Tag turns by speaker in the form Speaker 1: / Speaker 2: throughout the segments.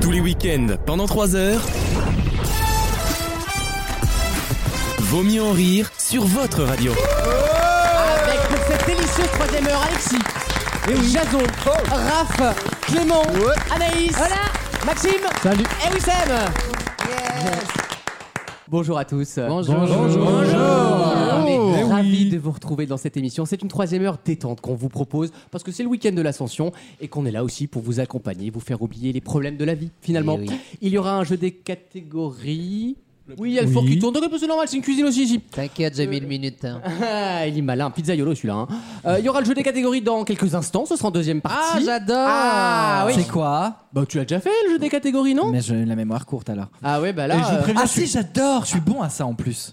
Speaker 1: Tous les week-ends, pendant 3 heures. Vaut mieux en rire sur votre radio.
Speaker 2: Avec cette délicieuse troisième heure, Alexis, Jason, Raph, Clément, Anaïs, Maxime
Speaker 3: Salut.
Speaker 2: et Wissem. Bonjour à tous. Bonjour.
Speaker 3: Bonjour.
Speaker 2: On est
Speaker 3: Bonjour. Eh oui.
Speaker 2: ravis de vous retrouver dans cette émission. C'est une troisième heure détente qu'on vous propose parce que c'est le week-end de l'ascension et qu'on est là aussi pour vous accompagner, vous faire oublier les problèmes de la vie finalement.
Speaker 4: Eh
Speaker 2: Il y aura un jeu des catégories. Oui, il y a le four qui tourne. Donc c'est normal, c'est une cuisine aussi ici.
Speaker 4: T'inquiète, j'ai mis une minute. hein.
Speaker 2: Ah, il est malin, pizzaiolo celui-là. hein. Euh, Il y aura le jeu des catégories dans quelques instants, ce sera en deuxième
Speaker 4: Ah,
Speaker 2: partie.
Speaker 4: j'adore
Speaker 2: Ah, oui.
Speaker 3: C'est quoi
Speaker 2: Bah tu l'as déjà fait le jeu des catégories, non
Speaker 3: Mais j'ai la mémoire courte alors.
Speaker 2: Ah ouais, bah là,
Speaker 3: Et je vous
Speaker 2: euh,
Speaker 3: préviens, ah si, j'adore, je suis bon à ça en plus.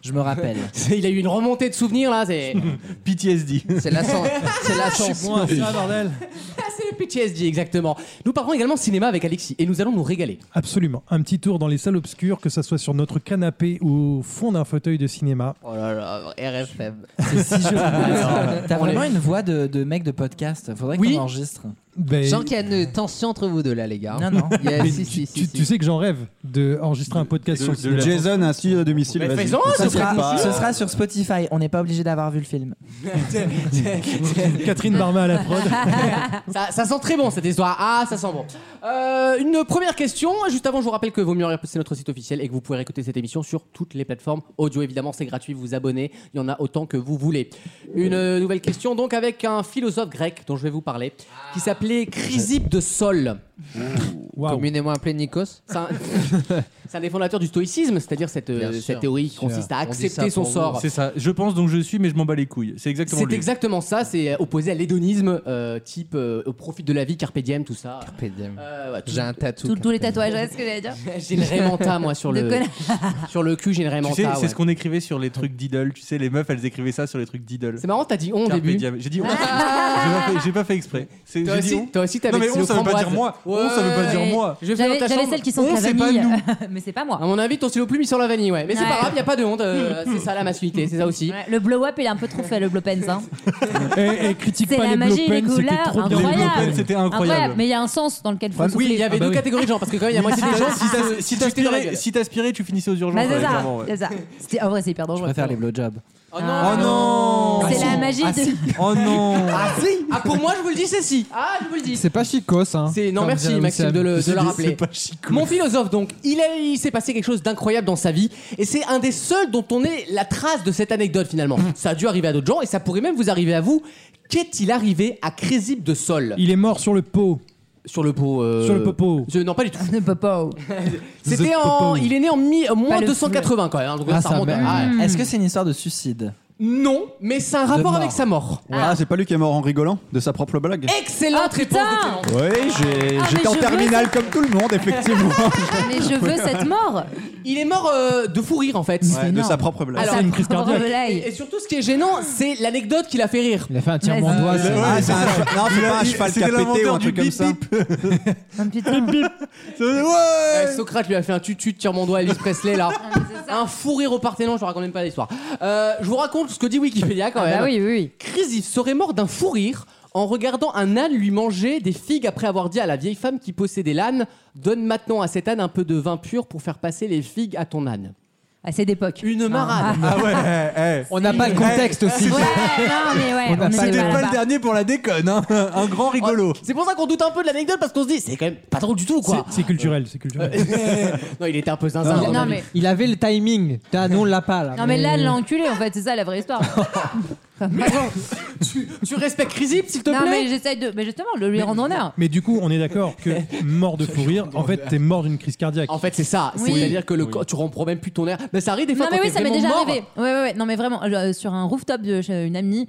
Speaker 3: Je me rappelle.
Speaker 2: il a eu une remontée de souvenirs là, c'est
Speaker 5: PTSD.
Speaker 4: C'est l'ascension. C'est l'ascension.
Speaker 3: bordel.
Speaker 2: Ah, c'est le PTSD exactement. Nous parlons également de cinéma avec Alexis et nous allons nous régaler.
Speaker 6: Absolument. Un petit tour dans les salles obscures, que ça soit sur notre canapé ou au fond d'un fauteuil de cinéma.
Speaker 4: Oh là là, RFM.
Speaker 3: C'est si joli. T'as
Speaker 2: on
Speaker 3: vraiment
Speaker 2: est-
Speaker 3: une voix de, de mec de podcast. Faudrait
Speaker 2: Oui.
Speaker 3: qu'on enregistre.
Speaker 6: Ben,
Speaker 4: Je sens qu'il y a une tension entre vous deux là, les gars.
Speaker 3: Non, non.
Speaker 4: Il y a-
Speaker 6: mais tu,
Speaker 4: si, si, si,
Speaker 6: tu-
Speaker 4: si.
Speaker 6: tu sais que j'en rêve d'enregistrer un podcast sur le cinéma.
Speaker 5: Jason, un studio à domicile.
Speaker 2: Mais
Speaker 5: vas-y.
Speaker 2: fais-en,
Speaker 5: Ça
Speaker 2: ce
Speaker 5: serait
Speaker 2: sera-
Speaker 5: pas-
Speaker 3: Ce sera sur Spotify. On n'est pas obligé d'avoir vu le film.
Speaker 6: Catherine Barma à la prod.
Speaker 2: Ça, ça sent très bon cette histoire. Ah, ça sent bon. Euh, une première question. Juste avant, je vous rappelle que Vaut mieux en rire, c'est notre site officiel et que vous pouvez réécouter cette émission sur toutes les plateformes audio. Évidemment, c'est gratuit. Vous vous abonnez. Il y en a autant que vous voulez. Une euh, nouvelle question donc avec un philosophe grec dont je vais vous parler qui s'appelait Chrysippe de Sol.
Speaker 6: Waouh.
Speaker 4: Communément appelé Nikos.
Speaker 2: C'est un, c'est un des fondateurs du stoïcisme, c'est-à-dire cette, euh,
Speaker 4: Bien sûr.
Speaker 2: cette théorie qui consiste à
Speaker 4: On dit ça
Speaker 2: accepter
Speaker 4: pour
Speaker 2: son
Speaker 4: vous.
Speaker 2: sort.
Speaker 5: C'est ça. Je pense donc je suis, mais je m'en bats les couilles. C'est exactement
Speaker 2: C'est
Speaker 5: lui.
Speaker 2: exactement ça, c'est euh, opposé à l'hédonisme, euh, type euh, au profit de la vie, carpe diem, tout ça.
Speaker 4: PDM.
Speaker 2: Euh, ouais, tout-
Speaker 4: J'ai un tatou.
Speaker 7: Tous- tous les tatouages, c'est ce que j'allais dire.
Speaker 2: J'ai une rémanta, moi, sur
Speaker 7: De
Speaker 2: le,
Speaker 7: connard.
Speaker 2: sur le cul, j'ai une
Speaker 5: Tu
Speaker 2: rémanta.
Speaker 5: sais,
Speaker 2: ouais.
Speaker 5: c'est ce qu'on écrivait sur les trucs d'idoles. Tu sais, les meufs, elles écrivaient ça sur les trucs d'idoles.
Speaker 2: C'est marrant, t'as dit on au
Speaker 5: Carpe
Speaker 2: début.
Speaker 5: diem. J'ai dit on. J'ai pas fait- J'ai pas fait exprès. C'est-
Speaker 2: Toi
Speaker 5: J'ai dit oh.
Speaker 2: aussi,
Speaker 5: on.
Speaker 2: toi aussi, t'avais
Speaker 5: Non mais
Speaker 2: le
Speaker 5: on, ça veut pas
Speaker 2: framboise.
Speaker 5: dire moi.
Speaker 6: oh,
Speaker 5: On, ça veut
Speaker 2: Ouais.
Speaker 5: pas dire moi.
Speaker 2: Je vais dans
Speaker 7: J'avais
Speaker 2: ta
Speaker 7: j'avais
Speaker 2: chambre.
Speaker 7: celles qui sont
Speaker 5: On, c'est pas
Speaker 7: cavani, mais c'est pas
Speaker 2: À
Speaker 7: moi.
Speaker 2: mon avis, ton stylo plume, il sort la vanille, ouais. Mais c'est
Speaker 7: Ouais.
Speaker 2: pas grave, y a pas de honte. euh, c'est ça la masculinité, c'est ça aussi.
Speaker 7: Ouais, Le blow-up, il est un peu trop fait, le Blopens. Hein.
Speaker 6: et, et Eh, critique
Speaker 7: C'est
Speaker 6: pas
Speaker 7: la
Speaker 6: les
Speaker 7: magie, les
Speaker 6: Blopens, c'était
Speaker 7: couleurs,
Speaker 6: trop bien.
Speaker 7: incroyable.
Speaker 5: Les Blopens, C'était incroyable.
Speaker 7: Mais il y a un sens dans lequel faut
Speaker 2: Oui,
Speaker 7: souffler.
Speaker 2: il y avait
Speaker 5: Ah bah
Speaker 2: deux
Speaker 5: oui.
Speaker 2: catégories de gens, parce que quand même, il y a moitié des gens qui se-
Speaker 5: Si
Speaker 2: se jetaient dans la
Speaker 5: t'aspirais,
Speaker 2: gueule.
Speaker 5: si t'aspirais, tu finissais aux urgences.
Speaker 7: Bah, c'est
Speaker 5: ouais,
Speaker 7: ça,
Speaker 5: clairement, ouais.
Speaker 7: c'est ça. C'était- En vrai, c'est hyper
Speaker 3: Je
Speaker 7: dangereux.
Speaker 3: préfère les blowjobs.
Speaker 2: Oh
Speaker 7: Ah.
Speaker 5: Oh non
Speaker 7: C'est la magie
Speaker 3: Ah,
Speaker 7: de.
Speaker 5: Oh non
Speaker 2: Ah, pour moi, je vous le dis, c'est si. Ah, je vous le dis.
Speaker 8: C'est pas chicos, hein.
Speaker 2: C'est- non,
Speaker 8: Comme
Speaker 2: merci,
Speaker 8: dirait
Speaker 2: Maxime,
Speaker 8: Wissem.
Speaker 2: de le, de le
Speaker 5: C'est-
Speaker 2: rappeler.
Speaker 5: C'est pas chico.
Speaker 2: Mon philosophe, donc, il, a- il s'est passé quelque chose d'incroyable dans sa vie, et c'est un des seuls dont on ait la trace de cette anecdote finalement. ça a dû arriver à d'autres gens, et ça pourrait même vous arriver à vous. Qu'est-il arrivé à Crésippe de Sol
Speaker 6: Il est mort sur le pot.
Speaker 2: sur le pot euh,
Speaker 6: Sur le popo.
Speaker 2: je- Non, pas du tout.
Speaker 7: Ne peut pas.
Speaker 2: C'était en, il est né en mi- euh, moins
Speaker 7: Pas le
Speaker 2: 280 quand même. hein, donc
Speaker 8: Ah,
Speaker 2: ça
Speaker 8: ça
Speaker 2: remonte à-
Speaker 8: merde.
Speaker 2: ah, ouais.
Speaker 3: Est-ce que c'est une histoire de suicide
Speaker 2: Non, mais c'est un rapport
Speaker 3: mort.
Speaker 2: avec sa mort.
Speaker 5: Ah, c'est pas lui qui est mort en rigolant de sa propre blague
Speaker 2: Excellente
Speaker 7: Ah,
Speaker 2: réponse.
Speaker 7: putain
Speaker 2: de Clément.
Speaker 5: Oui,
Speaker 7: Ah, mais
Speaker 5: j'étais en
Speaker 7: je veux
Speaker 5: terminale comme tout le monde, effectivement.
Speaker 7: Mais je veux cette mort.
Speaker 2: Il est mort euh, de fou rire en fait.
Speaker 5: Ouais, de sa propre blague.
Speaker 2: Alors,
Speaker 7: Ça
Speaker 6: une crise
Speaker 7: prend
Speaker 6: cardiaque.
Speaker 7: de
Speaker 2: et, et
Speaker 7: l'ail.
Speaker 2: surtout, ce qui est gênant, c'est l'anecdote qui l'a fait rire.
Speaker 8: Il a fait un tir mon
Speaker 7: Vas-y.
Speaker 8: doigt.
Speaker 5: Ouais,
Speaker 8: c'est-
Speaker 5: Ah,
Speaker 6: Ah,
Speaker 5: c'est un cheval- Non, c'est pas un cheval qui a pété ou un truc comme ça.
Speaker 7: Ah, putain.
Speaker 5: Euh,
Speaker 8: Euh,
Speaker 2: Ouais, Socrate lui a fait un tutu de tire mon doigt à Elvis Presley là.
Speaker 7: Ah, c'est ça.
Speaker 2: un fou rire au Parthénon, je vous raconte même pas l'histoire. Euh, je vous raconte ce que dit Wikipédia quand même.
Speaker 7: Bah oui, oui, oui.
Speaker 2: Crésis serait mort d'un fou rire en regardant un âne lui manger des figues après avoir dit à la vieille femme qui possédait l'âne Donne maintenant à cet âne un peu de vin pur pour faire passer les figues à ton âne.
Speaker 7: Ah, c'est d'époque.
Speaker 2: Une marade.
Speaker 5: Ah ouais,
Speaker 8: On n'a pas le contexte aussi.
Speaker 7: Ouais, non, mais ouais.
Speaker 8: a
Speaker 7: on
Speaker 8: pas
Speaker 7: était
Speaker 8: de
Speaker 7: pas là-bas.
Speaker 5: dernier pour la déconne, hein. un grand
Speaker 8: oh.
Speaker 5: rigolo.
Speaker 2: C'est pour ça qu'on doute un peu de l'anecdote parce qu'on se dit c'est quand même pas drôle du tout quoi.
Speaker 6: C'est- C'est culturel, c'est culturel.
Speaker 2: non, il était un peu zinzin. à mon
Speaker 7: Non,
Speaker 2: avis.
Speaker 7: mais.
Speaker 8: Il avait le timing. T'as non, on l'a pas là.
Speaker 7: Non mais
Speaker 9: Ah,
Speaker 7: là elle l'a enculé en fait c'est ça la vraie histoire.
Speaker 2: tu, tu respectes Crésis s'il te
Speaker 7: non
Speaker 2: plaît
Speaker 7: mais j'essaye de mais justement de lui rendre honneur.
Speaker 6: Mais du coup, on est d'accord que mort de fou rire, en fait, t'es mort d'une crise cardiaque.
Speaker 2: En fait, c'est ça.
Speaker 7: Oui.
Speaker 2: C'est-à-dire que le corps, tu comprends même plus ton air. Mais ça arrive des fois
Speaker 7: Non mais
Speaker 2: quand
Speaker 7: oui
Speaker 2: t'es
Speaker 7: ça m'est
Speaker 2: vraiment mort.
Speaker 7: déjà arrivé. Ouais ouais ouais non mais vraiment euh, sur un rooftop de chez une amie.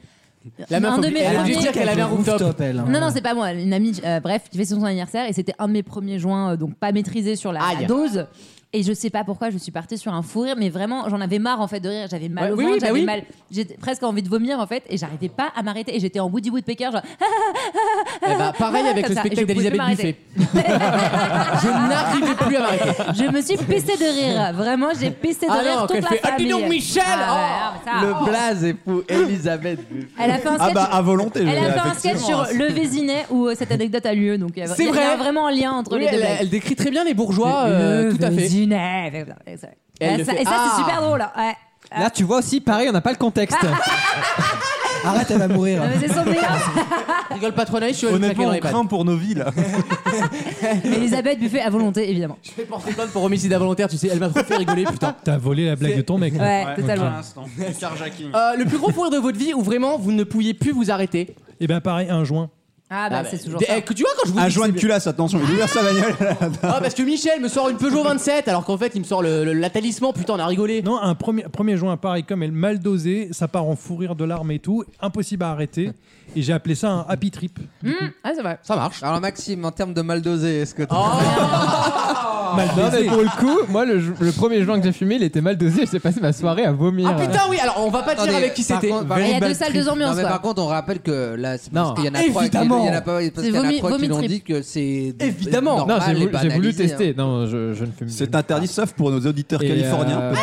Speaker 2: La meuf,
Speaker 7: Un de
Speaker 2: obli-
Speaker 7: mes
Speaker 2: elle a dû
Speaker 7: premiers-
Speaker 2: dire qu'elle avait un rooftop.
Speaker 8: elle. hein.
Speaker 7: Non, non, c'est pas moi. Une amie, euh, bref, qui fait son anniversaire et c'était un de mes premiers joints, euh, donc pas maîtrisé sur la, la
Speaker 2: Aïe.
Speaker 7: dose. Et je sais pas pourquoi, je suis partie sur un fou rire, mais vraiment, j'en avais marre en fait de rire. J'avais mal
Speaker 2: Ouais,
Speaker 7: au
Speaker 2: oui,
Speaker 7: ventre,
Speaker 2: oui, bah
Speaker 7: j'avais
Speaker 2: oui.
Speaker 7: mal. J'étais presque envie de vomir en fait, et j'arrêtais pas à m'arrêter. Et j'étais en Woody Woodpecker, genre.
Speaker 2: Eh ben, pareil avec
Speaker 7: Comme
Speaker 2: le
Speaker 7: ça,
Speaker 2: spectacle
Speaker 7: je pouvais
Speaker 2: d'Elisabeth
Speaker 7: pas
Speaker 2: Buffet.
Speaker 7: m'arrêter.
Speaker 2: je n'arrivais plus à m'arrêter.
Speaker 7: Je me suis pissée de rire. Vraiment, j'ai pissé de
Speaker 2: Ah
Speaker 7: rire
Speaker 2: non,
Speaker 7: toute
Speaker 2: qu'elle
Speaker 7: la
Speaker 2: fait, Ah, dis
Speaker 7: famille.
Speaker 2: donc, Michel oh,
Speaker 7: Ah ouais, non, mais ça,
Speaker 4: Le blaze est fou, Elisabeth.
Speaker 7: Elle a fait un sketch.
Speaker 5: Ah bah à volonté. je
Speaker 7: Elle
Speaker 5: dirais,
Speaker 7: a fait un sketch
Speaker 5: effectivement.
Speaker 7: sur le Vésinet où euh, cette anecdote a lieu. Donc, il y a-
Speaker 2: C'est
Speaker 7: il y a
Speaker 2: vrai.
Speaker 7: vraiment un lien entre
Speaker 2: Oui,
Speaker 7: les deux.
Speaker 2: elle,
Speaker 7: blagues.
Speaker 2: elle décrit très bien les bourgeois, euh, tout à fait.
Speaker 7: Vésinet. Et ça,
Speaker 2: Elle le fait.
Speaker 7: et ça,
Speaker 2: Ah.
Speaker 7: c'est super drôle. hein. Ouais.
Speaker 8: Ah. Là, tu vois aussi, pareil, on n'a pas le contexte. Arrête, elle va mourir.
Speaker 7: Non, mais c'est son meilleur.
Speaker 2: Rigole pas trop naïf, je suis
Speaker 5: Honnêtement,
Speaker 2: dans
Speaker 5: on
Speaker 2: les pattes.
Speaker 5: craint pour nos vies là.
Speaker 7: Elisabeth Buffet à volonté, évidemment.
Speaker 2: Je vais porter plainte pour homicide involontaire, tu sais, elle m'a trop fait rigoler, putain.
Speaker 6: T'as volé la blague de ton mec.
Speaker 7: Ouais, totalement.
Speaker 2: Euh, le plus gros fourrure de votre vie où vraiment vous ne pouviez plus vous arrêter.
Speaker 6: Et ben pareil, un joint.
Speaker 7: Ah, bah,
Speaker 2: Ah,
Speaker 7: c'est
Speaker 2: bah,
Speaker 7: toujours
Speaker 2: d-
Speaker 7: ça.
Speaker 2: eh, que tu vois quand je vous
Speaker 5: Un
Speaker 2: dis que
Speaker 5: joint de
Speaker 2: c'est-
Speaker 5: culasse, attention, il ouvre sa bagnole.
Speaker 2: Ah parce que Michel me sort une Peugeot 27 alors qu'en fait il me sort le, le- la talisman, putain on a rigolé.
Speaker 6: Non, un premier, premier joint, pareil, comme elle mal dosée, ça part en fou rire de larmes et tout, impossible à arrêter. Et j'ai appelé ça un happy trip.
Speaker 7: Hmm, Ah, c'est vrai.
Speaker 2: Ça marche.
Speaker 4: Alors, Maxime, en termes de mal dosé, est-ce que
Speaker 2: Oh,
Speaker 6: Mal
Speaker 8: Ah. Non, mais
Speaker 6: dosé.
Speaker 8: pour le coup, moi, le, le premier joint que j'ai fumé, il était mal dosé. J'ai passé ma soirée à vomir. Euh.
Speaker 2: ah putain oui alors on va pas dire
Speaker 4: Attendez,
Speaker 2: avec qui
Speaker 4: par
Speaker 2: c'était.
Speaker 4: contre, par
Speaker 7: Il y a
Speaker 4: contre-
Speaker 7: deux salles, deux
Speaker 4: Non,
Speaker 7: ambiances.
Speaker 4: mais
Speaker 7: quoi.
Speaker 4: par contre, on rappelle que là, c'est
Speaker 8: Non.
Speaker 4: parce qu'il y en a trois qui-
Speaker 2: Évidemment.
Speaker 4: il y en a pas- parce
Speaker 7: C'est
Speaker 4: qu'il y en a
Speaker 7: vomi-
Speaker 4: trois qui l'ont
Speaker 7: vomi trip.
Speaker 4: dit que c'est
Speaker 2: Évidemment.
Speaker 4: normal
Speaker 8: non, j'ai
Speaker 4: et
Speaker 8: voulu, j'ai
Speaker 4: banalisé,
Speaker 8: voulu
Speaker 4: hein.
Speaker 8: tester. Non, je, je ne fume
Speaker 5: C'est interdit sauf pour nos auditeurs
Speaker 8: Et,
Speaker 5: californiens.
Speaker 8: euh,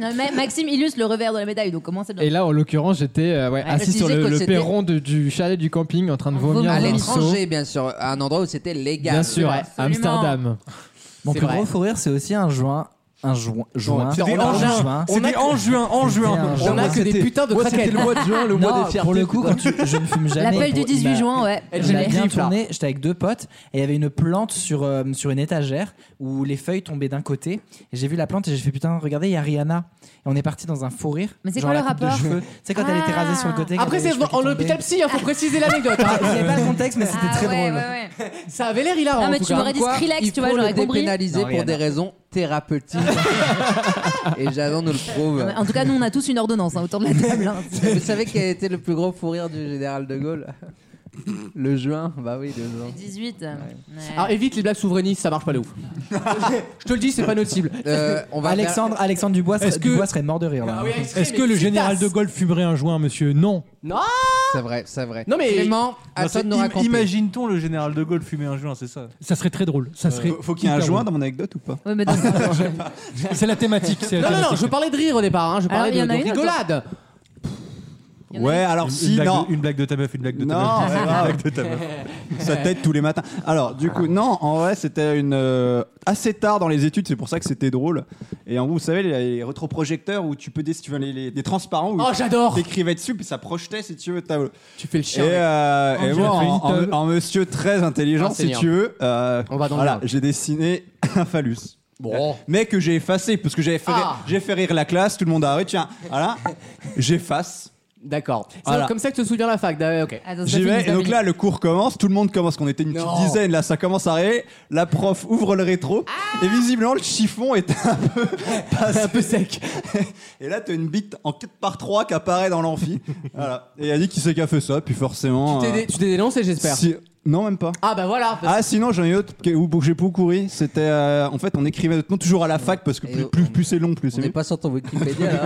Speaker 7: Non, mais Maxime illustre le revers de la médaille, donc comment c'est bien.
Speaker 8: Et là, en l'occurrence, j'étais euh, ouais,
Speaker 4: Ouais,
Speaker 8: assis
Speaker 4: je
Speaker 8: sur
Speaker 4: disais
Speaker 8: le,
Speaker 4: que
Speaker 8: le
Speaker 4: c'était-
Speaker 8: perron de- du chalet du camping en train de
Speaker 7: En
Speaker 8: vomir
Speaker 7: vomi-
Speaker 8: dans
Speaker 4: À
Speaker 8: un seau.
Speaker 4: l'étranger, bien sûr, à un endroit où c'était légal.
Speaker 8: Bien sûr,
Speaker 2: vrai.
Speaker 8: à Amsterdam.
Speaker 9: Mon
Speaker 2: C'est
Speaker 9: plus
Speaker 2: vrai.
Speaker 9: gros fou rire, c'est aussi un joint. Un joint. joint.
Speaker 2: putain, on a-
Speaker 9: un
Speaker 2: on a-
Speaker 9: joint.
Speaker 2: On a,
Speaker 5: en juin, en
Speaker 9: juin.
Speaker 2: on a que des putains de craquettes.
Speaker 9: le
Speaker 2: mois des
Speaker 9: Pour le coup, quand tu- je ne fume jamais.
Speaker 7: L'appel du
Speaker 9: Pour- il
Speaker 7: 18
Speaker 9: m'a-
Speaker 7: juin, ouais.
Speaker 2: Elle
Speaker 9: Il m'a
Speaker 2: J'ai
Speaker 9: bien
Speaker 2: les clips, là.
Speaker 9: tourné. J'étais avec deux potes et il y avait une plante sur, euh, sur une étagère où les feuilles tombaient d'un côté. Et j'ai vu la plante et j'ai fait putain, regardez, il y a Rihanna. Et on est parti dans un fou rire.
Speaker 7: Mais c'est
Speaker 9: genre
Speaker 7: quoi
Speaker 9: la
Speaker 7: le
Speaker 9: coupe de
Speaker 7: rapport
Speaker 9: cheveux. C'est quand elle était rasée sur le côté.
Speaker 2: Après
Speaker 9: qu'elle
Speaker 2: c'est
Speaker 9: avait les cheveux qui
Speaker 2: en hôpital
Speaker 9: tombaient.
Speaker 2: psy, hein, faut préciser l'anecdote.
Speaker 9: Ah,
Speaker 2: hein.
Speaker 9: Il n'y avait pas le contexte, mais c'était
Speaker 7: Ah,
Speaker 9: très
Speaker 7: ouais,
Speaker 9: drôle.
Speaker 7: ouais, ouais.
Speaker 2: Ça avait l'air hilarant.
Speaker 7: Non, mais
Speaker 2: en tout
Speaker 7: tu
Speaker 2: cas.
Speaker 7: m'aurais dit
Speaker 4: Quoi,
Speaker 7: Skrillex,
Speaker 4: il
Speaker 7: tu vois,
Speaker 4: faut
Speaker 7: j'aurais
Speaker 4: le
Speaker 7: compris.
Speaker 4: dépénaliser
Speaker 9: Non,
Speaker 4: pour
Speaker 9: rien
Speaker 4: des
Speaker 9: à voir.
Speaker 4: raisons thérapeutiques. Et Jason nous le prouve.
Speaker 7: En tout cas, nous, on a tous une ordonnance hein, autour de la table. hein.
Speaker 4: Vous savez quel était le plus gros fou rire du général de Gaulle Le juin Bah oui, le juin.
Speaker 7: 18. euh, ouais.
Speaker 2: Alors évite les blagues souverainistes, ça marche pas de ouf. je te le dis, c'est pas notre cible.
Speaker 4: Euh, on va faire-
Speaker 9: Alexandre, Alexandre Dubois, serait,
Speaker 6: Est-ce que-
Speaker 9: Dubois serait mort de rire. Là.
Speaker 2: Ah
Speaker 6: Est-ce que le général de Gaulle fumerait un joint, monsieur Non.
Speaker 4: C'est vrai, c'est vrai.
Speaker 2: Non, mais-
Speaker 4: Clément, à toi de nous raconter.
Speaker 5: Imagine-t-on le général de Gaulle fumer un joint, c'est ça Euh,
Speaker 6: Ça serait très drôle. Ça serait.
Speaker 5: Faut qu'il y ait un
Speaker 6: hyper
Speaker 5: joint
Speaker 6: drôle.
Speaker 5: dans mon anecdote ou pas
Speaker 7: Ouais, mais dans-
Speaker 6: C'est la thématique. c'est la
Speaker 2: Non, non, non,
Speaker 6: thématique.
Speaker 2: je parlais de rire au départ, hein, je parlais
Speaker 7: Alors, il y en
Speaker 2: de,
Speaker 7: a
Speaker 2: de
Speaker 7: une,
Speaker 2: rigolade.
Speaker 7: Il y en a
Speaker 5: Ouais, alors
Speaker 6: Une-
Speaker 5: si,
Speaker 6: une, blague
Speaker 5: non.
Speaker 6: De, une blague de ta meuf, une blague de ta meuf.
Speaker 5: Non, ouais, grave. Ça tête tous les matins. Alors, du coup, non, en vrai, c'était une euh, assez tard dans les études, c'est pour ça que c'était drôle. Et en gros, vous savez, les, les rétroprojecteurs où tu peux des, si tu veux, les, les- des transparents où
Speaker 2: Oh, j'adore.
Speaker 5: t'écrivais dessus, puis ça projetait, si tu veux, ta,
Speaker 2: Tu fais le
Speaker 5: Et,
Speaker 2: chien. mec.
Speaker 5: euh, et
Speaker 6: Angela
Speaker 5: moi, en,
Speaker 6: Feintel.
Speaker 5: en- en monsieur très intelligent,
Speaker 2: Ah,
Speaker 5: si
Speaker 2: Seigneur.
Speaker 5: tu veux, euh,
Speaker 2: On va dans le
Speaker 5: voilà,
Speaker 2: mur.
Speaker 5: j'ai dessiné un phallus.
Speaker 2: Bon.
Speaker 5: Mais que j'ai effacé, parce que j'ai fait,
Speaker 2: Ah.
Speaker 5: rire- j'ai fait rire la classe, tout le monde a arrêté, tiens, voilà, j'efface.
Speaker 2: D'accord. C'est
Speaker 5: Voilà.
Speaker 2: comme ça que tu te souviens la fac. d'a- Ok.
Speaker 7: Attends, c'est
Speaker 5: J'y
Speaker 7: pas fini,
Speaker 5: vais,
Speaker 7: c'est
Speaker 5: et
Speaker 7: pas
Speaker 5: donc
Speaker 7: fini.
Speaker 5: là, le cours commence, tout le monde commence, qu'on était une petite
Speaker 2: Non.
Speaker 5: dizaine, là, ça commence à rire, la prof ouvre le rétro, et visiblement, le chiffon est un peu, passé. un peu sec. et là, t'as une bite en 4 par 3 qui apparaît dans l'amphi. voilà. Et elle dit qui c'est qui a fait ça, puis
Speaker 2: Tu
Speaker 5: forcément.
Speaker 2: t'es
Speaker 5: euh,
Speaker 2: dé- tu t'es dénoncé, j'espère.
Speaker 5: si- Non, même pas.
Speaker 2: Ah bah voilà. parce-
Speaker 5: Ah sinon j'en ai une autre que- où j'ai beaucoup couru c'était euh, en fait on écrivait notre nom toujours à la fac parce que
Speaker 4: Et
Speaker 5: plus,
Speaker 4: on-
Speaker 5: plus, plus c'est long plus
Speaker 4: On
Speaker 5: c'est
Speaker 4: n'est
Speaker 5: mieux.
Speaker 4: pas sur ton Wikipédia là.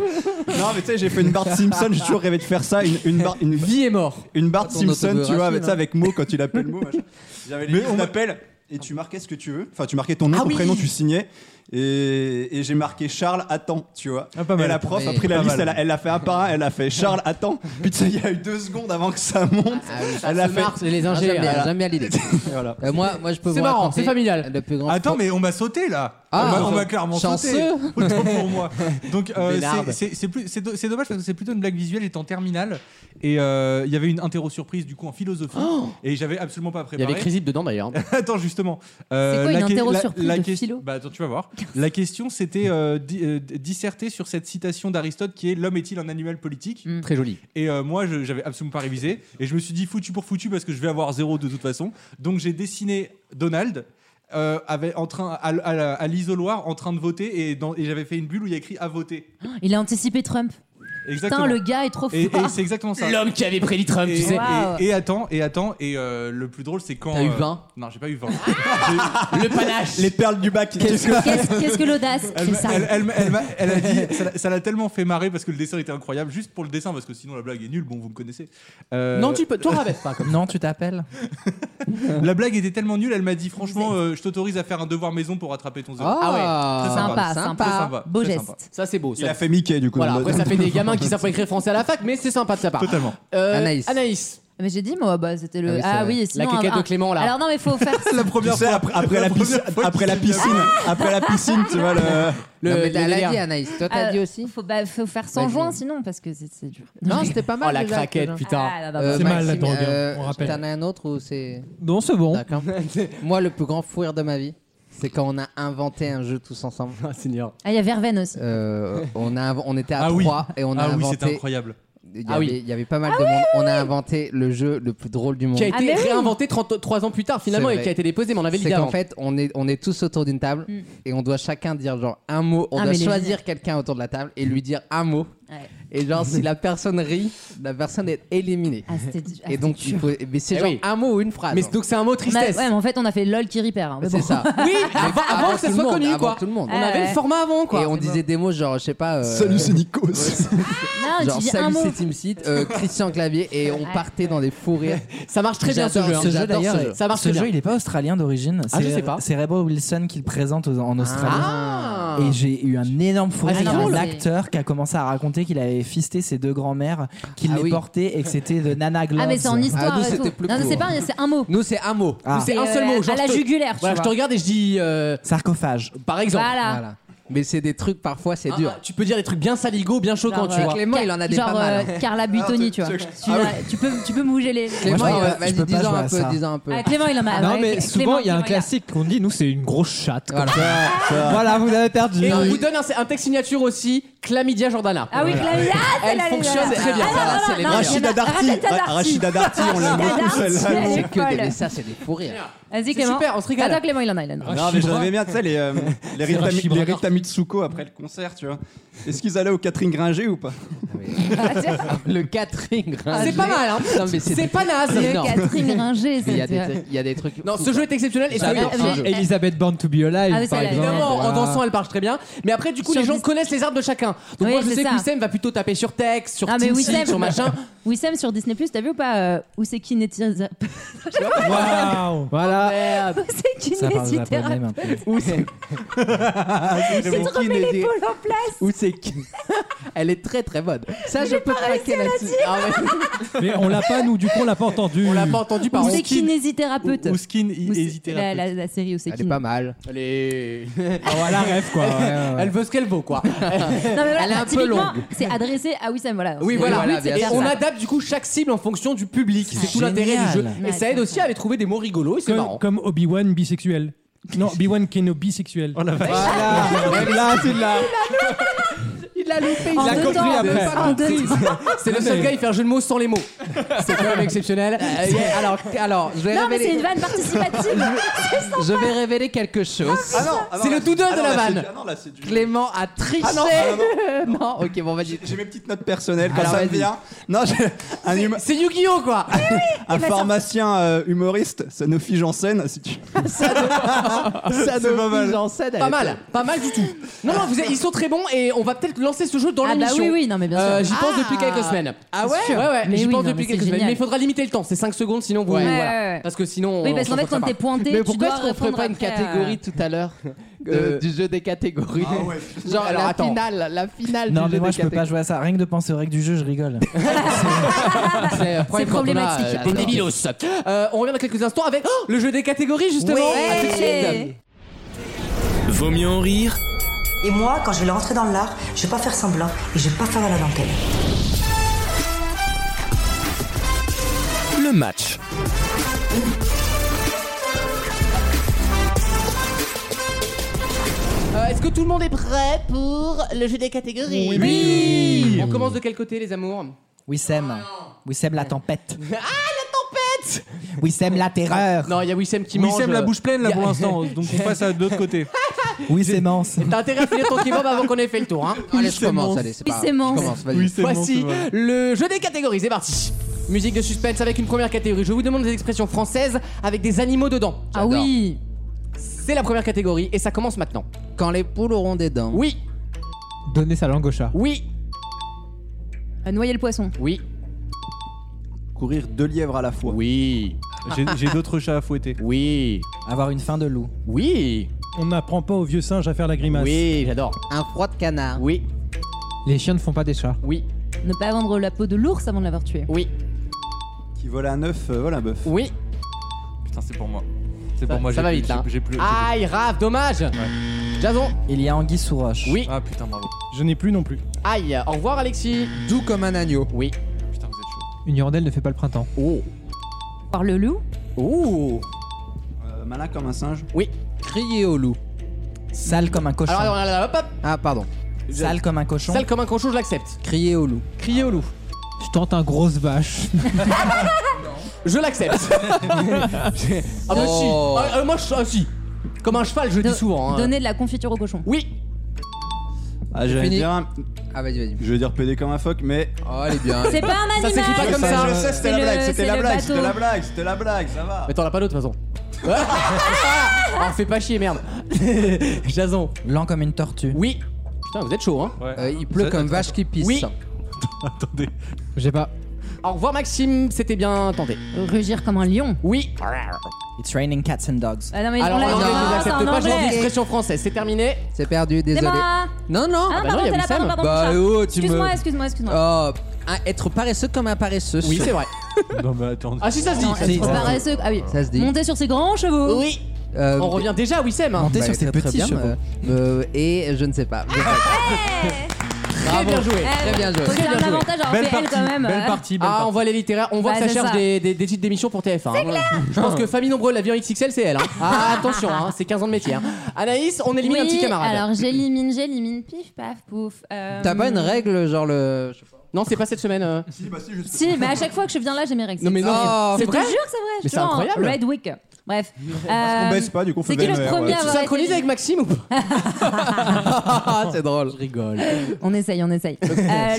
Speaker 5: Non mais tu sais j'ai fait une barre de Simpson j'ai toujours rêvé de faire ça une, une barre une,
Speaker 2: Vie est mort.
Speaker 5: une barre de
Speaker 4: Ton
Speaker 5: Simpson tu vois
Speaker 4: autobiographie,
Speaker 5: avec,
Speaker 4: là.
Speaker 5: ça, avec Mo quand il appelle Mo machin. j'avais les on appelle et tu marquais ce que tu veux enfin tu marquais ton nom
Speaker 2: Ah
Speaker 5: ton
Speaker 2: oui.
Speaker 5: prénom tu signais et, et j'ai marqué Charles attends tu vois
Speaker 6: Ah, pas mal.
Speaker 5: et la prof a
Speaker 4: Oui.
Speaker 5: pris la
Speaker 6: Pas
Speaker 5: liste
Speaker 6: mal.
Speaker 5: elle a- elle l'a fait un par un elle a fait Charles attends puis tu sais il y a eu deux secondes avant que ça monte
Speaker 7: Ah,
Speaker 5: elle a
Speaker 2: se
Speaker 5: fait
Speaker 2: marre, c'est les
Speaker 4: Ah, J'aime
Speaker 2: ingés.
Speaker 4: bien,
Speaker 2: voilà.
Speaker 4: j'aime bien l'idée.
Speaker 5: Et voilà
Speaker 4: Euh, moi, moi, je peux
Speaker 2: C'est
Speaker 4: vous
Speaker 2: marrant,
Speaker 4: raconter
Speaker 2: c'est familial.
Speaker 4: Le plus grand
Speaker 10: Attends, mais on m'a sauté là.
Speaker 4: Ah,
Speaker 10: on m'a- on
Speaker 4: chanceux.
Speaker 10: m'a clairement sauté. Autant pour moi. Donc euh,
Speaker 2: Bénarde.
Speaker 10: c'est- c'est c'est plus- c'est do- c'est dommage parce que c'est plutôt une blague visuelle. J'étais en terminale et euh, il y avait une interro surprise du coup en philosophie et j'avais absolument pas
Speaker 2: Oh Il y
Speaker 10: préparé.
Speaker 2: avait Crisip dedans d'ailleurs.
Speaker 10: Attends justement. euh,
Speaker 7: C'est quoi une
Speaker 10: la que-
Speaker 7: interro
Speaker 10: la-
Speaker 7: surprise
Speaker 10: la
Speaker 7: de
Speaker 10: ques-
Speaker 7: philo
Speaker 10: Bah attends, tu vas voir. La question c'était euh, di- euh, disserter sur cette citation d'Aristote qui est l'homme est-il un animal politique
Speaker 7: Mm.
Speaker 2: Très joli.
Speaker 10: et euh, moi, je- j'avais absolument pas révisé. Et je me suis dit foutu pour foutu parce que je vais avoir zéro de toute façon. Donc j'ai dessiné Donald. euh, avec- en train, à, l- à la- à l'isoloir en train de voter et, dans- et j'avais fait une bulle où il y a écrit à voter.
Speaker 7: Il a anticipé Trump.
Speaker 10: Exactement.
Speaker 7: le gars est trop
Speaker 10: Et,
Speaker 7: fort.
Speaker 10: et c'est exactement ça.
Speaker 2: L'homme qui avait prédit Trump,
Speaker 10: Et-
Speaker 2: tu sais.
Speaker 10: et-
Speaker 7: Waouh.
Speaker 10: Et, attends, et attends, et euh, le plus drôle, c'est quand.
Speaker 2: T'as eu
Speaker 10: euh,
Speaker 2: 20?
Speaker 10: Non, j'ai pas eu 20.
Speaker 2: Le panache.
Speaker 5: Les perles du bac.
Speaker 7: Qu'est-ce qu'est-ce que l'audace
Speaker 10: Elle, m'a-
Speaker 7: Christian
Speaker 10: elle- elle m'a- elle m'a- elle a dit, ça l'a- ça l'a tellement fait marrer parce que le dessin était incroyable, juste pour le dessin, parce que sinon la blague est nulle, bon, vous me connaissez. Euh,
Speaker 2: Non, tu peux. Toi, rabaisse pas. Comme...
Speaker 9: Non, tu t'appelles
Speaker 10: La blague était tellement nulle, elle m'a dit, franchement, euh, je t'autorise à faire un devoir maison pour rattraper ton zéro.
Speaker 2: Ah ouais.
Speaker 10: Très
Speaker 7: Sympa,
Speaker 10: Très sympa,
Speaker 7: sympa. Beau
Speaker 10: très sympa.
Speaker 7: geste.
Speaker 2: Ça, c'est beau. Ça.
Speaker 5: Il a fait Mickey du coup.
Speaker 2: Voilà,
Speaker 5: le-
Speaker 2: après, ça fait des gamins qui savent pas écrire français à la fac, mais c'est sympa de sa part.
Speaker 10: Totalement.
Speaker 2: Euh,
Speaker 4: Anaïs.
Speaker 2: Anaïs.
Speaker 7: Mais j'ai dit, moi, bah, c'était
Speaker 4: Ah oui,
Speaker 7: le.
Speaker 4: c'est
Speaker 7: Ah
Speaker 4: vrai.
Speaker 7: oui,
Speaker 2: La
Speaker 7: sinon.
Speaker 2: quéquette
Speaker 7: ah,
Speaker 2: de Clément, là.
Speaker 7: Alors non, mais faut faire.
Speaker 5: La première fois, après, après la, piscine, après la piscine, après la piscine, tu vois le.
Speaker 2: Le,
Speaker 4: non, mais
Speaker 2: le
Speaker 4: t'as- elle a
Speaker 2: délire.
Speaker 4: dit, Anaïs. Toi, t'as
Speaker 6: Euh,
Speaker 7: Ah,
Speaker 4: dit aussi
Speaker 7: Faut, bah, faut faire sans
Speaker 4: Vas-y.
Speaker 7: joint sinon, parce que c'est c'est dur.
Speaker 4: Non, c'était pas mal.
Speaker 2: Oh, la
Speaker 4: déjà,
Speaker 2: craquette,
Speaker 4: déjà.
Speaker 2: putain.
Speaker 7: Ah, là, là, là.
Speaker 4: Euh,
Speaker 6: C'est mal, la
Speaker 4: Maxime,
Speaker 6: drogue, hein,
Speaker 4: euh,
Speaker 6: on rappelle.
Speaker 4: T'en as un autre ou c'est.
Speaker 8: Non, c'est bon.
Speaker 4: D'accord. Moi, le plus grand fou rire de ma vie, c'est quand on a inventé un jeu tous ensemble.
Speaker 2: Ah, Seigneur.
Speaker 7: Ah, il y a Verveine aussi.
Speaker 4: Euh, on, a, inv- on était à
Speaker 10: Ah oui.
Speaker 4: trois et on a
Speaker 10: Ah oui, c'était
Speaker 4: inventé.
Speaker 10: incroyable.
Speaker 4: il, y
Speaker 2: Ah
Speaker 4: avait,
Speaker 2: oui.
Speaker 4: il y avait pas mal de monde. On a inventé le jeu le plus drôle du monde.
Speaker 2: Qui a
Speaker 7: Ah,
Speaker 2: été
Speaker 7: mais oui.
Speaker 2: réinventé 33 ans plus tard, finalement,
Speaker 4: C'est
Speaker 2: et
Speaker 4: vrai.
Speaker 2: qui a été déposé, mais on avait
Speaker 4: C'est
Speaker 2: l'idée
Speaker 4: qu'en
Speaker 2: avant.
Speaker 4: fait, on est, on est tous autour d'une table
Speaker 7: Mm.
Speaker 4: et on doit chacun dire genre un mot. On
Speaker 7: Ah,
Speaker 4: doit
Speaker 7: mais les
Speaker 4: choisir
Speaker 7: génies.
Speaker 4: quelqu'un autour de la table et lui dire un mot.
Speaker 7: Ouais.
Speaker 4: Et genre, si la personne rit, la personne est éliminée.
Speaker 7: Ah, c'était du- ah,
Speaker 4: et donc,
Speaker 7: c'était
Speaker 4: il
Speaker 7: dur.
Speaker 4: faut- mais c'est
Speaker 2: Eh
Speaker 4: genre
Speaker 2: oui.
Speaker 4: un mot ou une phrase.
Speaker 2: Mais c'est- donc, c'est un mot
Speaker 7: On a-
Speaker 2: tristesse.
Speaker 7: ouais, mais en fait, on a fait LOL qui ripère. hein, mais
Speaker 4: C'est
Speaker 7: bon.
Speaker 4: ça.
Speaker 2: Oui, avant, avant que ça
Speaker 4: tout
Speaker 2: soit
Speaker 4: le monde,
Speaker 2: connu,
Speaker 4: avant
Speaker 2: quoi.
Speaker 4: tout le monde.
Speaker 2: On avait
Speaker 7: ouais.
Speaker 2: le format avant, quoi.
Speaker 4: Et on
Speaker 2: C'est
Speaker 4: disait des mots genre, je sais pas. euh,
Speaker 5: Salut, c'est Nikos.
Speaker 7: Non,
Speaker 4: Genre
Speaker 7: tu dis un
Speaker 4: salut
Speaker 7: mot.
Speaker 4: c'est Team Seat, euh, Christian Clavier et on
Speaker 7: Ouais.
Speaker 4: partait dans des fous rires.
Speaker 2: bon. Ça marche très bien, ce
Speaker 4: J'adore
Speaker 2: jeu. hein.
Speaker 4: ce jeu,
Speaker 2: J'adore
Speaker 4: d'ailleurs,
Speaker 2: ce jeu. Ça marche
Speaker 9: Ce
Speaker 2: très
Speaker 9: jeu,
Speaker 2: bien.
Speaker 9: il est pas australien d'origine.
Speaker 2: Ah, je
Speaker 9: C'est- euh,
Speaker 2: sais pas.
Speaker 9: C'est Rebel Wilson qui le présente aux- en Australie.
Speaker 2: Ah.
Speaker 9: Et j'ai eu un énorme fou
Speaker 2: Ah,
Speaker 9: rire.
Speaker 2: c'est
Speaker 9: Il y a
Speaker 2: drôle.
Speaker 9: un acteur qui a commencé à raconter qu'il avait fisté ses deux grands-mères, qu'il
Speaker 4: Ah
Speaker 9: les
Speaker 4: oui.
Speaker 9: portait et que c'était de Nana Gloves.
Speaker 7: Ah, mais c'est en histoire.
Speaker 4: Ah, nous,
Speaker 7: et tout.
Speaker 4: c'était plus
Speaker 7: non, non,
Speaker 4: court.
Speaker 7: c'est pas, c'est un mot.
Speaker 4: Nous c'est un mot.
Speaker 9: Ah.
Speaker 2: C'est un
Speaker 7: euh,
Speaker 2: seul mot.
Speaker 7: À
Speaker 2: genre,
Speaker 7: la
Speaker 2: je te-
Speaker 7: jugulaire, tu
Speaker 2: Voilà, je te
Speaker 7: vois.
Speaker 2: regarde et je dis, euh,
Speaker 9: Sarcophage.
Speaker 2: par exemple.
Speaker 7: Voilà.
Speaker 4: Voilà. Mais c'est des trucs parfois c'est
Speaker 2: Ah,
Speaker 4: dur.
Speaker 2: ah, tu peux dire des trucs bien saligots, bien choquants,
Speaker 7: Genre,
Speaker 2: tu
Speaker 7: euh,
Speaker 2: vois.
Speaker 4: Clément il en a des
Speaker 7: Genre
Speaker 4: pas mal. hein.
Speaker 7: euh, Carla Butoni, tu vois.
Speaker 5: tu-
Speaker 7: Tu l'as- Tu peux tu peux bouger les.
Speaker 4: Clément
Speaker 9: Moi, je
Speaker 4: il
Speaker 9: peux
Speaker 4: en
Speaker 9: pas-
Speaker 4: a- vas-y
Speaker 9: je peux pas
Speaker 4: dis-en
Speaker 9: jouer
Speaker 4: un
Speaker 9: à
Speaker 4: peu,
Speaker 9: ça.
Speaker 4: dis-en un peu.
Speaker 7: Ah, Clément, il en a.
Speaker 8: Non,
Speaker 7: ouais,
Speaker 8: mais
Speaker 7: Clément,
Speaker 8: souvent, il y a un
Speaker 7: Clément,
Speaker 8: classique qu'on dit nous, c'est une grosse chatte. comme
Speaker 4: Voilà.
Speaker 8: ça. Voilà, vous avez perdu.
Speaker 2: Et on vous donne un, un texte signature aussi, Chlamydia Jordana.
Speaker 7: Ah oui, Clément. Ah, c'est
Speaker 2: Elle
Speaker 7: la- la- la-
Speaker 2: fonctionne
Speaker 7: la-
Speaker 2: très bien.
Speaker 7: Ah, non, non, non,
Speaker 4: c'est les meilleurs.
Speaker 7: il y en a-
Speaker 5: Rachida Darty.
Speaker 7: Rachida
Speaker 5: Ra-
Speaker 7: Darty.
Speaker 5: Rachida Darty, on l'aime
Speaker 7: Rachida
Speaker 5: beaucoup
Speaker 7: Darty,
Speaker 5: celle-là.
Speaker 7: elle est
Speaker 4: C'est que des,
Speaker 7: folle.
Speaker 4: mais ça c'est des fous rires.
Speaker 7: Vas-y,
Speaker 2: C'est
Speaker 7: Clément.
Speaker 2: super, on se régale.
Speaker 7: Attends, Clément, il en a, il en a.
Speaker 5: Non, mais j'aimais bien, tu sais, les, euh, les,
Speaker 6: C'est
Speaker 5: Rita,
Speaker 6: Rachibra.
Speaker 5: les Rita Mitsuko après le concert, tu vois. Est-ce qu'ils allaient au Catherine Gringer ou pas
Speaker 4: Le catering.
Speaker 2: C'est pas mal, hein.
Speaker 4: Non, mais c'est
Speaker 2: C'est pas naze.
Speaker 7: Le
Speaker 4: énorme.
Speaker 7: Catherine Ringer,
Speaker 4: Il y a
Speaker 7: c'est.
Speaker 4: des il y a des trucs.
Speaker 2: Non,
Speaker 4: fous,
Speaker 2: ce
Speaker 4: quoi.
Speaker 2: jeu est exceptionnel. Et
Speaker 7: Ah,
Speaker 2: ça,
Speaker 7: mais- mais-
Speaker 2: oui,
Speaker 7: mais-
Speaker 8: Elisabeth Born to be Alive,
Speaker 7: Ah oui,
Speaker 8: par
Speaker 7: celle-là,
Speaker 8: exemple.
Speaker 2: Évidemment, en
Speaker 8: Voilà.
Speaker 2: dansant, elle marche très bien. Mais après, du coup,
Speaker 7: Sur
Speaker 2: les gens
Speaker 7: Dis-
Speaker 2: connaissent les arbres de chacun. Donc,
Speaker 7: Oui,
Speaker 2: moi, je
Speaker 7: c'est
Speaker 2: sais que
Speaker 7: ça.
Speaker 2: Wissem va plutôt taper sur texte, sur
Speaker 7: Ah, mais
Speaker 2: Team Seed,
Speaker 7: Wissem-
Speaker 2: sur machin.
Speaker 7: Wissem sur Disney Plus, t'as vu ou pas euh, Où c'est qui n'étire
Speaker 8: Ah,
Speaker 6: Waouh
Speaker 8: Voilà.
Speaker 2: Merde.
Speaker 7: Où c'est qui
Speaker 9: Ça parle japonais
Speaker 7: n'étire
Speaker 9: maintenant.
Speaker 7: Il s'est remis
Speaker 4: kinési-
Speaker 7: l'épaule en place.
Speaker 4: Ou c'est qui Elle est très très bonne. Ça je peux craquer là-dessus. Ah ouais.
Speaker 6: Mais on l'a pas, nous, du coup, on l'a pas entendu.
Speaker 2: On l'a pas entendu par
Speaker 7: Où
Speaker 2: contre.
Speaker 7: c'est kinésithérapeute
Speaker 10: Ou skin,
Speaker 7: Où c'est-
Speaker 10: hésiter
Speaker 7: la, la, la série où c'est
Speaker 4: Elle
Speaker 7: qui
Speaker 4: est pas mal.
Speaker 2: Elle est-
Speaker 8: Ah, voilà, rêve quoi. Ouais, ouais, ouais.
Speaker 2: Elle veut ce qu'elle vaut, quoi.
Speaker 7: Non, mais voilà,
Speaker 4: Elle est un peu
Speaker 7: typiquement,
Speaker 4: longue.
Speaker 7: C'est adressé à Wissem, voilà.
Speaker 2: Oui,
Speaker 7: C'est-
Speaker 2: voilà.
Speaker 7: le but, c'est de
Speaker 2: Et
Speaker 7: faire
Speaker 2: on
Speaker 7: ça.
Speaker 2: adapte du coup chaque cible en fonction du public. C'est tout
Speaker 9: Génial.
Speaker 2: l'intérêt du jeu. Et
Speaker 7: Ouais,
Speaker 2: ça aide
Speaker 7: c'est
Speaker 2: aussi à aller trouver des mots rigolos et c'est marrant.
Speaker 6: Comme, comme Obi-Wan bisexuel. Non, Obi-Wan Kenobi bisexuel.
Speaker 4: Ah,
Speaker 8: Voilà. Là, tu l'as.
Speaker 2: Il l'a loupé,
Speaker 7: En deux temps, en deux temps.
Speaker 2: C'est le seul gars à y faire un jeu de mots sans les mots. C'est quand même exceptionnel.
Speaker 4: Euh, yeah, alors alors je vais
Speaker 7: Non, mais
Speaker 4: révéler-
Speaker 7: c'est une vanne participative.
Speaker 4: je vais révéler quelque chose.
Speaker 5: Ah non,
Speaker 2: C'est le tout deux de la vanne.
Speaker 5: Ah non, là, c'est du.
Speaker 4: Clément a triché.
Speaker 5: Ah non, ah non,
Speaker 4: non, ok, bon, vas-y.
Speaker 5: J'ai mes petites notes personnelles, quand
Speaker 4: Alors,
Speaker 5: ça me
Speaker 4: vas-y.
Speaker 5: vient. Non, j'ai- un, huma-
Speaker 2: C'est Yu-Gi-Oh quoi
Speaker 5: un pharmacien euh, humoriste, Sanofi Janssen, si tu.
Speaker 4: Ça
Speaker 5: C'est pas mal.
Speaker 2: Pas mal, pas mal du tout. Non, non, vous êtes- ils sont très bons et on va peut-être lancer ce jeu dans
Speaker 7: Ah, bah
Speaker 2: l'émission.
Speaker 7: oui, oui, non, mais bien
Speaker 2: Euh,
Speaker 7: sûr.
Speaker 2: J'y pense
Speaker 4: Ah.
Speaker 2: depuis quelques semaines. Ah ouais Ouais, ouais,
Speaker 7: Mais
Speaker 2: j'y
Speaker 7: oui,
Speaker 2: pense
Speaker 7: non,
Speaker 2: depuis
Speaker 7: mais
Speaker 2: quelques
Speaker 7: c'est
Speaker 2: semaines.
Speaker 7: génial.
Speaker 2: Mais il faudra limiter le temps, c'est 5 secondes sinon vous.
Speaker 7: Ouais,
Speaker 2: voilà.
Speaker 7: ouais, ouais.
Speaker 2: Parce que sinon.
Speaker 7: Oui,
Speaker 2: on
Speaker 7: parce qu'en
Speaker 2: s'en
Speaker 7: fait, quand
Speaker 2: sort
Speaker 7: t'es
Speaker 2: pas.
Speaker 7: pointé,
Speaker 4: Mais
Speaker 7: tu
Speaker 4: pourquoi
Speaker 7: dois
Speaker 4: est-ce qu'on ferait
Speaker 7: répondre
Speaker 4: pas une
Speaker 7: après à-
Speaker 4: catégorie tout à l'heure euh,
Speaker 2: Euh, ah
Speaker 4: du jeu des catégories Genre
Speaker 2: Alors,
Speaker 4: la
Speaker 2: attends.
Speaker 4: finale, la finale
Speaker 9: Non,
Speaker 4: du
Speaker 9: mais
Speaker 4: jeu
Speaker 9: moi,
Speaker 4: des
Speaker 9: je peux pas
Speaker 4: catégories.
Speaker 9: jouer à ça. Rien que de penser aux règles du jeu, je rigole.
Speaker 2: Ah, C'est
Speaker 7: C'est problématique.
Speaker 2: Des débilos. Euh, on revient dans quelques instants avec oh, le jeu des catégories justement. À tout de suite.
Speaker 7: Ouais.
Speaker 1: Vaut mieux en rire
Speaker 11: Et moi, quand je vais rentrer dans l'art, je vais pas faire semblant et je vais pas faire à la dentelle.
Speaker 1: le match.
Speaker 2: Euh, Est-ce que tout le monde est prêt pour le jeu des catégories Oui, On commence de quel côté les amours
Speaker 9: Wissem. Wissem, la
Speaker 2: Ah
Speaker 9: tempête.
Speaker 2: la tempête
Speaker 9: Wissem la terreur.
Speaker 2: Non, il y a Wissem qui mange. euh,
Speaker 10: Wissem la bouche pleine là
Speaker 2: Il y a-
Speaker 10: pour l'instant, donc on passe à de l'autre côté.
Speaker 9: Oui, c'est mince.
Speaker 2: T'as intérêt à finir ton kebab avant qu'on ait fait le tour. Hein.
Speaker 4: Oui,
Speaker 2: allez, je
Speaker 4: c'est
Speaker 2: commence.
Speaker 4: mince.
Speaker 2: Allez, c'est
Speaker 4: Oui,
Speaker 2: pas
Speaker 4: c'est
Speaker 2: grave.
Speaker 4: mince.
Speaker 2: Je commence,
Speaker 4: Oui,
Speaker 2: vas-y.
Speaker 4: c'est mince,
Speaker 2: Voici
Speaker 4: ouais.
Speaker 2: le jeu des catégories. C'est parti. Musique de suspense avec une première catégorie. Je vous demande des expressions françaises avec des animaux dedans. Ah oui C'est la première catégorie et ça commence maintenant.
Speaker 4: Quand les poules auront des dents.
Speaker 2: Oui.
Speaker 8: Donner sa langue au chat.
Speaker 2: Oui.
Speaker 7: noyer le poisson.
Speaker 2: Oui.
Speaker 5: Courir deux lièvres à la fois.
Speaker 2: Oui.
Speaker 10: J'ai j'ai d'autres chats à fouetter.
Speaker 2: Oui.
Speaker 8: Avoir une faim de loup.
Speaker 2: Oui.
Speaker 6: On n'apprend pas aux vieux singes à faire la grimace.
Speaker 2: Oui, j'adore.
Speaker 4: Un froid de canard.
Speaker 2: Oui.
Speaker 8: Les chiens ne font pas des chats.
Speaker 2: Oui.
Speaker 7: Ne pas vendre la peau de l'ours avant de l'avoir tué.
Speaker 2: Oui.
Speaker 5: Qui vole un œuf, euh, vole un bœuf.
Speaker 2: Oui.
Speaker 10: Putain, c'est pour moi. C'est
Speaker 2: Ça,
Speaker 10: pour moi.
Speaker 2: ça
Speaker 10: j'ai
Speaker 2: va
Speaker 10: plus-
Speaker 2: vite.
Speaker 10: j'ai-
Speaker 2: hein.
Speaker 10: J'ai plus. j'ai plus.
Speaker 2: Aïe, rave, dommage. Jason.
Speaker 8: Il y a anguille sous roche.
Speaker 2: Oui.
Speaker 10: Ah putain, bravo.
Speaker 6: Je n'ai plus non plus.
Speaker 2: Aïe. Au revoir, Alexis.
Speaker 4: Doux comme un agneau.
Speaker 2: Oui.
Speaker 10: Putain, vous êtes chaud.
Speaker 8: Une hirondelle ne fait pas le printemps.
Speaker 2: Oh.
Speaker 7: Par le loup.
Speaker 2: Oh.
Speaker 5: Euh, malin comme un singe.
Speaker 2: Oui.
Speaker 4: Crier au loup.
Speaker 9: Sale comme un cochon.
Speaker 2: Alors, alors, alors, hop, hop.
Speaker 4: Ah, pardon.
Speaker 9: Sale comme un cochon.
Speaker 2: Sale comme un cochon, je l'accepte.
Speaker 4: Crier au loup.
Speaker 2: Crier au loup.
Speaker 8: Je tente un grosse vache.
Speaker 2: Je l'accepte. ah bah si.
Speaker 4: Oh.
Speaker 2: Ah, euh, moi, je, ah, si. Comme un cheval, je le
Speaker 7: Do-
Speaker 2: dis souvent. hein.
Speaker 7: Donner de la confiture au cochon.
Speaker 2: Oui.
Speaker 5: Ah, j'allais
Speaker 4: Fini.
Speaker 5: dire, un-
Speaker 4: Ah, vas-y, vas-y.
Speaker 5: je vais dire pédé comme un phoque, mais. Oh,
Speaker 4: Oh, elle est bien.
Speaker 7: C'est pas un
Speaker 2: Ça
Speaker 7: animal.
Speaker 2: s'écrit pas comme ça.
Speaker 5: je sais,
Speaker 7: c'est
Speaker 5: c'était la
Speaker 7: le-
Speaker 5: blague,
Speaker 7: c'est
Speaker 5: c'était la
Speaker 7: le
Speaker 5: blague,
Speaker 7: bateau.
Speaker 5: c'était la blague, c'était la blague, ça va.
Speaker 2: Mais t'en as pas d'autre de toute façon. ah, fais pas chier, merde. Jason.
Speaker 9: Lent comme une tortue.
Speaker 2: Oui. Putain, vous êtes chaud, hein.
Speaker 10: Ouais.
Speaker 4: Euh, il pleut
Speaker 10: Ça-
Speaker 4: comme vache qui pisse.
Speaker 2: Oui.
Speaker 10: Attendez.
Speaker 8: J'ai pas.
Speaker 2: Au revoir, Maxime. C'était bien tenté.
Speaker 7: Rugir comme un lion.
Speaker 2: Oui.
Speaker 9: It's raining cats and dogs.
Speaker 7: Ah non, mais
Speaker 2: Alors,
Speaker 7: on l'a
Speaker 2: non,
Speaker 7: dit,
Speaker 2: je
Speaker 7: ah, c'est
Speaker 2: n'accepte
Speaker 7: en
Speaker 2: pas, j'ai envie
Speaker 7: anglais.
Speaker 2: d'expression française. C'est terminé.
Speaker 4: C'est perdu, désolé.
Speaker 7: Débat.
Speaker 4: Non, non.
Speaker 7: Ah,
Speaker 2: bah euh, non,
Speaker 7: pardon,
Speaker 2: il y a
Speaker 7: t'es là,
Speaker 2: Wissem.
Speaker 7: pardon, pardon.
Speaker 4: Bah,
Speaker 7: Richard.
Speaker 4: oh, tu me-
Speaker 7: Excuse-moi, excuse-moi, excuse-moi.
Speaker 4: Oh, un- être paresseux comme un paresseux.
Speaker 2: Oui, c'est vrai.
Speaker 10: Non, mais attends.
Speaker 2: Ah, si, ça se dit.
Speaker 7: Non,
Speaker 2: ça se dit.
Speaker 7: être paresseux. Ah oui.
Speaker 4: Ça se dit.
Speaker 7: Monter sur ses grands chevaux.
Speaker 2: Oui.
Speaker 4: Euh,
Speaker 2: On revient déjà à Wissem. hein.
Speaker 9: Monter
Speaker 4: bah,
Speaker 9: sur
Speaker 4: très,
Speaker 9: ses
Speaker 4: très
Speaker 9: petits
Speaker 4: bien,
Speaker 9: chevaux.
Speaker 4: euh, euh, et je ne sais pas. Je sais
Speaker 7: Ah.
Speaker 4: pas.
Speaker 2: Très bien
Speaker 7: Eh,
Speaker 2: joué.
Speaker 4: Très bien joué.
Speaker 7: Faut
Speaker 2: Très
Speaker 7: faire
Speaker 2: bien joué.
Speaker 7: l'avantage à
Speaker 10: Belle
Speaker 7: RPL
Speaker 10: partie.
Speaker 7: quand même.
Speaker 10: Belle
Speaker 7: euh.
Speaker 10: partie. Belle
Speaker 2: Ah,
Speaker 10: partie.
Speaker 2: on voit les littéraires, on voit
Speaker 7: Bah,
Speaker 2: que ça
Speaker 7: c'est
Speaker 2: cherche
Speaker 7: ça.
Speaker 2: Des, des- des titres d'émission pour TF1. hein. Je pense que Famille Nombreuse, l'avion XXL, c'est elle. hein. Ah, attention, hein, c'est 15 ans de métier. hein. Anaïs, on élimine un petit
Speaker 7: Oui,
Speaker 2: camarade.
Speaker 7: alors j'élimine, j'élimine, pif, paf, pouf. Euh,
Speaker 4: T'as pas une règle, genre le.
Speaker 2: Non, c'est pas cette semaine. euh.
Speaker 5: Si, bah si, juste.
Speaker 7: Si, mais à chaque fois que je viens là, j'ai mes règles.
Speaker 2: Non, mais non,
Speaker 4: Oh,
Speaker 2: c'est
Speaker 7: Je te
Speaker 2: vrai.
Speaker 7: jure que c'est vrai.
Speaker 2: Mais
Speaker 7: je
Speaker 2: c'est
Speaker 7: te jure,
Speaker 2: incroyable.
Speaker 7: Red Wick. Bref.
Speaker 5: On
Speaker 7: Euh,
Speaker 5: baisse pas, du coup, on fait
Speaker 7: C'est qui le
Speaker 5: BMR,
Speaker 7: premier
Speaker 5: ouais.
Speaker 7: à
Speaker 2: Tu
Speaker 7: avoir
Speaker 2: synchronises
Speaker 7: été-
Speaker 2: avec Maxime ou pas
Speaker 4: Ah, c'est drôle. Je rigole.
Speaker 7: On essaye, on essaye. Euh,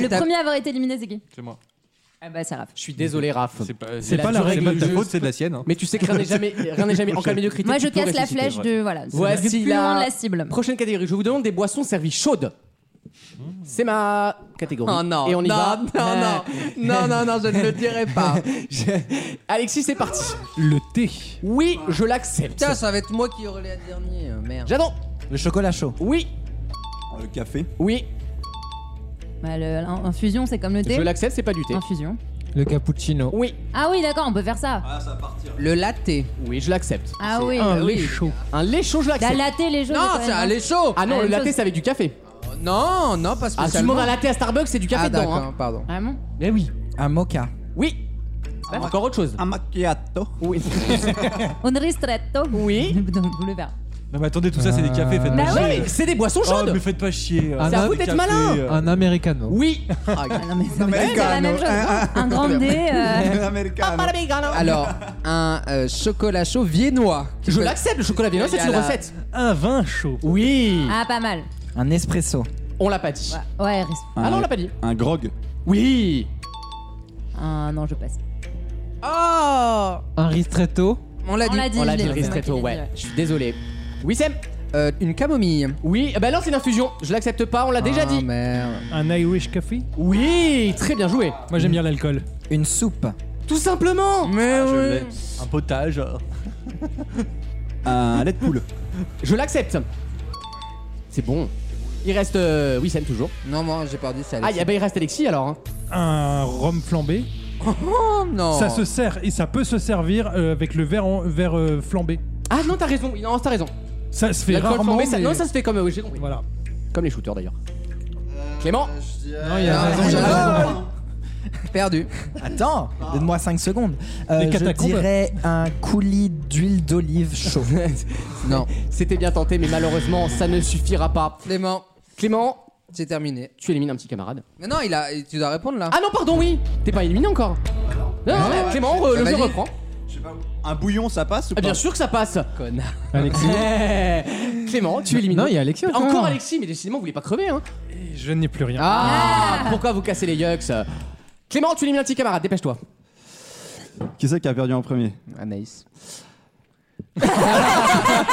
Speaker 7: le
Speaker 4: ta-
Speaker 7: premier à avoir été éliminé, c'est qui
Speaker 10: C'est moi.
Speaker 7: Ah bah, c'est Raph.
Speaker 2: Je suis désolé, Raph.
Speaker 10: C'est pas,
Speaker 2: C'est pas la
Speaker 10: c'est
Speaker 2: règle
Speaker 10: pas
Speaker 2: du
Speaker 10: de ta
Speaker 2: jeu.
Speaker 10: faute, c'est de la sienne. hein.
Speaker 2: Mais tu sais que rien n'est jamais, rien n'est jamais en cas de médiocrité.
Speaker 7: Moi,
Speaker 2: tu
Speaker 7: je
Speaker 2: peux
Speaker 7: casse la
Speaker 2: ressusciter.
Speaker 7: flèche de. Voilà. c'est
Speaker 2: Voici
Speaker 7: plus
Speaker 2: la-
Speaker 7: loin de la cible.
Speaker 2: Prochaine catégorie, je vous demande des boissons servies chaudes. C'est ma catégorie.
Speaker 4: Oh non.
Speaker 2: Et on y
Speaker 4: non,
Speaker 2: va.
Speaker 4: Non, non, non, non, non, je ne le dirai pas.
Speaker 2: Alexis, c'est parti.
Speaker 6: Le thé.
Speaker 2: Oui, je l'accepte.
Speaker 4: Tiens, ça va être moi qui aurai la dernière. euh, Merde.
Speaker 2: J'adore.
Speaker 9: Le chocolat chaud.
Speaker 2: Oui,
Speaker 5: Le café.
Speaker 2: oui,
Speaker 7: Bah, le- l'in- Infusion, c'est comme le
Speaker 2: je
Speaker 7: thé.
Speaker 2: l'accepte, c'est pas du thé.
Speaker 7: Infusion.
Speaker 8: Le cappuccino.
Speaker 2: Oui,
Speaker 7: Ah oui, d'accord, on peut faire ça.
Speaker 5: Ah, ça va partir.
Speaker 4: Le latte.
Speaker 2: oui, je l'accepte.
Speaker 7: Ah oui.
Speaker 8: Un
Speaker 7: bah oui.
Speaker 8: lait chaud.
Speaker 2: Un lait chaud, je
Speaker 7: T'as
Speaker 2: l'accepte.
Speaker 7: laté les jeux.
Speaker 4: Non,
Speaker 7: quand
Speaker 4: c'est
Speaker 7: même,
Speaker 4: un
Speaker 7: hein.
Speaker 4: lait chaud.
Speaker 2: Ah non, le
Speaker 7: la même
Speaker 2: latte,
Speaker 7: chose.
Speaker 2: c'est avec du café.
Speaker 4: Euh, Non, non, pas
Speaker 2: Ah, tu demandes
Speaker 4: spécialement.
Speaker 2: un latte à Starbucks, c'est du café
Speaker 4: Ah,
Speaker 2: dedans.
Speaker 4: d'accord,
Speaker 2: hein.
Speaker 4: pardon.
Speaker 7: Vraiment
Speaker 2: Eh oui.
Speaker 9: Un mocha.
Speaker 2: Oui.
Speaker 5: Ah,
Speaker 2: Encore autre chose.
Speaker 5: Un macchiato.
Speaker 2: Oui.
Speaker 7: Un ristretto.
Speaker 2: Oui.
Speaker 7: Donc, le verre.
Speaker 10: Non, mais attendez, tout ça, c'est des cafés.
Speaker 8: Euh,
Speaker 10: Faites
Speaker 7: Bah
Speaker 10: pas
Speaker 4: Ah
Speaker 2: Oui,
Speaker 10: chier.
Speaker 2: mais c'est des boissons
Speaker 10: Oh,
Speaker 2: chaudes.
Speaker 10: mais faites pas chier.
Speaker 8: Ah,
Speaker 2: c'est à
Speaker 8: non,
Speaker 2: vous
Speaker 8: mais
Speaker 2: d'être
Speaker 10: café,
Speaker 2: malin.
Speaker 10: euh,
Speaker 8: Un americano.
Speaker 2: Oui.
Speaker 7: Ah non, mais c'est
Speaker 5: Americano,
Speaker 7: la même chose.
Speaker 5: hein,
Speaker 7: Un grand dé. euh,
Speaker 5: Un américano.
Speaker 4: Alors, un euh, chocolat chaud viennois. qui
Speaker 2: Je
Speaker 4: peut-
Speaker 2: l'accepte, le chocolat viennois, c'est
Speaker 4: Il y a
Speaker 2: une
Speaker 4: la-
Speaker 2: recette.
Speaker 6: Un vin chaud.
Speaker 2: Oui.
Speaker 7: Ah, pas mal.
Speaker 9: Un espresso.
Speaker 2: On l'a pas dit.
Speaker 7: Ouais, ouais, reste.
Speaker 2: Ah non, on l'a pas dit.
Speaker 5: Un grog.
Speaker 2: Oui.
Speaker 7: Ah non, je passe.
Speaker 4: Oh
Speaker 8: Un ristretto.
Speaker 4: On l'a
Speaker 7: On
Speaker 4: dit.
Speaker 7: l'a dit.
Speaker 2: On l'a
Speaker 7: je
Speaker 2: dit
Speaker 7: l'ai
Speaker 2: le
Speaker 7: c'est moi qui
Speaker 2: ristretto,
Speaker 7: l'ai dit,
Speaker 2: ouais. Je suis désolé. Oui, Sam.
Speaker 4: Euh, une camomille.
Speaker 2: Oui, eh ben non, c'est une infusion. Je l'accepte pas, on l'a déjà
Speaker 4: Ah,
Speaker 2: dit.
Speaker 4: merde.
Speaker 6: Un Irish coffee.
Speaker 2: Oui, très bien joué.
Speaker 6: Moi, j'aime bien l'alcool.
Speaker 9: Une soupe.
Speaker 2: Tout simplement.
Speaker 4: Mais
Speaker 10: je
Speaker 4: oui.
Speaker 10: l'ai. Un potage.
Speaker 5: Un lait de poule.
Speaker 2: Je l'accepte. C'est bon. Il reste euh, oui, Sam toujours.
Speaker 4: Non, moi, j'ai pas dit ça.
Speaker 2: Ah, eh ben, il reste Alexis alors. hein.
Speaker 6: Un rhum flambé.
Speaker 4: Oh, non.
Speaker 6: Ça se sert et ça peut se servir euh, avec le verre, en- verre euh, flambé.
Speaker 2: Ah non, t'as raison. Oui, Non, t'as raison.
Speaker 6: Ça se fait
Speaker 2: L'alcool
Speaker 6: rarement.
Speaker 2: flambé, ça-
Speaker 6: mais-
Speaker 2: Non, ça se fait comme. oui, j'ai compris.
Speaker 6: Voilà.
Speaker 2: Comme les shooters d'ailleurs. Clément
Speaker 8: Non, il y a
Speaker 2: Ah,
Speaker 4: Non,
Speaker 8: raison,
Speaker 4: non,
Speaker 8: j'ai
Speaker 4: non.
Speaker 8: raison.
Speaker 4: Perdu.
Speaker 9: Attends, donne-moi 5 secondes. Euh,
Speaker 6: Les
Speaker 9: je
Speaker 6: catacombes.
Speaker 9: dirais un coulis d'huile d'olive chaud. Oh
Speaker 4: Non.
Speaker 2: C'était bien tenté, mais malheureusement, ça ne suffira pas.
Speaker 4: Clément,
Speaker 2: Clément,
Speaker 4: c'est terminé.
Speaker 2: tu élimines un petit camarade.
Speaker 4: Mais non, il a. Tu dois répondre là.
Speaker 2: Ah non, pardon, oui T'es pas éliminé encore Non, non,
Speaker 4: Ouais,
Speaker 2: mais
Speaker 4: ouais,
Speaker 2: Clément,
Speaker 4: ouais.
Speaker 2: euh, le
Speaker 4: Bah,
Speaker 2: jeu
Speaker 4: vas-y.
Speaker 2: reprend.
Speaker 5: Je sais pas où. Un bouillon, ça passe ou
Speaker 2: Ah,
Speaker 5: pas
Speaker 2: bien sûr que ça passe Connard
Speaker 5: Alexis.
Speaker 2: Eh, Clément, tu élimines.
Speaker 5: Non, il y a Alexis encore.
Speaker 2: Encore Alexis, mais décidément, vous voulez pas crever, hein
Speaker 6: Je n'ai plus rien.
Speaker 2: Ah Pourquoi vous cassez les yucks euh Clément, tu élimines un petit camarade, dépêche-toi.
Speaker 5: Qui c'est qui a perdu en premier
Speaker 4: Anaïs.
Speaker 2: Ah,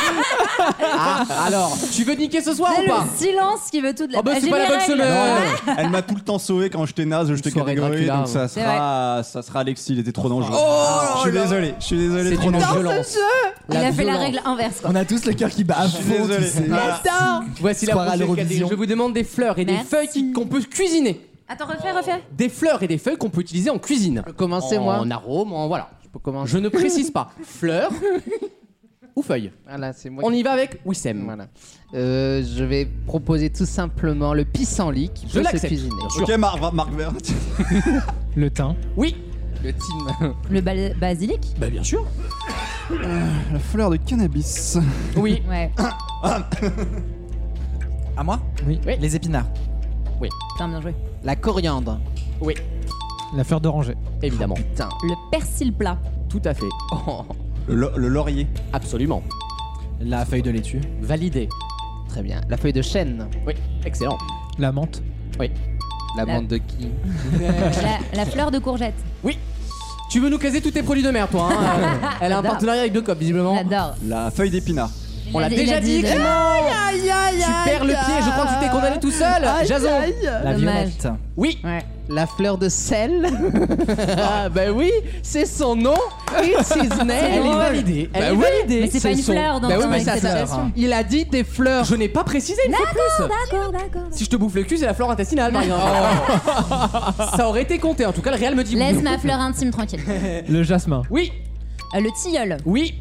Speaker 2: alors, tu veux niquer ce soir
Speaker 7: Là,
Speaker 2: ou pas
Speaker 7: le silence qui veut tout de la
Speaker 2: Oh, bah,
Speaker 7: Ah,
Speaker 2: c'est
Speaker 7: j'ai
Speaker 2: pas
Speaker 7: mes
Speaker 2: la bonne
Speaker 7: règles. Ah,
Speaker 2: semaine.
Speaker 5: Elle, elle m'a tout le temps sauvé quand j'étais naze, j'étais
Speaker 2: soirée
Speaker 5: catégorie,
Speaker 2: Dracula,
Speaker 5: donc ça
Speaker 2: ouais.
Speaker 5: sera, ça sera Alexis, il était trop dangereux.
Speaker 2: Oh
Speaker 5: je suis
Speaker 2: là là.
Speaker 5: désolé, je suis désolé,
Speaker 2: C'est
Speaker 5: trop
Speaker 2: une
Speaker 5: dangereux.
Speaker 2: violence.
Speaker 7: Il a fait la
Speaker 2: violence.
Speaker 7: règle inverse quoi.
Speaker 9: On a tous le cœur qui bat à
Speaker 5: suis
Speaker 9: fond,
Speaker 5: désolé.
Speaker 9: tu sais.
Speaker 5: Voilà.
Speaker 2: Voici la
Speaker 9: Soir à
Speaker 2: prochaine
Speaker 9: l'Eurovision.
Speaker 2: catégorie. Je vous demande des fleurs et des
Speaker 7: Merci.
Speaker 2: feuilles qui- qu'on peut cuisiner.
Speaker 7: Attends, refais, refais.
Speaker 2: Des fleurs et des feuilles qu'on peut utiliser en cuisine.
Speaker 4: Commencez,
Speaker 2: en
Speaker 4: moi.
Speaker 2: En arôme, en voilà. Je, ne précise pas. Fleurs ou feuilles.
Speaker 4: Voilà, c'est moi
Speaker 2: On
Speaker 4: qui-
Speaker 2: y va avec Wissem.
Speaker 4: Voilà. Euh, je vais proposer tout simplement le pissenlit qui
Speaker 2: Je
Speaker 4: peut se
Speaker 2: l'accepte,
Speaker 4: cuisiner.
Speaker 2: bien sûr.
Speaker 5: Ok, Marc, Marc Vert.
Speaker 6: Le thym.
Speaker 2: Oui.
Speaker 4: Le team.
Speaker 7: Le bal- basilic
Speaker 2: Bah bien sûr.
Speaker 5: La fleur de cannabis.
Speaker 2: Oui.
Speaker 7: Ouais.
Speaker 9: À moi oui.
Speaker 2: Oui.
Speaker 9: Les épinards.
Speaker 7: Putain, bien joué.
Speaker 4: La coriandre.
Speaker 2: Oui.
Speaker 6: La fleur d'oranger.
Speaker 2: Évidemment.
Speaker 7: Oh,
Speaker 4: Putain.
Speaker 7: Le persil plat.
Speaker 2: Tout à fait. Oh,
Speaker 5: Le, lo- le laurier.
Speaker 2: absolument.
Speaker 9: La feuille de laitue.
Speaker 2: Euh, Validé.
Speaker 4: Très bien. La feuille de chêne.
Speaker 2: Oui. Excellent.
Speaker 6: La menthe.
Speaker 4: La
Speaker 7: La-
Speaker 4: bande de qui
Speaker 7: la, la fleur de courgette.
Speaker 2: Tu veux nous caser tous tes produits de mer, toi. hein. Euh, Elle a un
Speaker 7: J'adore.
Speaker 2: partenariat avec deux copes, visiblement.
Speaker 7: J'adore.
Speaker 5: La feuille d'épinard.
Speaker 7: Il
Speaker 2: On l'a
Speaker 7: il
Speaker 2: déjà
Speaker 7: a
Speaker 2: dit,
Speaker 7: déjà-
Speaker 2: Clément Tu perds le pied, je crois que tu t'es condamné tout seul Jason
Speaker 9: La
Speaker 7: Dommage.
Speaker 9: violette.
Speaker 2: Oui
Speaker 7: Ouais.
Speaker 4: La fleur de sel Ah bah oui, c'est son nom It's his
Speaker 2: Elle est
Speaker 4: name
Speaker 2: validée Elle
Speaker 4: Bah
Speaker 2: est
Speaker 4: oui.
Speaker 2: validée
Speaker 7: Mais c'est pas une
Speaker 2: son-
Speaker 7: fleur dans
Speaker 2: Bah oui,
Speaker 7: ton
Speaker 2: mais ça, ça-
Speaker 7: exception.
Speaker 4: Il a dit des fleurs
Speaker 2: Je n'ai pas précisé une fois de plus
Speaker 7: D'accord, d'accord.
Speaker 2: Si je te bouffe le cul, c'est la flore intestinale, par exemple Ça aurait été compté, en tout cas, le Real me dit
Speaker 7: Oh. Laisse
Speaker 2: oui.
Speaker 7: ma fleur intime tranquille. Euh,
Speaker 6: Le jasmin.
Speaker 2: Oui
Speaker 7: le tilleul.
Speaker 2: Oui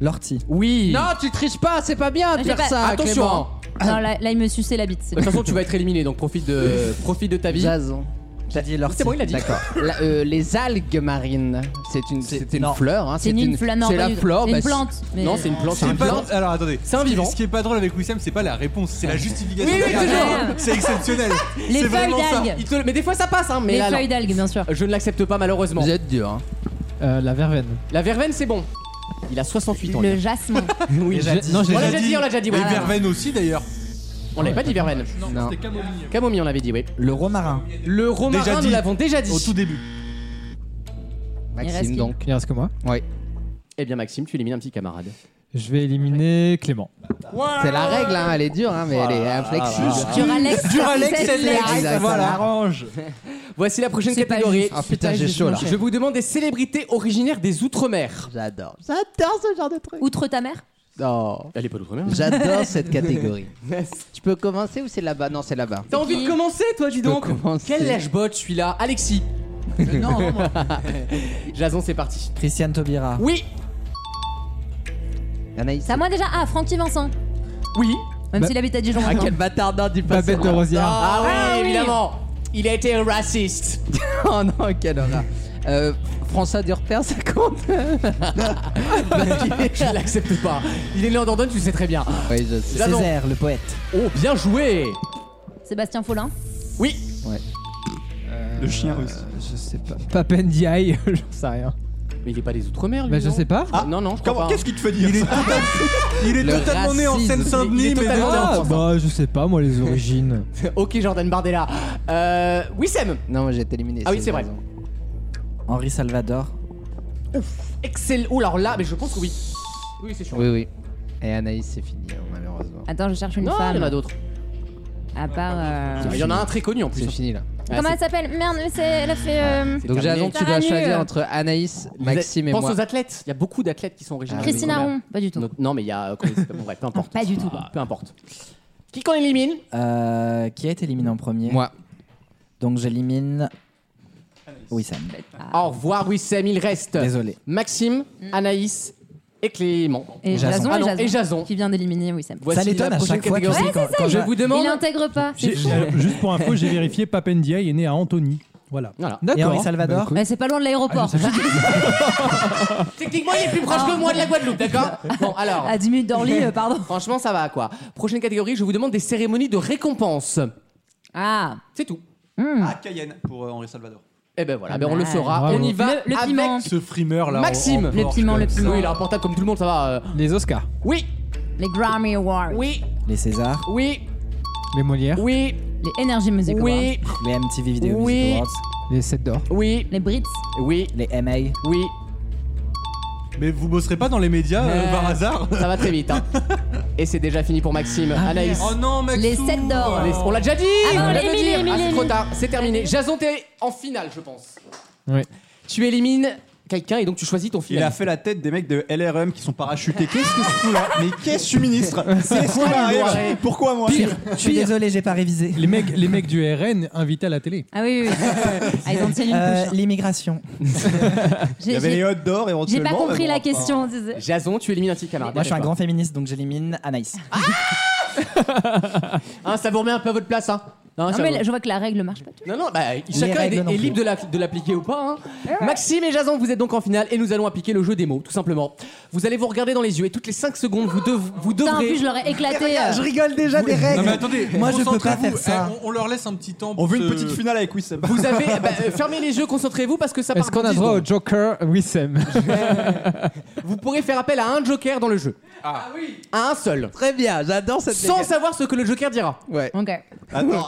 Speaker 9: L'ortie.
Speaker 2: Oui
Speaker 4: Non, tu triches pas, c'est pas bien de
Speaker 7: J'ai
Speaker 4: faire
Speaker 7: pas-
Speaker 4: ça,
Speaker 2: Attention
Speaker 4: Clément.
Speaker 2: hein.
Speaker 7: Non, là, là, il me suçait la bite. c'est
Speaker 2: De toute
Speaker 7: bon.
Speaker 2: façon, tu vas être éliminé, donc profite de, profite de ta vie.
Speaker 4: Jason.
Speaker 9: J'ai dit l'ortie.
Speaker 2: C'est bon, il a dit.
Speaker 4: D'accord. La- euh, les algues marines, c'est une,
Speaker 9: C'est-
Speaker 4: c'était une
Speaker 9: non.
Speaker 4: fleur. Hein,
Speaker 7: C'est une, fleur
Speaker 4: C'est la
Speaker 7: norvège.
Speaker 4: fleur.
Speaker 7: C'est une
Speaker 4: bah,
Speaker 7: plante. mais-
Speaker 2: Non, c'est une plante, c'est
Speaker 10: C'est
Speaker 2: un
Speaker 10: pas
Speaker 2: vivant.
Speaker 10: drôle- Alors attendez.
Speaker 2: C'est un
Speaker 10: Ce qui-
Speaker 2: vivant.
Speaker 10: Ce qui est pas drôle avec Wissem, c'est pas la réponse, c'est la justification.
Speaker 2: Oui, oui,
Speaker 10: Regarde,
Speaker 7: toujours.
Speaker 10: C'est exceptionnel.
Speaker 7: Les
Speaker 10: c'est
Speaker 7: feuilles
Speaker 10: vraiment ça.
Speaker 7: d'algues.
Speaker 2: Il te le- Mais des fois, ça passe, hein mais
Speaker 7: Les
Speaker 2: là, non.
Speaker 7: feuilles d'algues, bien sûr.
Speaker 2: Je ne l'accepte pas, malheureusement.
Speaker 4: Vous êtes dur. Hein.
Speaker 6: Euh, la verveine.
Speaker 2: La verveine, c'est bon. Il a 68 ans.
Speaker 7: Le jasmin.
Speaker 2: Oui,
Speaker 9: Déjà dit.
Speaker 6: Non, j'ai
Speaker 2: On l'a
Speaker 6: déjà
Speaker 2: déjà dit, on l'a déjà dit.
Speaker 10: Et
Speaker 2: oui.
Speaker 10: Verveine aussi d'ailleurs.
Speaker 2: On l'avait pas dit Verveine.
Speaker 4: Non.
Speaker 2: Camomille, on l'avait dit, oui.
Speaker 9: Le romarin.
Speaker 2: Le romarin,
Speaker 10: Déjà
Speaker 2: nous
Speaker 10: dit.
Speaker 2: l'avons déjà
Speaker 10: Au
Speaker 2: dit.
Speaker 10: tout début.
Speaker 7: Il reste
Speaker 4: Maxime
Speaker 7: qui
Speaker 4: donc.
Speaker 6: Il reste que moi.
Speaker 2: Eh bien, Maxime, tu élimines un petit camarade.
Speaker 6: Je vais éliminer Clément.
Speaker 4: C'est la règle, hein, elle est dure, hein, mais elle est inflexible.
Speaker 7: Duralex.
Speaker 10: Duralex, c'est
Speaker 7: Ah, bah, la
Speaker 10: l'ex.
Speaker 4: Exact.
Speaker 10: Voilà.
Speaker 9: Orange.
Speaker 2: Voici la prochaine
Speaker 7: C'est pas
Speaker 2: catégorie.
Speaker 7: juste.
Speaker 4: Ah putain, j'ai chaud là.
Speaker 2: Je vous demande des célébrités originaires des Outre-mer.
Speaker 4: J'adore. J'adore ce genre de truc.
Speaker 7: Outre ta mère
Speaker 4: Non.
Speaker 2: Elle est pas d'Outre-mer.
Speaker 4: Oh. J'adore cette catégorie. Tu peux commencer ou c'est là-bas Non, c'est là-bas.
Speaker 2: T'as envie de commencer, toi, dis
Speaker 4: peux
Speaker 2: donc
Speaker 4: commencer.
Speaker 2: Quel lèche-bot celui-là Alexis Jason, c'est parti.
Speaker 9: Christiane Taubira.
Speaker 2: Oui
Speaker 4: Anaïs.
Speaker 7: C'est à moi déjà. Ah, Francky Vincent.
Speaker 2: Oui
Speaker 7: Même
Speaker 6: Bah-
Speaker 7: s'il habite à Dijon. maintenant.
Speaker 4: Ah, bâtard, non, dis pas
Speaker 6: Babette de Rosière.
Speaker 2: Ah, oui,
Speaker 7: Ah oui.
Speaker 2: évidemment Il a été raciste
Speaker 4: Oh non, quelle horreur. Euh, François Durper, ça compte
Speaker 2: Je l'accepte pas. Il est né en Dordogne, tu le sais très bien.
Speaker 4: Oui, je sais.
Speaker 2: Jason.
Speaker 9: Césaire, le poète.
Speaker 2: Oh, bien joué
Speaker 7: Sébastien Follin.
Speaker 2: Oui
Speaker 5: Le chien russe.
Speaker 9: Je sais pas.
Speaker 6: Papendiaï, j'en sais rien.
Speaker 2: Mais il est pas des Outre-mer, lui.
Speaker 6: Bah, je
Speaker 2: non
Speaker 6: sais pas.
Speaker 5: Ah,
Speaker 2: Non, non, je crois
Speaker 5: Comment
Speaker 2: pas.
Speaker 5: Qu'est-ce qu'il te fait dire ça
Speaker 10: Il est
Speaker 4: Le
Speaker 10: totalement né en
Speaker 4: racisme.
Speaker 2: Il est
Speaker 10: Seine-Saint-Denis, mais
Speaker 2: totalement-
Speaker 10: vraiment-
Speaker 2: Ah,
Speaker 6: Ah, bah, je sais pas, moi, les origines.
Speaker 2: Ok, Jordan Bardella. Euh, Wissem,
Speaker 4: Non, moi j'ai été éliminé.
Speaker 2: Ah oui, c'est vrai.
Speaker 4: raison.
Speaker 9: Henri Salvador.
Speaker 2: excellent. Oh, alors là, mais je pense que oui. Oui, c'est sûr.
Speaker 4: Oui, oui. Et Anaïs, c'est fini, hein, malheureusement.
Speaker 7: Attends, je cherche une
Speaker 2: Non,
Speaker 7: femme.
Speaker 2: il y en a d'autres.
Speaker 7: À part. euh,
Speaker 2: Il y en a un très connu en plus.
Speaker 4: C'est fini là.
Speaker 2: Ah,
Speaker 7: Comment
Speaker 2: c'est-
Speaker 7: elle s'appelle Merde, mais c'est. Elle a fait. euh,
Speaker 2: C'est
Speaker 4: Donc
Speaker 2: terminé.
Speaker 4: Jason, tu
Speaker 7: Sarah
Speaker 4: dois choisir
Speaker 7: Nul.
Speaker 4: entre Anaïs, Maxime et
Speaker 2: Pense
Speaker 4: moi.
Speaker 2: aux athlètes. Il y a beaucoup d'athlètes qui sont originaires.
Speaker 4: Ah,
Speaker 7: Christine
Speaker 2: de l'Outre-mer.
Speaker 7: Aron. Pas du tout.
Speaker 2: No- Non, mais il y a. euh, comment il s'appelle Bon, bref, peu importe.
Speaker 7: Pas du tout.
Speaker 2: Ah, Peu importe. Qui qu'on élimine
Speaker 9: Euh, qui a été éliminé en premier
Speaker 4: Moi.
Speaker 9: Donc j'élimine. Oui, Sam.
Speaker 2: Au revoir, Wissem, il reste.
Speaker 9: Désolé.
Speaker 2: Maxime, Anaïs et Clément.
Speaker 7: Mm. Et
Speaker 9: Jason.
Speaker 7: Jason,
Speaker 2: Ah non,
Speaker 7: et Jason.
Speaker 2: et Jason.
Speaker 7: Qui vient d'éliminer Wissem.
Speaker 2: Voici
Speaker 9: ça l'étonne
Speaker 2: la
Speaker 9: à
Speaker 2: prochaine
Speaker 9: chaque fois. tu
Speaker 2: catégorie.
Speaker 9: sais, quand- quand
Speaker 2: Je
Speaker 9: je-
Speaker 2: vous
Speaker 7: Il
Speaker 2: demande.
Speaker 7: intègre pas. c'est
Speaker 6: J'ai-
Speaker 7: fou.
Speaker 6: euh, Juste pour info, j'ai vérifié, Papendiaï est né à Antony. Voilà.
Speaker 2: Voilà.
Speaker 9: Et Henri Salvador.
Speaker 7: Ouais, c'est pas loin de l'aéroport.
Speaker 2: Techniquement, il est plus proche que moi de la Guadeloupe, d'accord Bon, alors.
Speaker 7: à 10 minutes d'Orly, euh, pardon.
Speaker 2: Franchement, ça va quoi. Prochaine catégorie, je vous demande des cérémonies de récompense.
Speaker 7: Ah.
Speaker 2: C'est tout.
Speaker 7: Hmm.
Speaker 5: Ah, Cayenne pour euh, Henri Salvador.
Speaker 2: Eh ben voilà,
Speaker 10: Pas
Speaker 2: ben on le
Speaker 10: mal.
Speaker 2: saura.
Speaker 10: Bravo.
Speaker 2: On y va
Speaker 10: Le- le
Speaker 2: avec
Speaker 10: piment. Ce frimeur, là, en-
Speaker 2: Maxime.
Speaker 10: en Le Porsche, piment, comme le ça. piment.
Speaker 2: Oui, il est en portable comme tout le monde, ça va. euh.
Speaker 9: Les Oscars.
Speaker 2: Oui.
Speaker 7: Les Grammy Awards.
Speaker 2: Oui.
Speaker 9: Les Césars.
Speaker 2: Oui.
Speaker 9: Les Molières.
Speaker 2: Oui.
Speaker 7: Les Energy Music Awards.
Speaker 2: Oui.
Speaker 9: Les MTV Video
Speaker 7: Oui.
Speaker 9: Music Awards. Les 7 d'or.
Speaker 2: Oui.
Speaker 7: Les Brits.
Speaker 2: Oui.
Speaker 9: Les MA.
Speaker 2: Oui.
Speaker 10: Mais vous bosserez pas dans les médias euh,
Speaker 2: Euh,
Speaker 10: par hasard
Speaker 2: Ça va très vite. hein. Et c'est déjà fini pour Maxime.
Speaker 7: Ah,
Speaker 2: Anaïs.
Speaker 10: Oh non, Maxou
Speaker 7: Les 7 d'or.
Speaker 2: Les- On l'a déjà dit
Speaker 7: Ah bon,
Speaker 2: On l'a
Speaker 7: Émilie,
Speaker 2: déjà dit.
Speaker 7: Émilie,
Speaker 2: Ah, c'est trop
Speaker 7: Émilie.
Speaker 2: tard, c'est terminé. Jason, t'es en finale, je pense. Tu élimines quelqu'un et donc tu choisis ton
Speaker 5: Il a
Speaker 2: finaliste.
Speaker 5: fait la tête des mecs de LRM qui sont parachutés. Qu'est-ce que je fous là Mais qu'est-ce que je suis ministre C'est ce
Speaker 6: Pourquoi
Speaker 5: qui
Speaker 6: moi
Speaker 5: m'arrive Pourquoi moi
Speaker 6: Pire.
Speaker 9: Je suis désolé, j'ai pas révisé.
Speaker 6: Les mecs, les mecs du RN invités à la télé.
Speaker 7: Ah oui, oui. oui. Ah, ils ont tiré une
Speaker 9: Euh,
Speaker 7: couche.
Speaker 9: L'immigration.
Speaker 7: J'ai- j'ai-
Speaker 5: hot d'or
Speaker 7: J'ai pas compris la question. disais-
Speaker 2: Jason, tu élimines un petit camarade.
Speaker 9: Moi, je suis un grand féministe, donc j'élimine Anaïs.
Speaker 2: Hein, ça vous remet un peu à votre place. Hein. Non,
Speaker 7: Non,
Speaker 2: ça
Speaker 7: mais
Speaker 2: vous-
Speaker 7: là, je vois que la règle marche pas.
Speaker 2: Non, non, bah, chacun
Speaker 9: règles
Speaker 2: est,
Speaker 9: non
Speaker 2: est
Speaker 9: plus.
Speaker 2: libre de la- de l'appliquer ou pas. hein.
Speaker 7: Eh
Speaker 2: Maxime et Jason, vous êtes donc en finale et nous allons appliquer le jeu des mots, tout simplement. Vous allez vous regarder dans les yeux et toutes les 5 secondes, vous, dev- vous
Speaker 7: Putain, en
Speaker 2: devrez.
Speaker 7: plus, je l'aurais éclaté. euh.
Speaker 9: rigole déjà des règles.
Speaker 10: Non mais attendez,
Speaker 9: Moi, je peux pas
Speaker 10: concentrez-vous.
Speaker 9: faire ça.
Speaker 10: Eh, on, on leur laisse un petit temps.
Speaker 5: On
Speaker 10: pour
Speaker 5: veut une
Speaker 10: se-
Speaker 5: petite finale avec Wissem.
Speaker 2: Vous avez. bah, euh, fermez les yeux, concentrez-vous parce que ça part
Speaker 8: Est-ce
Speaker 2: dans
Speaker 8: qu'on a
Speaker 2: 10
Speaker 8: droit au
Speaker 2: secondes.
Speaker 8: Joker Wissem
Speaker 2: Vous pourrez faire appel à un joker dans le jeu.
Speaker 10: Ah.
Speaker 2: À un seul.
Speaker 4: Très bien, j'adore cette
Speaker 2: Sans
Speaker 4: méga-
Speaker 2: savoir ce que le joker dira.
Speaker 4: Ouais.
Speaker 7: Ok.
Speaker 5: Attends,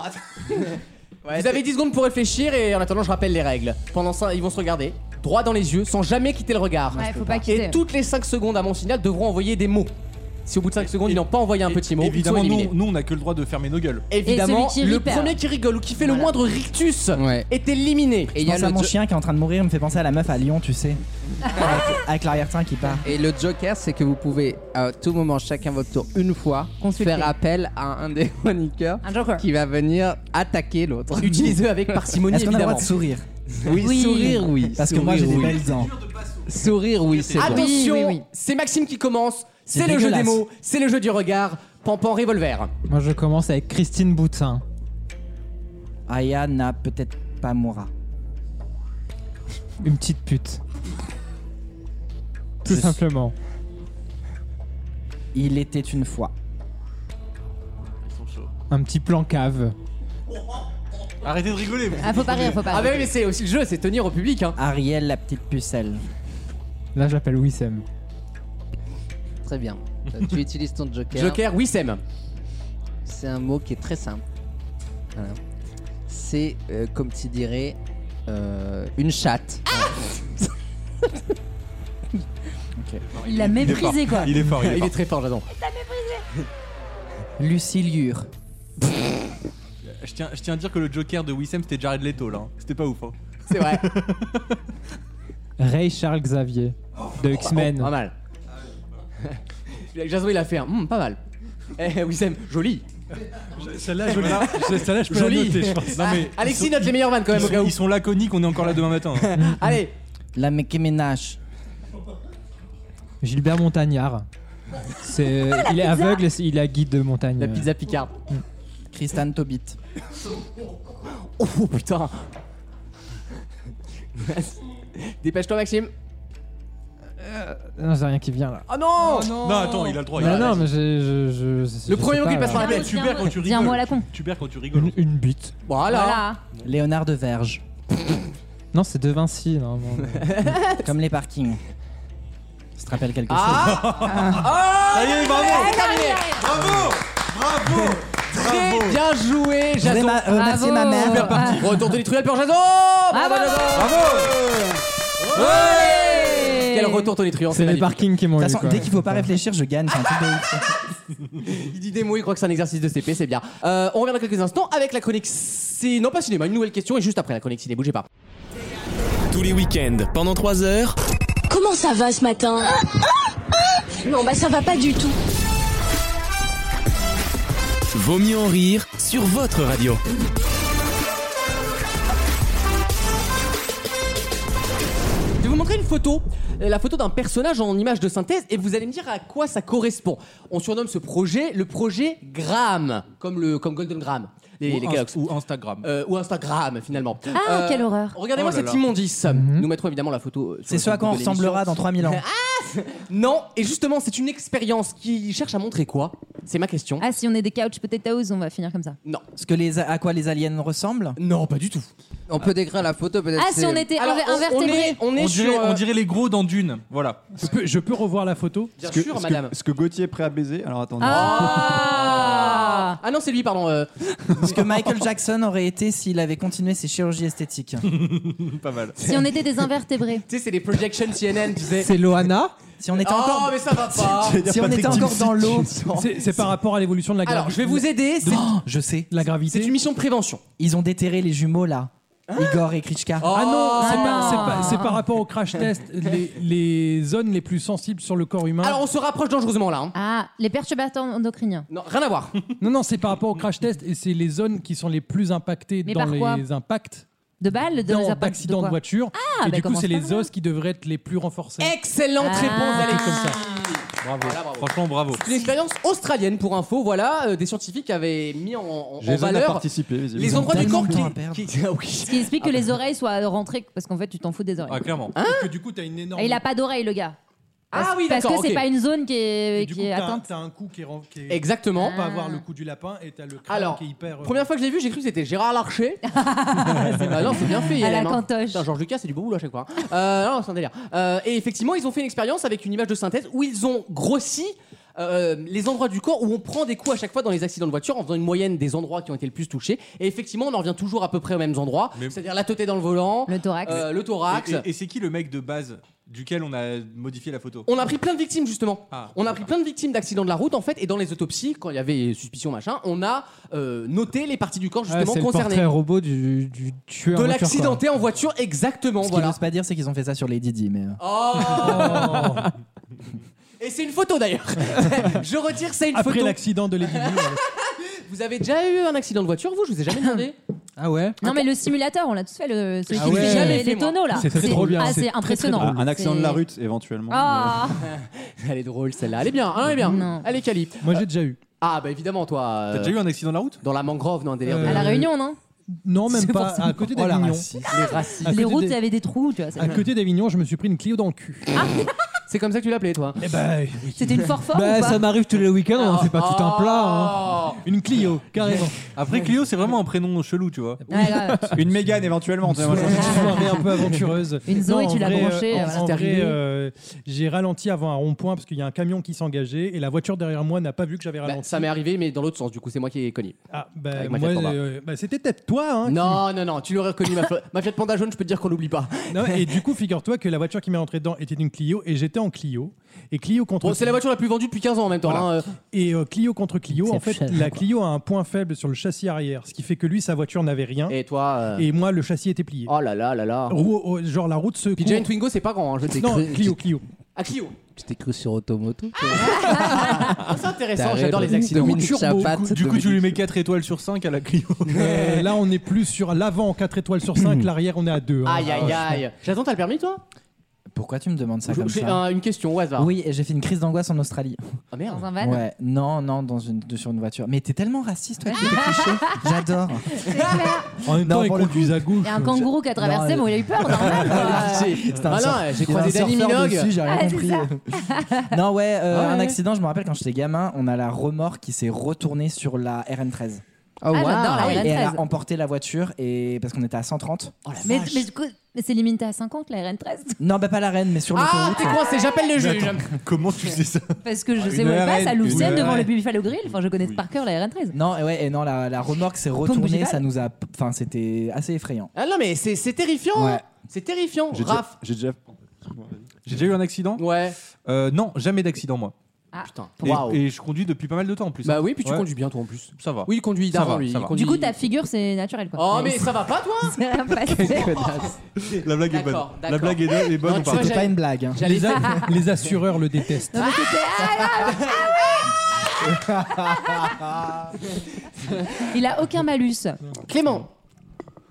Speaker 2: Vous avez 10 secondes pour réfléchir et en attendant, je rappelle les règles. Pendant ça, ils vont se regarder droit dans les yeux sans jamais quitter le regard.
Speaker 7: Ouais, faut pas
Speaker 2: et
Speaker 7: quitter.
Speaker 2: toutes les 5 secondes à mon signal devront envoyer des mots. Si au bout de 5 secondes, ils n'ont pas envoyé un petit mot, ils sont
Speaker 10: Évidemment,
Speaker 2: éliminés.
Speaker 10: nous, nous, on a que le droit de fermer nos gueules.
Speaker 2: Évidemment,
Speaker 7: Et celui qui
Speaker 2: le
Speaker 7: rit perd.
Speaker 2: premier qui rigole ou qui fait le
Speaker 4: Voilà.
Speaker 2: moindre rictus
Speaker 4: Ouais.
Speaker 2: est éliminé.
Speaker 9: Je
Speaker 4: Et il y a
Speaker 9: pense à
Speaker 4: le
Speaker 9: mon
Speaker 4: jo-
Speaker 9: chien qui est en train de mourir, il me fait penser à la meuf à Lyon, tu sais. avec avec l'arrière-train qui part.
Speaker 4: Et le joker, c'est que vous pouvez à tout moment, chacun votre tour, une fois,
Speaker 7: Consulter.
Speaker 4: faire appel à un des chroniqueurs
Speaker 7: Un joker.
Speaker 4: qui va venir attaquer l'autre.
Speaker 2: Utilisez avec parcimonie,
Speaker 9: Est-ce qu'on a le droit
Speaker 2: évidemment.
Speaker 9: de sourire
Speaker 4: Oui,
Speaker 7: Oui.
Speaker 4: sourire, oui.
Speaker 9: Parce que moi, j'ai
Speaker 4: Sourire,
Speaker 9: des
Speaker 4: oui.
Speaker 9: belles dents.
Speaker 4: Sourire, oui, c'est bon.
Speaker 2: Attention,
Speaker 7: Oui, oui, oui.
Speaker 2: c'est Maxime qui commence. C'est
Speaker 9: C'est
Speaker 2: le jeu des
Speaker 9: dégueulasse.
Speaker 2: mots, c'est le jeu du regard. Pampan revolver.
Speaker 8: Moi, je commence avec Christine Boutin.
Speaker 9: Aya n'a peut-être pas Moura.
Speaker 8: Une petite pute. Tout
Speaker 9: Je-
Speaker 8: simplement.
Speaker 9: Il était une fois.
Speaker 8: Un petit plan cave.
Speaker 10: Arrêtez de rigoler. vous.
Speaker 7: Ah, faut pas rire, faut pas
Speaker 2: Ah, bah
Speaker 7: rire.
Speaker 2: oui, mais c'est aussi le jeu, c'est tenir au public. Hein.
Speaker 9: Ariel, la petite pucelle.
Speaker 8: Là, je l'appelle Wissem.
Speaker 4: Très bien. Euh, Tu utilises ton joker.
Speaker 2: Joker, Wissem.
Speaker 4: C'est un mot qui est très simple. Voilà. C'est, euh, comme tu dirais, euh, une chatte.
Speaker 7: Il l'a méprisé, quoi.
Speaker 10: Il est fort, il est
Speaker 2: Il
Speaker 10: fort.
Speaker 2: est très fort, j'adore.
Speaker 4: Lucilure.
Speaker 10: Je tiens, je tiens à dire que le Joker de Wissem c'était Jared Leto là. C'était pas ouf. hein.
Speaker 2: C'est vrai.
Speaker 8: Ray Charles Xavier. De X-Men.
Speaker 2: Oh, Pas mal. Jason, il a fait un. Hmm, pas mal. Eh, Wissem, joli.
Speaker 6: Celle-là, je, celle je peux la
Speaker 2: Joli.
Speaker 6: noter, je pense.
Speaker 10: Non, mais
Speaker 2: Ah, Alexis note les meilleurs vannes quand
Speaker 10: ils
Speaker 2: même au cas
Speaker 10: sont,
Speaker 2: où.
Speaker 10: ils sont laconiques, on est encore là demain matin. hein.
Speaker 2: Allez,
Speaker 9: La Mickey Ménage.
Speaker 8: Gilbert Montagnard. C'est, il est aveugle, et c'est- il a guide de montagne.
Speaker 2: la pizza Picard.
Speaker 9: Christiane Tobit.
Speaker 2: Oh putain. Dépêche-toi, Maxime.
Speaker 6: Euh,
Speaker 8: Non, j'ai rien qui vient là.
Speaker 2: Oh non,
Speaker 10: non, attends, il a le droit. il
Speaker 8: non,
Speaker 10: a le
Speaker 8: non,
Speaker 10: droit.
Speaker 8: mais j'ai- je, je- je-
Speaker 2: Le
Speaker 8: je
Speaker 2: premier
Speaker 8: sais
Speaker 2: mot qui
Speaker 8: pas,
Speaker 2: passe par
Speaker 8: là.
Speaker 2: la tête.
Speaker 10: Tu perds quand tu rigoles.
Speaker 7: Dis un mot à la con.
Speaker 10: Tu perds quand tu rigoles.
Speaker 8: Une, une bite.
Speaker 2: Voilà.
Speaker 7: Voilà.
Speaker 9: Léonard de Verge.
Speaker 8: Non, c'est De Vinci. Non, non, non.
Speaker 9: Comme les parkings. Ça te rappelle quelque
Speaker 2: Ah
Speaker 5: Ça y est, bravo
Speaker 2: Terminé.
Speaker 5: Bravo Bravo Bravo
Speaker 2: Très bien joué,
Speaker 9: chose Je voudrais
Speaker 2: Jason.
Speaker 9: ma- remercier ma
Speaker 7: Bravo.
Speaker 9: mère.
Speaker 7: Super parti.
Speaker 2: Retour de Truelle pour Jason
Speaker 7: Ah,
Speaker 2: Bravo,
Speaker 7: bravo.
Speaker 2: Jason.
Speaker 5: Bravo
Speaker 7: Ouais.
Speaker 2: Quel retour Tony Truant,
Speaker 8: C'est les
Speaker 2: magnifique.
Speaker 8: parkings qui m'ont
Speaker 9: De
Speaker 8: eu.
Speaker 9: toute façon,
Speaker 8: quoi.
Speaker 9: dès qu'il faut pas réfléchir, je gagne. C'est un truc de ouf.
Speaker 2: Il dit des mots, il croit que c'est un exercice de CP, c'est bien. Euh, on revient dans quelques instants avec la chronique ciné. Non, pas cinéma, une nouvelle question et juste après la chronique ciné, bougez pas.
Speaker 1: Tous les week-ends, pendant 3 heures,
Speaker 12: Comment ça va ce matin Non, bah ça va pas du tout.
Speaker 1: Vaut mieux en rire sur votre radio.
Speaker 2: Je vais vous montrer une photo, euh, la photo d'un personnage en image de synthèse, et vous allez me dire à quoi ça correspond. On surnomme ce projet le projet Graham, comme, le, comme Golden Graham. les,
Speaker 10: Ou
Speaker 2: les
Speaker 10: Inst-
Speaker 2: Kellogg's.
Speaker 10: Ou Instagram.
Speaker 2: Euh, ou Instagram finalement. Euh,
Speaker 7: Ah, quelle horreur.
Speaker 2: Regardez-moi
Speaker 10: Oh là
Speaker 2: cette
Speaker 10: là.
Speaker 2: immondice. Nous mettrons évidemment la photo. euh, sur
Speaker 9: C'est
Speaker 2: le
Speaker 9: ce à quoi on
Speaker 2: Facebook de
Speaker 9: ressemblera
Speaker 2: l'émission.
Speaker 9: dans 3000 ans.
Speaker 2: Ah Non, et justement, c'est une expérience qui cherche à montrer quoi C'est ma question.
Speaker 7: Ah, si on est des couch potatoes, on va finir comme ça.
Speaker 2: Non.
Speaker 9: Ce que les, à quoi les aliens ressemblent
Speaker 2: Non, pas du tout.
Speaker 4: On peut décrire la photo peut-être.
Speaker 7: Ah, si
Speaker 4: Bah, c'est-
Speaker 7: on était
Speaker 2: Alors,
Speaker 7: inver-
Speaker 2: on-
Speaker 7: invertébrés.
Speaker 2: on est
Speaker 10: on, dirait,
Speaker 2: sur, euh,
Speaker 10: on dirait les gros dans Dune. Voilà.
Speaker 6: Je peux, je peux revoir la photo
Speaker 2: Bien
Speaker 5: que-
Speaker 2: sûr,
Speaker 5: que-
Speaker 2: madame.
Speaker 5: ce que Gauthier est prêt à baiser Alors attendez.
Speaker 2: Ah Ah non, c'est lui, pardon. euh.
Speaker 9: Ce que Michael Jackson aurait été s'il avait continué ses chirurgies esthétiques.
Speaker 10: Pas mal.
Speaker 7: Si on était des invertébrés.
Speaker 2: Tu sais, c'est des projections CNN, tu sais.
Speaker 9: C'est Loana. Si on était
Speaker 2: Oh,
Speaker 9: encore,
Speaker 2: mais ça va pas
Speaker 9: si on était encore dans l'eau.
Speaker 6: C'est c'est par rapport à l'évolution de la gravité.
Speaker 2: Alors, je vais vous aider. c'est-
Speaker 9: Oh, je sais.
Speaker 6: La
Speaker 2: C'est
Speaker 6: gravité.
Speaker 2: une mission de prévention.
Speaker 9: Ils ont déterré les jumeaux là. Igor et Krichka.
Speaker 2: Oh,
Speaker 6: Ah non, c'est
Speaker 7: Ah
Speaker 6: pas-
Speaker 7: non.
Speaker 6: c'est pas- c'est par rapport au crash test, les, les zones les plus sensibles sur le corps humain.
Speaker 2: Alors, on se rapproche dangereusement là. hein.
Speaker 7: Ah, les perturbateurs endocriniens.
Speaker 2: Non, rien à voir.
Speaker 6: Non, non, c'est par rapport au crash test et c'est les zones qui sont les plus impactées
Speaker 7: Mais
Speaker 6: dans
Speaker 7: par quoi
Speaker 6: les impacts
Speaker 7: De balles, de
Speaker 6: dans-
Speaker 7: les impacts
Speaker 6: d'accidents de,
Speaker 7: quoi
Speaker 6: voiture. et
Speaker 7: Ah, bah
Speaker 6: du coup,
Speaker 7: commence
Speaker 6: c'est
Speaker 7: par
Speaker 6: les
Speaker 7: là.
Speaker 6: os qui devraient être les plus renforcés.
Speaker 2: Eh Excellente
Speaker 7: Ah.
Speaker 2: réponse, Alexis.
Speaker 10: Bravo.
Speaker 2: Voilà, Ah, bravo.
Speaker 10: Franchement, bravo.
Speaker 2: C'est une expérience australienne pour info. Voilà, euh, des scientifiques avaient mis en, en- en
Speaker 5: Jason a
Speaker 2: valeur
Speaker 5: participé, visiblement.
Speaker 2: les endroits du
Speaker 9: tellement
Speaker 2: corps
Speaker 9: de temps à
Speaker 2: qui.
Speaker 9: perdre.
Speaker 2: qui- Ah oui.
Speaker 7: Ce qui explique que les oreilles soient rentrées, parce qu'en fait, tu t'en fous des
Speaker 10: Ah,
Speaker 7: oreilles.
Speaker 10: clairement.
Speaker 6: Parce que du coup, t'as une énorme.
Speaker 7: Et il a pas d'oreille, le gars.
Speaker 2: Ah oui,
Speaker 7: Parce que
Speaker 2: d'accord.
Speaker 7: c'est
Speaker 2: ok.
Speaker 7: pas une zone qui est,
Speaker 6: et du
Speaker 7: qui
Speaker 6: coup,
Speaker 7: est
Speaker 6: t'as-
Speaker 7: atteinte.
Speaker 6: T'as un coup qui est. ren- qui est-
Speaker 2: Exactement.
Speaker 7: Ah.
Speaker 6: Pour pas avoir le coup du lapin et t'as le crâne
Speaker 2: Alors,
Speaker 6: qui est hyper. euh,
Speaker 2: Première fois que je l'ai vu, j'ai cru que c'était Gérard Larcher. Bah non, c'est bien fait.
Speaker 7: À la
Speaker 2: ILM, hein.
Speaker 7: cantoche.
Speaker 2: Putain, Georges Lucas, c'est du beau boulot à chaque fois. hein. Euh, non, c'est un délire. Euh, et effectivement, ils ont fait une expérience avec une image de synthèse où ils ont grossi euh, les endroits du corps où on prend des coups à chaque fois dans les accidents de voiture en faisant une moyenne des endroits qui ont été le plus touchés. Et effectivement, on en revient toujours à peu près aux mêmes endroits,
Speaker 10: Mais-
Speaker 2: c'est-à-dire la teuté dans le volant,
Speaker 7: Le thorax.
Speaker 2: euh, le thorax.
Speaker 10: Et, et- et c'est qui le mec de base duquel on a modifié la photo
Speaker 2: On a pris plein de victimes justement.
Speaker 10: Ah.
Speaker 2: on a pris plein de victimes d'accidents de la route en fait, et dans les autopsies, quand il y avait suspicion machin, on a euh, noté les parties du corps
Speaker 8: Ah,
Speaker 2: justement
Speaker 8: c'est le
Speaker 2: concernées.
Speaker 8: portrait robot du, du tueur.
Speaker 2: De
Speaker 8: en voiture, quoi.
Speaker 2: l'accidenté en voiture, exactement.
Speaker 9: Ce qu'ils
Speaker 2: voilà.
Speaker 9: n'osent pas dire, c'est qu'ils ont fait ça sur les Didi, mais. euh,
Speaker 2: Oh Et c'est une photo d'ailleurs. je retire, c'est une
Speaker 6: Après
Speaker 2: photo.
Speaker 6: l'accident de Lady Di, euh,
Speaker 2: Vous avez déjà eu un accident de voiture, vous Je vous ai jamais demandé.
Speaker 8: Ah ouais.
Speaker 7: Non, mais le simulateur, on l'a tous fait, le, celui
Speaker 2: Ah
Speaker 7: qui
Speaker 2: ouais.
Speaker 7: fait
Speaker 2: Jamais
Speaker 7: les,
Speaker 2: fait,
Speaker 7: les
Speaker 2: moi.
Speaker 7: tonneaux là.
Speaker 6: C'est très trop bien.
Speaker 7: Ah,
Speaker 6: C'est
Speaker 7: c'est
Speaker 6: très,
Speaker 7: impressionnant.
Speaker 5: Ah, un accident de la
Speaker 7: C'est-
Speaker 5: rue, éventuellement.
Speaker 7: Ah
Speaker 2: Elle est drôle celle-là. Elle est bien, hein, elle est bien.
Speaker 7: Non.
Speaker 2: Elle est quali.
Speaker 6: Moi, j'ai déjà eu.
Speaker 2: Ah bah évidemment toi. euh,
Speaker 10: T'as déjà eu un accident de la route
Speaker 2: Dans la mangrove, non, un délire.
Speaker 6: Euh,
Speaker 7: À la Réunion, non
Speaker 6: Non, même
Speaker 7: C'est
Speaker 6: pas.
Speaker 7: forcément-
Speaker 6: À côté
Speaker 9: oh, la
Speaker 6: d'Avignon.
Speaker 9: raciste.
Speaker 2: de... Les racines.
Speaker 6: À
Speaker 7: Les
Speaker 6: côté
Speaker 7: routes,
Speaker 6: des-
Speaker 7: il y avait des trous, tu vois. c'est-
Speaker 6: À côté d'Avignon, je me suis pris une Clio dans le cul.
Speaker 2: C'est comme ça que tu l'appelais toi. hein?
Speaker 6: Eh ben, oui.
Speaker 7: C'était une forforme
Speaker 8: Bah,
Speaker 7: Ah, ou pas
Speaker 8: ça m'arrive tous les
Speaker 6: Ah
Speaker 8: week-ends, on en fait pas tout
Speaker 2: Ah.
Speaker 8: un plat. hein.
Speaker 2: Oh.
Speaker 6: une Clio, carrément.
Speaker 10: Après, Clio, c'est vraiment un prénom chelou, tu vois.
Speaker 7: Ouais, grave.
Speaker 5: Euh, Une mégane, éventuellement.
Speaker 6: Ah,
Speaker 5: tu vois, moi, je-
Speaker 6: Une soirée un peu aventureuse.
Speaker 7: Une Zoé,
Speaker 6: en
Speaker 7: tu l'as
Speaker 6: vrai,
Speaker 7: branchée,
Speaker 6: euh,
Speaker 7: voilà.
Speaker 6: en
Speaker 2: C'était
Speaker 6: vrai,
Speaker 2: arrivé.
Speaker 6: euh, j'ai ralenti avant un rond-point parce qu'il y a un camion qui s'engageait et la voiture derrière moi n'a pas vu que j'avais
Speaker 2: Bah,
Speaker 6: ralenti.
Speaker 2: ça m'est arrivé mais dans l'autre sens. Du coup c'est moi qui ai cogné.
Speaker 6: Ah, bah,
Speaker 2: Avec ma
Speaker 6: moi,
Speaker 2: Fiat Panda.
Speaker 6: euh, bah, c'était peut-être toi. Hein,
Speaker 2: Non non non, tu l'aurais reconnu ma, fa- ma Fiat Panda jaune. Je peux te dire qu'on l'oublie pas.
Speaker 6: qui- Non, Et du coup, figure-toi que la voiture qui m'est rentrée dedans était une Clio et j'étais en Clio. Et Clio contre
Speaker 2: Bon, c'est la voiture la plus vendue depuis 15 ans en même temps. hein, euh.
Speaker 6: Et euh, Clio contre Clio, en fait,
Speaker 9: Inception,
Speaker 6: la
Speaker 9: quoi.
Speaker 6: Clio a un point faible sur le châssis arrière, ce qui fait que lui, sa voiture n'avait rien et,
Speaker 2: Et toi. euh,
Speaker 6: moi, le châssis était plié.
Speaker 2: Oh là là là là.
Speaker 6: Roue- oh, genre la route se
Speaker 2: Puis
Speaker 6: court-
Speaker 2: Giant Twingo c'est pas grand. hein, je sais.
Speaker 6: Non,
Speaker 4: cru-
Speaker 6: Clio, Clio.
Speaker 2: Ah Clio.
Speaker 4: Tu t'es cru sur Automoto toi.
Speaker 2: Ah, c'est
Speaker 4: T'as
Speaker 2: intéressant.
Speaker 4: raison.
Speaker 2: J'adore les accidents.
Speaker 4: Dominique
Speaker 2: Turbo.
Speaker 4: Chapat,
Speaker 10: Du coup,
Speaker 4: Dominique-
Speaker 10: tu lui mets 4 étoiles sur 5 à la Clio.
Speaker 6: Euh, là, on est plus sur l'avant 4 étoiles sur 5, l'arrière on est à hein. 2.
Speaker 2: Aïe aïe aïe. J'attends, t'as le permis toi
Speaker 9: Pourquoi tu me demandes ça
Speaker 2: Je-
Speaker 9: comme
Speaker 2: J'ai
Speaker 9: ça
Speaker 2: un- une question au hasard.
Speaker 9: Oui, et j'ai fait une crise d'angoisse en Australie.
Speaker 2: Ah merde.
Speaker 7: dans un van.
Speaker 9: Ouais, non, non, dans une, de- sur une voiture. Mais t'es tellement raciste, toi, tu fais cliché. J'adore.
Speaker 6: En même
Speaker 9: Non,
Speaker 6: temps, ils
Speaker 9: pour le
Speaker 6: conduisent à gauche.
Speaker 7: Il y a un kangourou qui a traversé,
Speaker 9: Non,
Speaker 7: mais il a eu peur, normal. quoi.
Speaker 9: C'était
Speaker 2: Ah
Speaker 9: un
Speaker 2: non, j'ai
Speaker 9: surf- il y avait
Speaker 2: croisé
Speaker 9: un
Speaker 2: Danny
Speaker 9: surfeur
Speaker 2: Minogue.
Speaker 9: dessus, j'ai rien
Speaker 7: Ah, c'est
Speaker 9: compris. non, ouais, euh,
Speaker 2: Ouais,
Speaker 9: un
Speaker 2: ouais.
Speaker 9: accident, je me rappelle quand j'étais gamin, on a la remorque qui s'est retournée sur la RN13.
Speaker 4: Oh,
Speaker 7: Ah,
Speaker 4: wow.
Speaker 7: j'adore la
Speaker 9: Et elle a
Speaker 7: RN13.
Speaker 9: emporté la voiture et parce qu'on était à 130.
Speaker 2: Oh,
Speaker 7: Mais, mais du coup, mais c'est limité à 50 la RN13
Speaker 9: Non, bah pas la reine, mais sur
Speaker 2: Ah,
Speaker 9: l'autoroute.
Speaker 2: t'es coincé, j'appelle le juge.
Speaker 10: Comment tu sais ça
Speaker 7: parce que je
Speaker 10: Ah,
Speaker 7: sais
Speaker 10: une
Speaker 7: où elle
Speaker 10: RN,
Speaker 7: passe à Louveciennes
Speaker 10: une
Speaker 7: devant
Speaker 10: RN.
Speaker 7: le Buffalo Grill. Enfin, je connais
Speaker 10: Oui.
Speaker 7: par cœur la RN13.
Speaker 9: non, et ouais, et non, la, la remorque s'est retournée,
Speaker 7: bougival.
Speaker 9: ça nous a, enfin, c'était assez effrayant.
Speaker 2: Ah non, mais c'est c'est
Speaker 7: Oh.
Speaker 2: terrifiant.
Speaker 9: Ouais.
Speaker 2: hein. C'est terrifiant.
Speaker 5: J'ai déjà-
Speaker 2: Raph.
Speaker 5: J'ai déjà.
Speaker 10: J'ai déjà eu un accident
Speaker 2: Ouais.
Speaker 10: Euh, Non, jamais d'accident, moi.
Speaker 2: Putain.
Speaker 10: Et,
Speaker 2: Waouh.
Speaker 10: et je conduis depuis pas mal de temps en plus.
Speaker 2: Bah oui, puis tu
Speaker 10: Ouais.
Speaker 2: conduis bien toi en plus.
Speaker 10: Ça va.
Speaker 2: Oui, il conduit
Speaker 10: Ça
Speaker 2: d'avant
Speaker 10: va,
Speaker 2: lui.
Speaker 10: ça
Speaker 2: il
Speaker 10: va.
Speaker 2: conduit-
Speaker 7: Du coup, ta figure, c'est naturel quoi.
Speaker 2: Oh, mais ça va pas toi
Speaker 7: C'est rien passé.
Speaker 10: La blague est bonne.
Speaker 2: D'accord,
Speaker 10: La
Speaker 2: d'accord.
Speaker 10: blague est bonne, est bonne
Speaker 2: Non,
Speaker 10: ou
Speaker 2: tu
Speaker 10: pas
Speaker 2: vois, j'allais-
Speaker 9: C'était pas une blague. hein.
Speaker 2: J'allais
Speaker 6: Les, a- les assureurs le détestent.
Speaker 7: Il a aucun malus.
Speaker 2: Clément.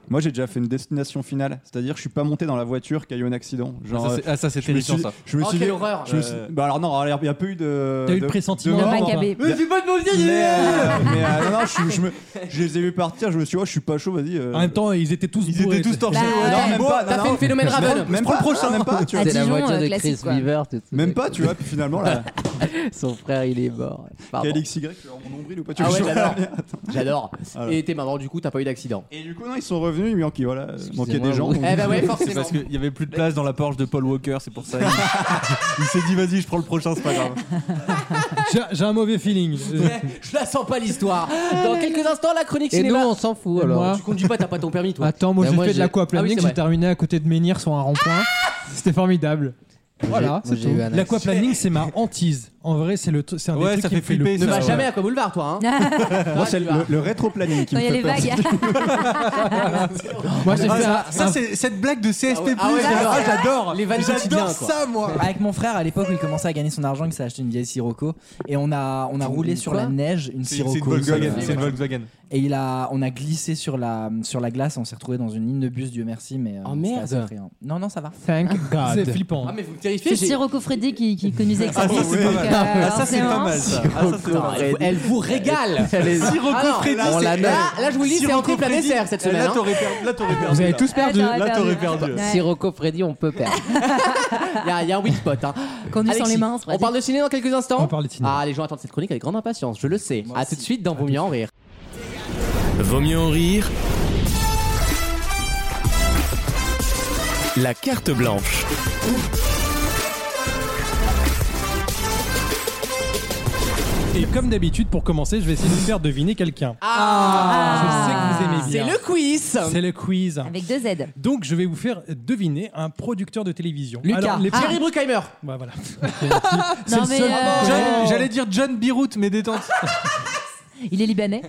Speaker 5: Moi, j'ai déjà fait une destination finale, c'est-à-dire que je suis pas monté dans la voiture qu'il y a eu un accident. Genre,
Speaker 10: Ah, ça, c'est-
Speaker 5: euh,
Speaker 10: ah, ça, c'est
Speaker 5: je me
Speaker 10: terrifiant,
Speaker 5: suis-
Speaker 10: ça.
Speaker 5: Je me
Speaker 10: Oh,
Speaker 5: suis
Speaker 10: quelle
Speaker 5: dit-
Speaker 10: horreur.
Speaker 5: je me suis-
Speaker 10: Euh,
Speaker 5: bah alors non, alors, il n'y a, pas eu de.
Speaker 10: T'as eu le
Speaker 5: de-
Speaker 10: pressentiment.
Speaker 5: de mort.
Speaker 10: Le maccabée.
Speaker 2: Mais c'est pas de mon
Speaker 5: Mais, euh,
Speaker 2: vieil
Speaker 5: mais, euh, non, non, je, je me- je les ai vus partir, je me suis dit, oh, je suis pas chaud, vas-y. euh,
Speaker 6: En même temps, ils étaient tous
Speaker 5: Ils étaient tous torchés. ouais. Non, même pas, non, non. Même pas, Même pas, même pas, tu vois.
Speaker 4: C'est la voiture de Chris Weaver. tout- tout-
Speaker 5: Même pas, tu vois, puis finalement, là.
Speaker 4: Son frère, il est mort. Pardon.
Speaker 5: KLXY, tu vois, euh, mon nombril ou pas, tu
Speaker 2: Ah
Speaker 5: veux
Speaker 2: ouais,
Speaker 5: jouer à
Speaker 2: j'adore.
Speaker 5: la- Attends.
Speaker 2: J'adore.
Speaker 5: Voilà.
Speaker 2: Et t'es maman, du coup, t'as pas eu d'accident.
Speaker 5: Et du coup, non, ils sont revenus, il manquait, voilà, manquait des gens.
Speaker 2: vous- Eh ben ouais,
Speaker 10: C'est
Speaker 2: forcément.
Speaker 10: parce qu'il y avait plus de place dans la Porsche de Paul Walker, c'est pour ça. Il, il s'est dit, vas-y, je prends le prochain, c'est pas grave.
Speaker 6: J'ai- J'ai un mauvais feeling.
Speaker 2: Je la sens pas l'histoire. Dans quelques instants, la chronique
Speaker 4: Et nous,
Speaker 2: cinéma.
Speaker 4: on s'en fout
Speaker 8: Et
Speaker 4: alors.
Speaker 8: moi
Speaker 2: Tu conduis pas, t'as pas ton permis, toi.
Speaker 8: Attends, moi
Speaker 2: Bah,
Speaker 8: j'ai fait de
Speaker 2: j'ai- Ah oui,
Speaker 8: l'aquaplaning,
Speaker 2: c'est
Speaker 8: j'ai
Speaker 2: vrai.
Speaker 8: terminé à côté de Menhir sur un rond-point.
Speaker 6: Ah
Speaker 8: C'était formidable. Voilà,
Speaker 4: j'ai- moi,
Speaker 8: c'est
Speaker 4: j'ai
Speaker 8: tout.
Speaker 4: eu un
Speaker 6: L'aquaplaning, c'est ma hantise. En vrai, c'est le t- c'est un
Speaker 10: Ouais,
Speaker 6: des trucs
Speaker 10: ça
Speaker 6: qui
Speaker 10: fait
Speaker 6: me fait le
Speaker 10: flipper,
Speaker 2: Ne
Speaker 10: ça,
Speaker 6: plus
Speaker 2: va
Speaker 10: ouais.
Speaker 2: jamais à quoi boulevard, toi. Hein.
Speaker 5: Moi, c'est le,
Speaker 2: Toi,
Speaker 5: le rétroplanning qui
Speaker 7: Quand
Speaker 5: me
Speaker 7: il y a les
Speaker 5: fait peur.
Speaker 7: vagues.
Speaker 8: Moi j'ai
Speaker 10: Ah,
Speaker 8: fait
Speaker 10: ça,
Speaker 8: un-
Speaker 10: ça,
Speaker 8: un-
Speaker 10: c'est cette blague de CSP+,
Speaker 2: Ah ouais, j'adore.
Speaker 10: ah, j'adore.
Speaker 2: Les vannes
Speaker 10: J'adore
Speaker 2: quotidiennes, quoi.
Speaker 10: ça, moi.
Speaker 9: Avec mon frère, à l'époque où il commençait à gagner son argent, il s'est acheté une vieille Sirocco. Et on a, on a roulé sur
Speaker 2: quoi
Speaker 9: la neige une
Speaker 10: C'est c'est une
Speaker 9: Sirocco.
Speaker 10: Volkswagen.
Speaker 9: Euh,
Speaker 10: C'est une Volkswagen.
Speaker 9: Et il a, on a glissé sur la, sur la glace, on s'est retrouvé dans une ligne de bus, Dieu merci, mais. euh,
Speaker 2: Oh,
Speaker 9: c'était
Speaker 2: merde.
Speaker 9: assez effrayant. Non, non, ça va.
Speaker 8: Thank
Speaker 6: C'est
Speaker 8: God.
Speaker 6: flippant.
Speaker 2: Ah, mais vous me terrifiez.
Speaker 7: C'est
Speaker 2: j'ai-
Speaker 7: Sirocco Freddy qui, qui conduisait avec sa
Speaker 10: Ah, ça,
Speaker 7: fille,
Speaker 10: c'est pas
Speaker 7: donc,
Speaker 10: mal.
Speaker 7: euh,
Speaker 10: Ah, ça, c'est pas
Speaker 7: forcément.
Speaker 10: mal, ça. Ah, ça, c'est pas mal.
Speaker 2: Elle, elle vous régale.
Speaker 10: Sirocco
Speaker 2: Ah non,
Speaker 10: Freddy,
Speaker 2: on la
Speaker 10: c'est-
Speaker 2: met. là, là, je vous le dis, c'est
Speaker 10: Sirocco
Speaker 2: en triple
Speaker 10: Freddy,
Speaker 2: dessert cette semaine.
Speaker 10: Là,
Speaker 2: hein.
Speaker 10: t'aurais perdu. Là, t'aurais perdu.
Speaker 8: Vous avez
Speaker 10: là.
Speaker 8: tous perdu.
Speaker 7: Ah,
Speaker 10: Là, t'aurais perdu.
Speaker 7: Ouais.
Speaker 4: Si Rocco Freddy, on peut perdre.
Speaker 2: Il y a, il y a un weak spot. Hein.
Speaker 7: Conduit sans
Speaker 2: Alexis,
Speaker 7: les mains, c'est
Speaker 2: On
Speaker 7: pratique.
Speaker 2: parle de ciné dans quelques instants.
Speaker 6: On parle de ciné.
Speaker 2: Ah, les gens attendent cette chronique avec grande impatience, je le sais. à tout de suite dans Vaut mieux en rire.
Speaker 1: Vaut mieux en rire. La carte blanche.
Speaker 6: Et comme d'habitude, pour commencer, je vais essayer de faire deviner quelqu'un.
Speaker 2: Ah,
Speaker 6: Je sais que vous aimez
Speaker 2: C'est
Speaker 6: bien.
Speaker 2: le quiz.
Speaker 6: C'est le quiz.
Speaker 7: Ah. Avec deux Z.
Speaker 6: Donc, je vais vous faire deviner un producteur de télévision.
Speaker 2: Lucas. Ah.
Speaker 6: Alors, les
Speaker 2: Thierry Bruckheimer.
Speaker 6: Ouais, voilà.
Speaker 7: Non, mais euh,
Speaker 10: J'allais- J'allais dire John Birout, mais détente.
Speaker 7: il est libanais.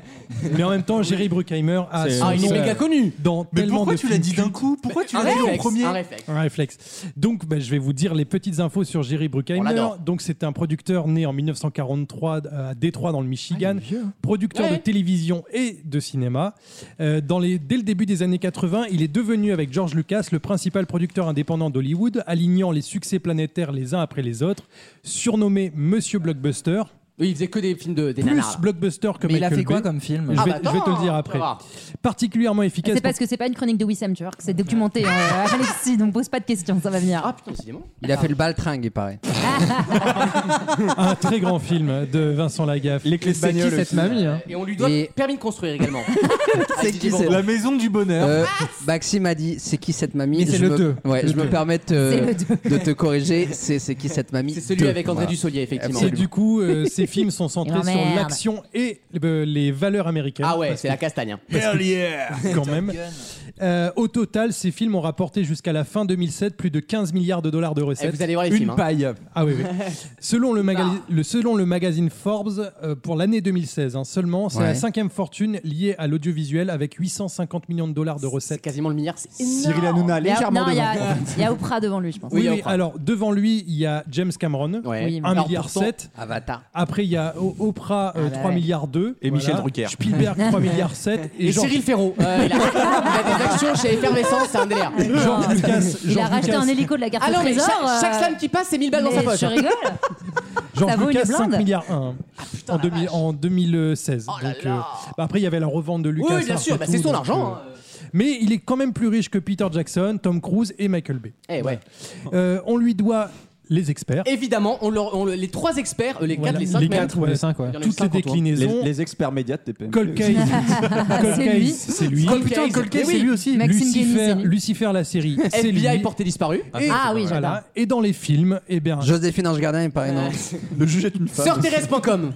Speaker 6: Mais en même temps, Jerry Bruckheimer a son
Speaker 2: Ah, il est
Speaker 6: nom
Speaker 2: méga connu. Ah,
Speaker 6: dans
Speaker 10: Mais
Speaker 6: tellement
Speaker 10: pourquoi
Speaker 6: de
Speaker 10: tu l'as
Speaker 6: films
Speaker 10: dit d'un
Speaker 6: cultes.
Speaker 10: coup Pourquoi tu
Speaker 2: Un
Speaker 10: l'as dit en
Speaker 2: réflexe,
Speaker 10: premier
Speaker 2: un réflexe.
Speaker 6: Un réflexe. Donc, bah, je vais vous dire les petites infos sur Jerry
Speaker 2: On
Speaker 6: Bruckheimer.
Speaker 2: l'adore.
Speaker 6: Donc, c'est un producteur né en 1943 euh, à Détroit, dans le Michigan. producteur
Speaker 2: Ouais.
Speaker 6: de télévision et de cinéma. Euh, dans les, dès le début des années 80, il est devenu, avec George Lucas, le principal producteur indépendant d'Hollywood, alignant les succès planétaires les uns après les autres. Surnommé Monsieur Blockbuster,
Speaker 2: Oui, il faisait que des films de des
Speaker 6: plus
Speaker 2: nanas. là.
Speaker 6: Blockbuster que
Speaker 9: Mais il a
Speaker 6: Michael
Speaker 9: fait quoi
Speaker 6: Bay.
Speaker 9: comme film
Speaker 6: Je
Speaker 2: Ah
Speaker 6: vais,
Speaker 2: bah
Speaker 6: je vais te le
Speaker 2: attends,
Speaker 6: dire
Speaker 2: on
Speaker 6: après.
Speaker 2: va voir.
Speaker 6: Particulièrement efficace.
Speaker 7: C'est
Speaker 6: pour-
Speaker 7: parce que c'est pas une chronique de Wissam, tu vois, que c'est documenté, euh, Alexis, donc pose pas de questions, ça va venir.
Speaker 2: Ah putain, décidément.
Speaker 4: Il a fait le baltringue, il paraît.
Speaker 6: un très grand film de Vincent Lagaffe. Les clés
Speaker 8: C'est qui cette mamie hein
Speaker 2: Et on lui doit
Speaker 4: Et-
Speaker 2: permis de construire également.
Speaker 4: C'est qui
Speaker 2: Effectivement.
Speaker 4: cette
Speaker 10: La maison du bonheur.
Speaker 4: Euh,
Speaker 2: Ah,
Speaker 4: Maxime a dit c'est qui cette mamie
Speaker 8: Mais c'est
Speaker 4: Je
Speaker 8: le
Speaker 4: me-
Speaker 8: deux.
Speaker 4: Ouais,
Speaker 8: Le
Speaker 4: je me
Speaker 8: deux.
Speaker 4: permets de
Speaker 7: C'est le
Speaker 4: te, de te corriger. C'est c'est qui cette mamie
Speaker 2: C'est celui
Speaker 4: Deux.
Speaker 2: avec André
Speaker 4: Voilà.
Speaker 2: Dussolier, effectivement.
Speaker 6: Et du coup, euh, ces films sont centrés
Speaker 7: Il
Speaker 6: sur
Speaker 7: m'emmerde.
Speaker 6: l'action et euh, les valeurs américaines.
Speaker 2: Ah ouais,
Speaker 6: parce
Speaker 2: c'est la castagne. hein.
Speaker 6: que quand même. Euh, au total, ces films ont rapporté jusqu'à la fin 2007 plus de 15 milliards de dollars de
Speaker 2: Eh,
Speaker 6: recettes.
Speaker 2: Vous allez voir les films.
Speaker 10: Une
Speaker 2: hein. Bah.
Speaker 10: paille.
Speaker 6: Ah oui, oui. selon, le magali- le- selon le magazine Forbes, euh, pour l'année 2016 hein, seulement, c'est
Speaker 4: Ouais.
Speaker 6: la cinquième fortune liée à l'audiovisuel avec 850 millions de dollars de
Speaker 2: C'est
Speaker 6: recettes.
Speaker 2: quasiment le milliard. c'est énorme.
Speaker 5: Cyril Hanouna,
Speaker 7: Il y a-
Speaker 5: légèrement
Speaker 7: non, il y,
Speaker 5: devant.
Speaker 7: a- il y a Oprah devant lui, je pense.
Speaker 2: Oui,
Speaker 6: Oui,
Speaker 2: on
Speaker 6: oui,
Speaker 2: prend.
Speaker 6: alors devant lui, il y a James Cameron,
Speaker 2: Ouais.
Speaker 7: Oui,
Speaker 6: 1
Speaker 2: Alors,
Speaker 6: milliard
Speaker 2: pourtant,
Speaker 6: 7.
Speaker 4: Avatar.
Speaker 6: Après, il y a O- Oprah, euh,
Speaker 7: Ah bah
Speaker 6: 3
Speaker 7: ouais.
Speaker 6: milliards 2.
Speaker 10: Et Michel Drucker.
Speaker 6: Spielberg, 3 milliards 7.
Speaker 2: Et,
Speaker 6: George-
Speaker 2: Cyril Ferraud. euh, il, a, il a des actions chez Effervescence, c'est un délire.
Speaker 6: George Lucas,
Speaker 7: Il
Speaker 6: George
Speaker 7: a racheté
Speaker 6: Lucas.
Speaker 7: un hélico de la carte
Speaker 2: Ah non,
Speaker 7: au
Speaker 2: mais
Speaker 7: trésor.
Speaker 2: chaque, chaque
Speaker 7: euh,
Speaker 2: femme qui passe, c'est 1000 balles dans
Speaker 7: mais
Speaker 2: sa poche. hein.
Speaker 7: Je rigole.
Speaker 6: George
Speaker 7: Ça vaut
Speaker 6: Lucas,
Speaker 7: une
Speaker 6: 5
Speaker 7: blinde.
Speaker 6: milliards 1
Speaker 2: Ah,
Speaker 6: en, 2000 en 2016.
Speaker 2: là
Speaker 6: Donc,
Speaker 2: là.
Speaker 6: bah après, il y avait la revente de Lucas.
Speaker 2: Oh Oui, bien sûr,
Speaker 6: Arthur
Speaker 2: bah,
Speaker 6: Toon,
Speaker 2: c'est son
Speaker 6: donc,
Speaker 2: argent.
Speaker 6: euh,
Speaker 2: hein.
Speaker 6: Mais il est quand même plus riche que Peter Jackson, Tom Cruise et Michael Bay.
Speaker 2: Eh ouais.
Speaker 6: Euh, on lui doit les experts,
Speaker 2: Évidemment, on leur- on le- les trois experts, euh, les
Speaker 6: Voilà,
Speaker 2: quatre, les cinq
Speaker 6: les
Speaker 2: même.
Speaker 6: quatre, ouais.
Speaker 8: Les cinq, ouais.
Speaker 2: Il y en a eu
Speaker 6: toutes les
Speaker 2: cinq en tout, hein.
Speaker 6: déclinaisons.
Speaker 5: Les, Euh, les experts médias de TPM.
Speaker 6: Cold Case, Cold
Speaker 7: C'est
Speaker 6: Case,
Speaker 7: lui.
Speaker 6: c'est lui.
Speaker 2: Cold Case, eh oui.
Speaker 6: aussi.
Speaker 7: Maxime Guény,
Speaker 6: Lucifer,
Speaker 7: c'est lui.
Speaker 6: Lucifer, la série, c'est lui.
Speaker 2: FBI porté disparu.
Speaker 6: Et-
Speaker 7: Ah oui,
Speaker 6: voilà.
Speaker 7: j'adore.
Speaker 6: Et dans les films, eh bien,
Speaker 4: Joséphine Ange-Gardien, il paraît non.
Speaker 5: Le juge est une femme.
Speaker 2: Sœurthérèse.com.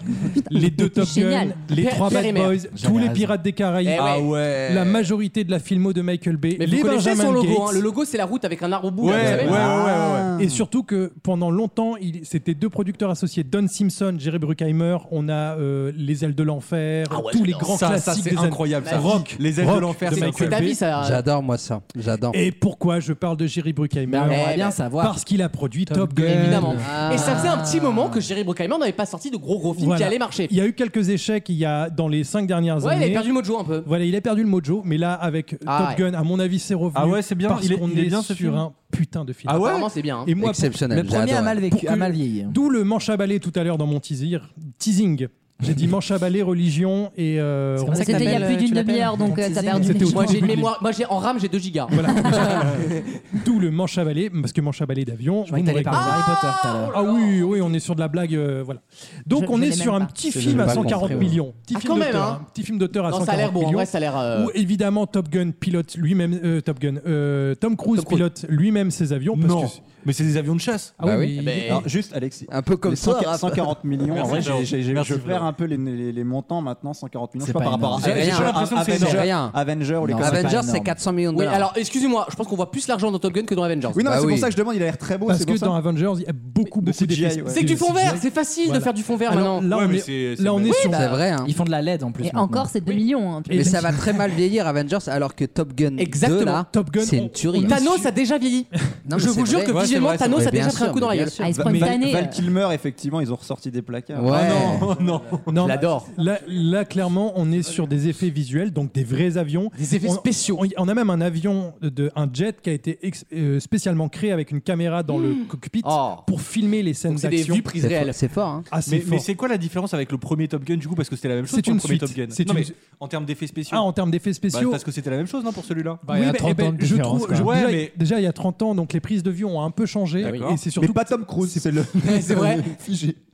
Speaker 6: les deux Top Gun,
Speaker 7: Génial.
Speaker 6: les
Speaker 2: Pierre-
Speaker 6: trois Bad
Speaker 2: Pierre et Mère.
Speaker 6: Boys, tous les
Speaker 9: raison.
Speaker 6: Pirates des Caraïbes,
Speaker 2: Eh ouais.
Speaker 10: Ah ouais.
Speaker 6: la majorité de la filmo de Michael Bay,
Speaker 2: Mais
Speaker 6: les
Speaker 2: vous connaissez
Speaker 6: Benjamin
Speaker 2: son logo.
Speaker 6: Gates.
Speaker 2: hein. Le logo, c'est la route avec un arbre au bout.
Speaker 10: Ouais,
Speaker 2: là, vous
Speaker 10: ouais,
Speaker 2: savez.
Speaker 10: ouais, ouais, ouais.
Speaker 6: Et surtout que pendant longtemps, il- c'était deux producteurs associés, Don Simpson, Jerry Bruckheimer. On a euh, Les Ailes de l'Enfer,
Speaker 10: Ah ouais,
Speaker 6: tous les
Speaker 10: j'adore.
Speaker 6: grands
Speaker 10: Ça, ça,
Speaker 6: classiques.
Speaker 10: c'est
Speaker 6: des années-
Speaker 10: incroyable, ça.
Speaker 6: Rock,
Speaker 10: Les Ailes de
Speaker 6: rock
Speaker 10: l'enfer, c'est
Speaker 6: Michael
Speaker 10: ta
Speaker 6: Bay.
Speaker 10: vie, ça.
Speaker 4: J'adore, moi, ça. J'adore.
Speaker 6: Et pourquoi je parle de Jerry Bruckheimer
Speaker 4: Ben, on aimerait Eh bien ben. savoir.
Speaker 6: Parce qu'il a produit Top, Gun.
Speaker 2: Évidemment. Et ça faisait un petit moment que Jerry Bruckheimer n'avait pas sorti de gros gros films qui
Speaker 6: Voilà.
Speaker 2: allaient marcher.
Speaker 6: Il y a eu quelques échecs il y a, dans les cinq dernières
Speaker 2: Ouais, il
Speaker 6: années.
Speaker 2: avait perdu le mojo un peu.
Speaker 6: Voilà, il a perdu le mojo, mais là, avec
Speaker 2: Ah
Speaker 6: Top
Speaker 2: ouais.
Speaker 6: Gun, à mon avis, c'est revenu.
Speaker 10: Ah ouais, c'est bien,
Speaker 6: Parce
Speaker 10: il est-
Speaker 6: qu'on
Speaker 10: il est bien, ce
Speaker 6: sur
Speaker 10: film.
Speaker 6: un putain de film.
Speaker 10: Ah ouais
Speaker 2: Apparemment, c'est bien, hein.
Speaker 6: Et moi,
Speaker 4: Exceptionnel,
Speaker 6: pour- pour-
Speaker 4: j'ai adoré.
Speaker 6: pour
Speaker 4: A mal
Speaker 9: vécu,
Speaker 6: que-
Speaker 9: a mal vieilli, hein.
Speaker 6: D'où le manche à balai tout à l'heure dans mon teaser, teasing. J'ai dit manche à balai, religion et. euh,
Speaker 7: comme ça que C'était il y a t'appelles, plus d'une tu l'appelles demi-heure, donc, euh, t'as perdu.
Speaker 6: C'était au
Speaker 2: Moi
Speaker 6: tout
Speaker 2: j'ai une
Speaker 6: début.
Speaker 2: mémoire, moi j'ai en RAM j'ai 2 gigas.
Speaker 6: D'où le manche à balai, parce que manche à balai d'avion. vous
Speaker 9: que t'allais
Speaker 6: m'aurez
Speaker 9: parler
Speaker 6: compris.
Speaker 9: d'Harry Potter tout à l'heure.
Speaker 6: Ah oui, oui, on est sur de la blague, euh, voilà. Donc
Speaker 9: Je-
Speaker 6: on
Speaker 9: je
Speaker 6: est
Speaker 9: l'ai
Speaker 6: sur
Speaker 9: même
Speaker 6: un
Speaker 9: pas.
Speaker 6: petit
Speaker 9: Je
Speaker 6: film
Speaker 9: l'ai
Speaker 6: à
Speaker 9: pas
Speaker 6: 140
Speaker 9: compris, ouais.
Speaker 6: millions. Petit
Speaker 2: Ah,
Speaker 6: film
Speaker 2: quand même,
Speaker 6: d'auteur,
Speaker 2: hein.
Speaker 6: hein. Petit film d'auteur à
Speaker 2: Non,
Speaker 6: 140
Speaker 2: ça a l'air beau, en
Speaker 6: millions.
Speaker 2: vrai, ça a l'air, euh,
Speaker 6: Où évidemment Top Gun pilote lui-même, euh, Top Gun, euh, Tom Cruise pilote lui-même ses avions. Parce
Speaker 10: Non,
Speaker 6: que-
Speaker 10: mais c'est des avions de chasse.
Speaker 6: Ah oui, mais-
Speaker 5: Alors, juste, Alexis.
Speaker 4: Un peu comme
Speaker 5: les
Speaker 4: ça,
Speaker 5: 100
Speaker 4: Raph.
Speaker 5: 140 millions. en
Speaker 10: Merci,
Speaker 5: vrai, j'ai-
Speaker 10: Florent.
Speaker 5: j'ai- j'ai-
Speaker 10: Merci,
Speaker 5: je perds
Speaker 10: Florent.
Speaker 5: un peu les, les- les montants maintenant. 140 millions, je sais
Speaker 4: C'est
Speaker 5: pas,
Speaker 4: pas
Speaker 5: par rapport
Speaker 4: énorme.
Speaker 5: à
Speaker 4: C'est
Speaker 5: Avenger,
Speaker 4: rien. C'est
Speaker 5: Avenger,
Speaker 4: rien.
Speaker 5: Avenger ou les
Speaker 4: Non,
Speaker 5: conneries comme ça.
Speaker 4: Avengers, c'est 400 millions de
Speaker 2: Oui,
Speaker 4: dollars.
Speaker 2: alors excusez-moi, je pense qu'on voit plus l'argent dans Top Gun que dans Avengers.
Speaker 5: Oui, non, mais
Speaker 4: Bah
Speaker 5: c'est
Speaker 4: oui.
Speaker 5: pour ça que je demande, il a l'air très beau.
Speaker 6: Parce
Speaker 5: c'est pour
Speaker 6: que
Speaker 5: ça.
Speaker 6: dans Avengers, il y a beaucoup,
Speaker 5: De
Speaker 6: beaucoup
Speaker 5: CGI,
Speaker 6: d'effets
Speaker 5: ouais.
Speaker 2: C'est que du fond vert, Ah
Speaker 6: CGI.
Speaker 2: c'est facile
Speaker 6: Voilà.
Speaker 2: de faire du fond vert
Speaker 6: Alors,
Speaker 2: maintenant.
Speaker 6: là,
Speaker 10: Ouais,
Speaker 6: on
Speaker 10: mais
Speaker 6: est,
Speaker 10: c'est- c'est
Speaker 6: là, on est
Speaker 10: magnifique.
Speaker 6: sur.
Speaker 4: C'est vrai. hein.
Speaker 9: Ils font de la LED en plus.
Speaker 7: Et
Speaker 9: maintenant.
Speaker 7: encore, c'est 2 millions. hein, puis-
Speaker 6: Et
Speaker 4: Mais
Speaker 6: donc-
Speaker 4: ça va très mal vieillir Avengers, alors que Top Gun 2
Speaker 2: Exactement.
Speaker 4: là,
Speaker 6: Top Gun,
Speaker 4: c'est
Speaker 6: on-
Speaker 4: une tuerie.
Speaker 2: Thanos a déjà vieilli.
Speaker 4: Non, mais
Speaker 2: je
Speaker 4: c'est
Speaker 2: vous jure
Speaker 4: vrai.
Speaker 2: que
Speaker 10: Ouais,
Speaker 2: visuellement
Speaker 10: c'est vrai, c'est
Speaker 2: Thanos
Speaker 4: vrai.
Speaker 2: a déjà
Speaker 4: Bien
Speaker 2: pris un
Speaker 4: sûr,
Speaker 2: coup dans la
Speaker 4: mais
Speaker 2: gueule.
Speaker 4: bien sûr.
Speaker 7: Ah, ils se
Speaker 5: Val-
Speaker 7: pointent
Speaker 5: Val-
Speaker 7: tanné,
Speaker 5: Val
Speaker 7: euh.
Speaker 5: Kilmer, effectivement, ils ont ressorti des placards.
Speaker 4: Ouais.
Speaker 10: Oh non.
Speaker 6: Non,
Speaker 2: Je l'adore.
Speaker 6: Là, là, clairement, on est sur des effets visuels, donc des vrais avions.
Speaker 2: Des effets
Speaker 6: On-
Speaker 2: spéciaux.
Speaker 6: On, on a même un avion, de, un jet qui a été ex- euh, spécialement créé avec une caméra dans le cockpit
Speaker 2: Oh.
Speaker 6: pour filmer les scènes
Speaker 2: Donc, c'est des
Speaker 6: d'action.
Speaker 2: vues prises
Speaker 4: C'est
Speaker 2: réelles.
Speaker 4: fort- C'est fort. hein.
Speaker 6: Ah, c'est
Speaker 10: Mais, mais
Speaker 6: fort.
Speaker 10: c'est quoi la différence avec le premier Top Gun du coup Parce que c'était la même chose
Speaker 6: C'est
Speaker 10: pour
Speaker 6: une
Speaker 10: le premier
Speaker 6: suite.
Speaker 10: Top Gun.
Speaker 6: C'est
Speaker 10: Non,
Speaker 6: une-
Speaker 10: mais en termes d'effets spéciaux.
Speaker 6: Ah, en termes d'effets
Speaker 10: Bah,
Speaker 6: spéciaux.
Speaker 10: parce que c'était la même chose non pour celui-là.
Speaker 8: Bah, il y a
Speaker 6: mais-
Speaker 8: 30
Speaker 6: eh
Speaker 8: ans de
Speaker 6: je
Speaker 8: différence,
Speaker 6: trouve,
Speaker 8: quoi.
Speaker 6: je-
Speaker 10: Ouais,
Speaker 6: déjà,
Speaker 10: mais-
Speaker 6: déjà, il y a 30 ans, donc les prises de vue ont un peu changé.
Speaker 10: D'accord.
Speaker 6: Et c'est
Speaker 5: Mais
Speaker 6: surtout.
Speaker 5: pas Tom Cruise, c'est le
Speaker 2: C'est vrai.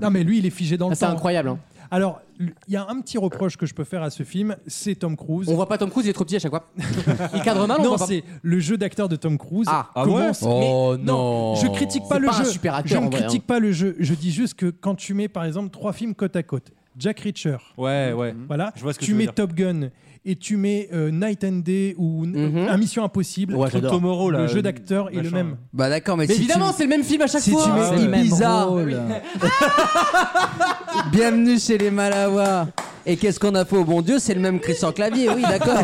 Speaker 6: Non, mais lui, il est figé dans
Speaker 2: Ah,
Speaker 6: le
Speaker 2: C'est
Speaker 6: temps.
Speaker 2: incroyable. hein.
Speaker 6: Alors, il y a un petit reproche que je peux faire à ce film c'est Tom Cruise.
Speaker 2: On voit pas Tom Cruise, il est trop petit à chaque fois. Il cadre mal, on
Speaker 6: Non,
Speaker 2: voit pas.
Speaker 6: c'est le jeu d'acteur de Tom Cruise.
Speaker 2: Ah,
Speaker 10: ah
Speaker 6: commence-
Speaker 8: ouais Oh,
Speaker 6: mais-
Speaker 8: non.
Speaker 6: Je critique pas
Speaker 2: C'est
Speaker 6: le
Speaker 2: pas un
Speaker 6: jeu.
Speaker 2: super acteur, en
Speaker 6: je ne
Speaker 2: vrai, hein.
Speaker 6: critique pas le jeu. Je dis juste que quand tu mets par exemple trois films côte à côte, Jack Reacher,
Speaker 10: Ouais, ouais.
Speaker 6: voilà,
Speaker 10: Je vois ce que
Speaker 6: tu
Speaker 10: tu veux
Speaker 6: mets
Speaker 10: dire.
Speaker 6: Top Gun et tu mets euh, Night and Day ou euh,
Speaker 2: Mhm.
Speaker 6: Un Mission Impossible.
Speaker 2: Ouais, j'adore.
Speaker 10: Tomorrow, là,
Speaker 6: le jeu d'acteur est le
Speaker 10: machin.
Speaker 6: même.
Speaker 4: Bah d'accord, mais,
Speaker 2: Mais
Speaker 4: si
Speaker 2: évidemment, c'est le même film à
Speaker 4: tu,
Speaker 2: chaque
Speaker 4: si tu
Speaker 2: fois.
Speaker 10: Ah ouais.
Speaker 4: mets Ibiza,
Speaker 2: Ah
Speaker 4: bienvenue chez les Malawa. Et qu'est-ce qu'on a fait au bon Dieu C'est le même Christian Clavier, oui, d'accord.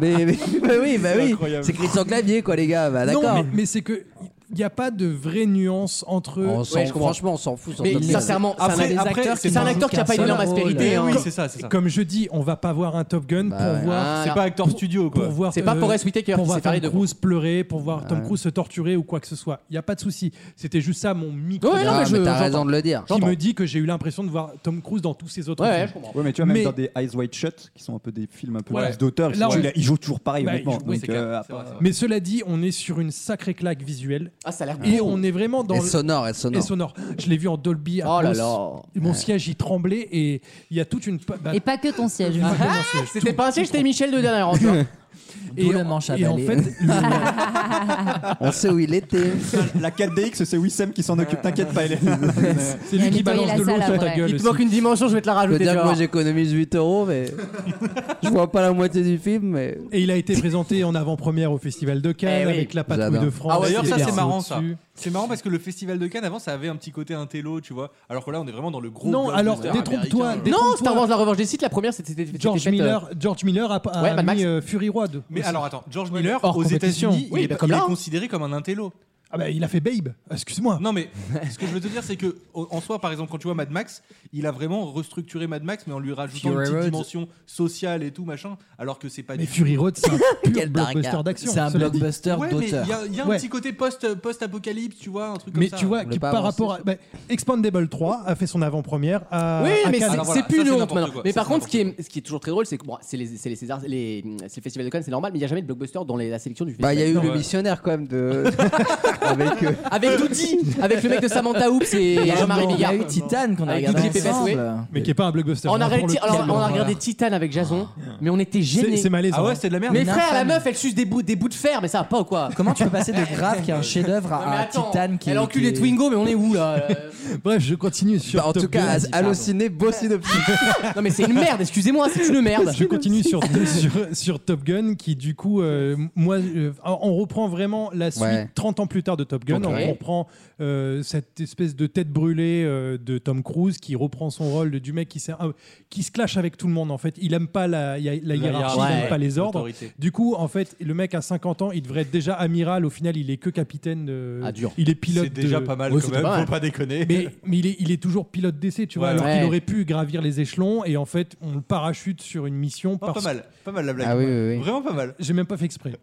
Speaker 4: mais, mais- bah oui, bah oui,
Speaker 10: incroyable.
Speaker 4: c'est Christian Clavier, quoi, les gars.
Speaker 2: Ah,
Speaker 6: non,
Speaker 4: Bah
Speaker 6: mais,
Speaker 4: d'accord.
Speaker 6: mais c'est que il n'y a pas de vraie nuance entre. euh,
Speaker 4: On s'en-
Speaker 2: Ouais, je comprends.
Speaker 4: franchement, on s'en fout. sur
Speaker 2: Mais
Speaker 4: Top Gun.
Speaker 2: sincèrement, c'est
Speaker 10: Après-
Speaker 2: un-
Speaker 10: après, c'est
Speaker 2: c'est un
Speaker 10: pas
Speaker 2: acteur qui a pas une
Speaker 6: seul
Speaker 2: énorme
Speaker 6: rôle.
Speaker 2: aspérité.
Speaker 10: Mais
Speaker 2: hein. Bah
Speaker 10: oui, c'est ça, c'est ça.
Speaker 6: Eh Comme je dis, on va pas voir un Top Gun pour
Speaker 4: ouais.
Speaker 6: voir.
Speaker 2: Voilà.
Speaker 10: C'est pas Actor Studio quoi.
Speaker 6: Pour voir,
Speaker 2: C'est pas
Speaker 6: euh,
Speaker 2: Forest Whitaker,
Speaker 6: pour
Speaker 2: c'est
Speaker 6: voir Tom
Speaker 2: Farid de-
Speaker 6: Cruise pleurer, pour voir Tom Cruise se torturer ou quoi que ce soit. Il n'y a pas de souci. C'était juste ça mon micro.
Speaker 2: Ouais, non,
Speaker 4: Ah,
Speaker 2: mais je-
Speaker 4: mais t'as
Speaker 2: j'entends.
Speaker 4: raison de le dire.
Speaker 6: qui me dit que j'ai eu l'impression de voir Tom Cruise dans tous ses autres
Speaker 2: Ouais,
Speaker 6: films.
Speaker 2: ouais, je comprends.
Speaker 5: Ouais, mais tu vois, même
Speaker 6: Mais-
Speaker 5: dans des Eyes Wide Shut, qui sont un peu des films un peu
Speaker 6: Ouais.
Speaker 5: plus d'auteur, ils
Speaker 6: Là,
Speaker 5: sont-
Speaker 6: on-
Speaker 5: il, il joue toujours pareil,
Speaker 6: Bah, il
Speaker 5: honnêtement.
Speaker 6: joue- oui,
Speaker 5: Donc,
Speaker 10: c'est
Speaker 5: euh,
Speaker 10: clair,
Speaker 5: à
Speaker 10: c'est vrai,
Speaker 5: part-
Speaker 10: c'est vrai.
Speaker 6: Mais cela dit, on est sur une sacrée claque visuelle
Speaker 2: Ah, ça a l'air beau.
Speaker 6: et on est vraiment dans
Speaker 4: Et
Speaker 6: le-
Speaker 4: sonore, et sonore.
Speaker 6: et sonore. Je l'ai vu en Dolby.
Speaker 2: Oh là
Speaker 6: Atmos.
Speaker 2: là.
Speaker 6: Mon siège y tremblait et il y a toute une. pa- bah,
Speaker 7: Et pas que ton siège.
Speaker 6: pas que mon siège,
Speaker 2: C'était
Speaker 6: tout-
Speaker 2: pas un siège, c'était Michel de dernière rangée.
Speaker 6: et
Speaker 9: D'où le
Speaker 6: en-
Speaker 9: manche à
Speaker 6: et en
Speaker 9: balai.
Speaker 6: fait, le-
Speaker 4: On sait où il était.
Speaker 5: La 4DX, c'est Wissem qui s'en occupe, t'inquiète pas, elle est là.
Speaker 6: c'est lui qui
Speaker 7: nettoyer
Speaker 6: balance
Speaker 7: la
Speaker 6: de l'eau
Speaker 7: salle
Speaker 6: sur ta
Speaker 7: après.
Speaker 6: gueule.
Speaker 2: Il te
Speaker 6: aussi.
Speaker 2: manque une dimension, je vais te la
Speaker 4: Je veux
Speaker 2: rajouter.
Speaker 4: dire
Speaker 2: tu
Speaker 4: que
Speaker 2: vas
Speaker 4: moi
Speaker 2: voir.
Speaker 4: j'économise 8 euros, mais je vois pas la moitié du film. Mais
Speaker 6: Et il a été présenté en avant-première au Festival de Cannes
Speaker 2: Eh oui.
Speaker 6: avec la patrouille
Speaker 4: J'adore.
Speaker 6: de France.
Speaker 10: Ah ouais, D'ailleurs, ça
Speaker 6: qui est
Speaker 10: c'est marrant ça.
Speaker 6: au-dessus.
Speaker 10: C'est marrant parce que le festival de Cannes avant ça avait un petit côté intello, tu vois. Alors que là on est vraiment dans le gros.
Speaker 6: Non,
Speaker 10: blockbuster
Speaker 6: alors,
Speaker 10: américain,
Speaker 6: détrompe-toi,
Speaker 10: genre.
Speaker 6: dé-
Speaker 2: Non,
Speaker 6: Détrompe-toi.
Speaker 2: Star Wars La Revanche des Sith, la première, c'était. c'était- c'était
Speaker 6: George
Speaker 2: faite, euh,
Speaker 6: Miller, George Miller a, a
Speaker 2: Ouais, Mad Max.
Speaker 6: mis euh, Fury Road.
Speaker 10: Mais
Speaker 6: aussi.
Speaker 10: alors attends, George Miller
Speaker 6: Hors
Speaker 10: aux
Speaker 6: compétition.
Speaker 10: États-Unis,
Speaker 2: Oui,
Speaker 10: il, est-
Speaker 2: bah, comme
Speaker 10: il
Speaker 2: là.
Speaker 10: est considéré comme un intello.
Speaker 6: Ah bah, il a fait Babe. Excuse-moi.
Speaker 10: Non mais ce que je veux te dire c'est que au- en soi par exemple quand tu vois Mad Max, il a vraiment restructuré Mad Max mais en lui rajoutant une
Speaker 9: Fury
Speaker 10: petite
Speaker 9: Road.
Speaker 10: dimension sociale et tout machin alors que c'est pas
Speaker 6: Mais
Speaker 10: du
Speaker 6: Fury Road, c'est un pur
Speaker 4: Quel targa.
Speaker 6: blockbuster d'action.
Speaker 9: C'est un
Speaker 6: cela dit.
Speaker 9: blockbuster
Speaker 10: Ouais, mais il y
Speaker 9: d'auteur.
Speaker 10: a, il y a un
Speaker 6: Ouais.
Speaker 10: petit côté post post apocalypse, tu vois, un truc comme
Speaker 6: Mais
Speaker 10: ça.
Speaker 6: tu vois,
Speaker 4: On
Speaker 6: que
Speaker 4: l'a pas
Speaker 6: par
Speaker 4: avancé,
Speaker 6: rapport à. bah, Expandable 3 a fait son avant-première à.
Speaker 2: Oui,
Speaker 6: à
Speaker 2: mais c'est
Speaker 6: Cannes.
Speaker 10: Alors
Speaker 2: c'est
Speaker 10: euh, voilà,
Speaker 2: plus
Speaker 10: ça,
Speaker 2: une
Speaker 10: c'est
Speaker 2: honte
Speaker 10: n'importe
Speaker 2: maintenant.
Speaker 10: quoi,
Speaker 2: Mais
Speaker 10: ça,
Speaker 2: par
Speaker 10: c'est
Speaker 2: contre, ce qui, est, ce qui est toujours très drôle, c'est que bon, c'est les, c'est les Césars, les, c'est le Festival de Cannes, c'est normal, mais il n'y a jamais de blockbuster dans les- la sélection du
Speaker 4: bah
Speaker 2: festival.
Speaker 4: il y a eu
Speaker 10: Non,
Speaker 4: le
Speaker 10: ouais.
Speaker 4: missionnaire quand même de avec euh,
Speaker 2: Avec Doody, avec le mec de Samantha Hoops et Jean-Marie
Speaker 9: Il y
Speaker 2: Bigard.
Speaker 9: a eu Titan qu'on a
Speaker 2: Avec
Speaker 9: regardé
Speaker 2: Doudou Pépès, oui.
Speaker 9: ensemble.
Speaker 6: Mais qui est pas un blockbuster.
Speaker 2: On a,
Speaker 6: hein, pour
Speaker 2: regardé,
Speaker 6: lequel,
Speaker 2: alors, on a
Speaker 6: voilà.
Speaker 2: regardé Titan avec Jason, mais on était
Speaker 6: C'est
Speaker 2: gênés.
Speaker 6: c'est malaisant.
Speaker 10: Ah ouais,
Speaker 6: hein.
Speaker 10: c'est de la merde.
Speaker 2: Mais
Speaker 9: on est
Speaker 2: frère, la
Speaker 9: infâme.
Speaker 2: meuf, elle suce des bouts, des bouts de fer, mais ça va pas ou quoi
Speaker 9: Comment tu peux passer de Grave qui est un chef-d'œuvre
Speaker 2: Non, mais
Speaker 9: à un
Speaker 2: attends,
Speaker 9: Ah, Titan qui est.
Speaker 2: Elle encule les
Speaker 9: qui est-
Speaker 2: Twingo, mais on est où là euh
Speaker 6: Bref, je continue sur.
Speaker 4: bah, en
Speaker 6: Top
Speaker 4: tout cas
Speaker 6: Gun.
Speaker 4: halluciné beau synopsis.
Speaker 2: Non, mais c'est une merde, excusez-moi, c'est une merde.
Speaker 6: Bah, Je continue sur, sur, sur Top Gun qui du coup euh, moi euh, on reprend vraiment la suite
Speaker 4: Ouais.
Speaker 6: 30 ans plus tard de Top Gun.
Speaker 10: Ok.
Speaker 6: On reprend euh, cette espèce de tête brûlée euh, de Tom Cruise qui reprend son rôle de- du mec qui, s'est- ah, qui se clash avec tout le monde en fait. Il aime pas la, hi- la hiérarchie,
Speaker 10: hiérarchie,
Speaker 6: il aime
Speaker 10: ouais.
Speaker 6: pas les ordres.
Speaker 10: L'autorité.
Speaker 6: Du coup, en fait, le mec à 50 ans, il devrait être déjà amiral. Au final, il est que capitaine. de-
Speaker 10: Ah, dur.
Speaker 6: Il est pilote.
Speaker 10: C'est déjà
Speaker 6: de-
Speaker 10: pas mal Ouais, quand c'est même, pas mal. faut pas déconner.
Speaker 6: Mais, mais il, est, il est toujours pilote d'essai, tu vois,
Speaker 10: Ouais,
Speaker 6: alors
Speaker 10: ouais.
Speaker 6: qu'il aurait pu gravir les échelons et en fait, on le parachute sur une mission.
Speaker 10: pas mal, pas mal la blague.
Speaker 6: Ah oui, oui, oui.
Speaker 10: Vraiment pas mal.
Speaker 6: J'ai même pas fait exprès.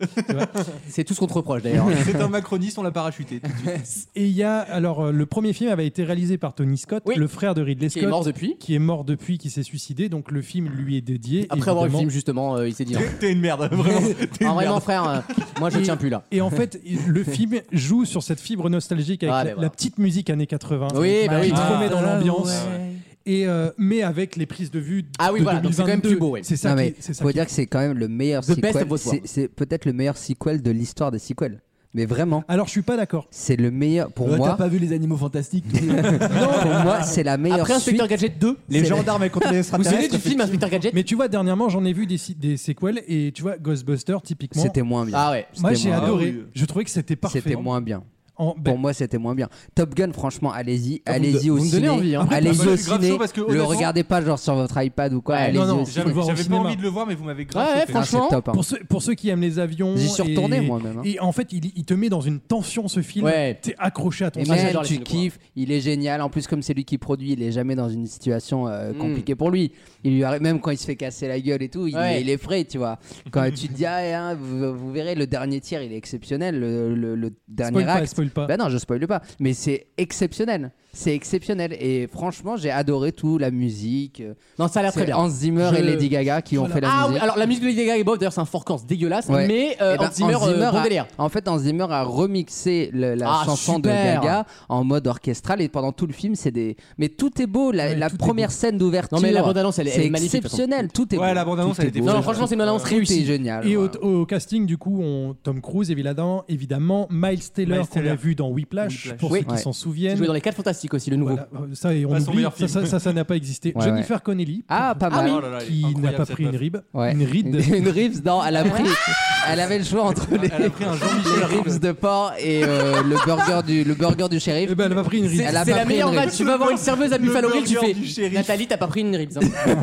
Speaker 2: C'est tout ce qu'on te reproche
Speaker 10: C'est un macroniste, on l'a parachuté. tout de suite.
Speaker 6: Et il y a alors euh, le premier film avait été réalisé par Tony Scott, le frère de Ridley
Speaker 2: Qui est
Speaker 6: Scott,
Speaker 2: mort depuis.
Speaker 6: qui est mort depuis, qui s'est suicidé. Donc le film lui est dédié.
Speaker 2: Après avoir vu le
Speaker 6: évidemment.
Speaker 2: film, justement, euh, il s'est dit. non.
Speaker 10: T'es une merde, vraiment. T'es
Speaker 2: Ah,
Speaker 10: une
Speaker 2: vraiment,
Speaker 10: merde.
Speaker 2: frère, euh, moi je
Speaker 6: Et-
Speaker 2: tiens plus là.
Speaker 6: Et en fait, le film joue sur cette fibre nostalgique avec
Speaker 2: Ah,
Speaker 6: la-
Speaker 2: ben
Speaker 6: la,
Speaker 2: voilà.
Speaker 6: petite musique années 80
Speaker 2: Oui, bah oui.
Speaker 6: qui te
Speaker 2: Ah,
Speaker 6: remet dans
Speaker 2: ah,
Speaker 6: l'ambiance.
Speaker 2: ouais.
Speaker 6: Et euh, mais avec les prises de vue
Speaker 2: Ah oui,
Speaker 6: de
Speaker 2: voilà, donc c'est quand même
Speaker 6: 2022.
Speaker 2: plus beau, ouais.
Speaker 6: C'est ça.
Speaker 4: Non,
Speaker 6: qui-
Speaker 4: mais
Speaker 6: c'est ça
Speaker 4: faut
Speaker 6: qui-
Speaker 4: dire que c'est quand même le meilleur
Speaker 2: The best
Speaker 4: sequel.
Speaker 2: of both
Speaker 4: C'est-
Speaker 2: worlds.
Speaker 4: C'est peut-être le meilleur sequel de l'histoire des sequels. Mais vraiment.
Speaker 6: Alors je suis pas d'accord.
Speaker 4: C'est le meilleur pour
Speaker 8: Ouais,
Speaker 4: moi.
Speaker 8: T'as pas vu les animaux fantastiques
Speaker 4: pour moi, c'est la meilleure
Speaker 2: Après
Speaker 4: suite.
Speaker 2: Inspecteur Gadget 2,
Speaker 4: Les gendarmes et contre les
Speaker 2: Vous
Speaker 4: extraterrestres,
Speaker 2: souvenez du film Inspecteur Gadget
Speaker 6: Mais tu vois, dernièrement, j'en ai vu des, si- des séquelles et tu vois, Ghostbusters, typiquement.
Speaker 4: C'était moins bien.
Speaker 2: Ah ouais,
Speaker 6: Moi,
Speaker 4: c'était
Speaker 6: j'ai
Speaker 4: moins
Speaker 6: adoré.
Speaker 4: bien.
Speaker 6: Je trouvais que c'était parfait.
Speaker 4: C'était moins bien.
Speaker 6: En- ben-
Speaker 4: Pour moi, c'était moins bien. Top Gun, franchement, allez-y,
Speaker 6: Ah, vous me
Speaker 4: allez-y
Speaker 6: do-
Speaker 4: au
Speaker 6: vous me donnez
Speaker 4: ciné,
Speaker 6: envie, hein. Après,
Speaker 4: allez-y
Speaker 6: moi, je
Speaker 4: au
Speaker 6: suis grave
Speaker 4: ciné.
Speaker 6: chaud parce que,
Speaker 4: le
Speaker 6: honnêtement-
Speaker 4: regardez pas genre sur votre iPad ou quoi.
Speaker 6: Ouais,
Speaker 4: allez-y
Speaker 6: non, non,
Speaker 4: au
Speaker 6: j'avais-
Speaker 4: ciné.
Speaker 6: j'avais pas
Speaker 10: J'avais pas envie de le voir, mais vous m'avez grave. chauffé.
Speaker 4: franchement, top, hein.
Speaker 6: pour, ceux, pour ceux qui aiment les avions.
Speaker 4: J'y suis retourné,
Speaker 6: et-
Speaker 4: moi-même, hein.
Speaker 6: Et en fait, il, il te met dans une tension ce film.
Speaker 4: Ouais.
Speaker 6: T'es accroché à ton
Speaker 4: Et
Speaker 6: siège.
Speaker 4: même, tu kiffes, il est génial. En plus, comme c'est lui qui produit, il est jamais dans une situation euh,
Speaker 2: Mm.
Speaker 4: compliquée pour lui. Il lui arrive, même quand il se fait casser la gueule et tout, il,
Speaker 2: Ouais.
Speaker 4: il est frais, tu vois. Quand tu te dis, ah, eh, hein, vous, vous verrez, le dernier tir, il est exceptionnel. Le, le- le dernier
Speaker 6: Spoil pas,
Speaker 4: acte.
Speaker 6: spoil pas.
Speaker 4: Bah non, je spoil pas. Mais c'est exceptionnel. C'est exceptionnel. Et franchement, j'ai adoré tout, la musique.
Speaker 2: Non, ça a l'air très
Speaker 4: C'est
Speaker 2: bien.
Speaker 4: Hans Zimmer
Speaker 2: Je-
Speaker 4: et Lady Gaga qui ont fait la
Speaker 2: ah,
Speaker 4: musique.
Speaker 2: oui, alors la musique de Lady Gaga et Bob, d'ailleurs, c'est un forecast dégueulasse,
Speaker 4: Ouais.
Speaker 2: mais euh,
Speaker 4: Eh ben,
Speaker 2: Hans Zimmer, euh, bon
Speaker 4: a-
Speaker 2: délire.
Speaker 4: En fait, Hans Zimmer a remixé le- la
Speaker 2: Ah,
Speaker 4: chanson
Speaker 2: super.
Speaker 4: de Gaga en mode orchestral et pendant tout le film, c'est des. Mais tout est beau, la, la première scène d'ouverture.
Speaker 2: Non, mais la bande-annonce, elle est- elle
Speaker 4: c'est
Speaker 2: est magnifique, de toute façon.
Speaker 4: exceptionnel. Tout est
Speaker 10: Ouais,
Speaker 4: beau.
Speaker 10: la bande-annonce,
Speaker 4: Tout
Speaker 10: elle
Speaker 4: est
Speaker 10: était
Speaker 4: beau.
Speaker 10: Non, folle. franchement, c'est une
Speaker 2: bande-annonce
Speaker 4: Tout est
Speaker 2: réussie.
Speaker 4: génial.
Speaker 6: Et au,
Speaker 4: voilà.
Speaker 6: au casting, du coup, on, Tom Cruise, évidemment, évidemment Miles Taylor,
Speaker 10: Miles
Speaker 6: qu'on
Speaker 10: Taylor.
Speaker 6: a vu dans Whiplash,
Speaker 10: Whiplash.
Speaker 6: pour
Speaker 10: Oui.
Speaker 6: ceux qui
Speaker 10: Ouais.
Speaker 6: s'en souviennent.
Speaker 2: Joué dans les 4 fantastiques aussi, le nouveau.
Speaker 6: Voilà, euh, ça, et on
Speaker 10: Pas son
Speaker 6: oublie,
Speaker 10: meilleur
Speaker 6: ça,
Speaker 10: film.
Speaker 6: ça, ça- ça n'a pas existé.
Speaker 4: Ouais,
Speaker 6: Jennifer
Speaker 4: ouais.
Speaker 6: Connelly,
Speaker 4: Ah, pas mal.
Speaker 6: oui,
Speaker 4: Oh là là,
Speaker 6: qui n'a
Speaker 10: incroyable,
Speaker 6: pas
Speaker 10: cette
Speaker 6: pris une,
Speaker 10: meuf.
Speaker 6: rib,
Speaker 4: Ouais.
Speaker 6: une ride.
Speaker 4: Une ribs, non, elle a pris. Elle avait le choix entre les,
Speaker 10: Elle a pris un
Speaker 4: les
Speaker 10: Jean-Michel
Speaker 4: ribs de porc et euh, le burger du le burger du shérif.
Speaker 6: Eh ben, elle m'a pris une ride.
Speaker 2: C'est
Speaker 4: Elle a
Speaker 2: c'est
Speaker 4: pas
Speaker 2: la
Speaker 4: pris
Speaker 2: meilleure
Speaker 4: une
Speaker 2: vanne.
Speaker 4: rib.
Speaker 2: Tu vas voir une serveuse à Buffalo
Speaker 10: Le
Speaker 2: Grill, tu fais
Speaker 10: burger du shérif.
Speaker 2: Nathalie, t'as pas pris une ribs. hein.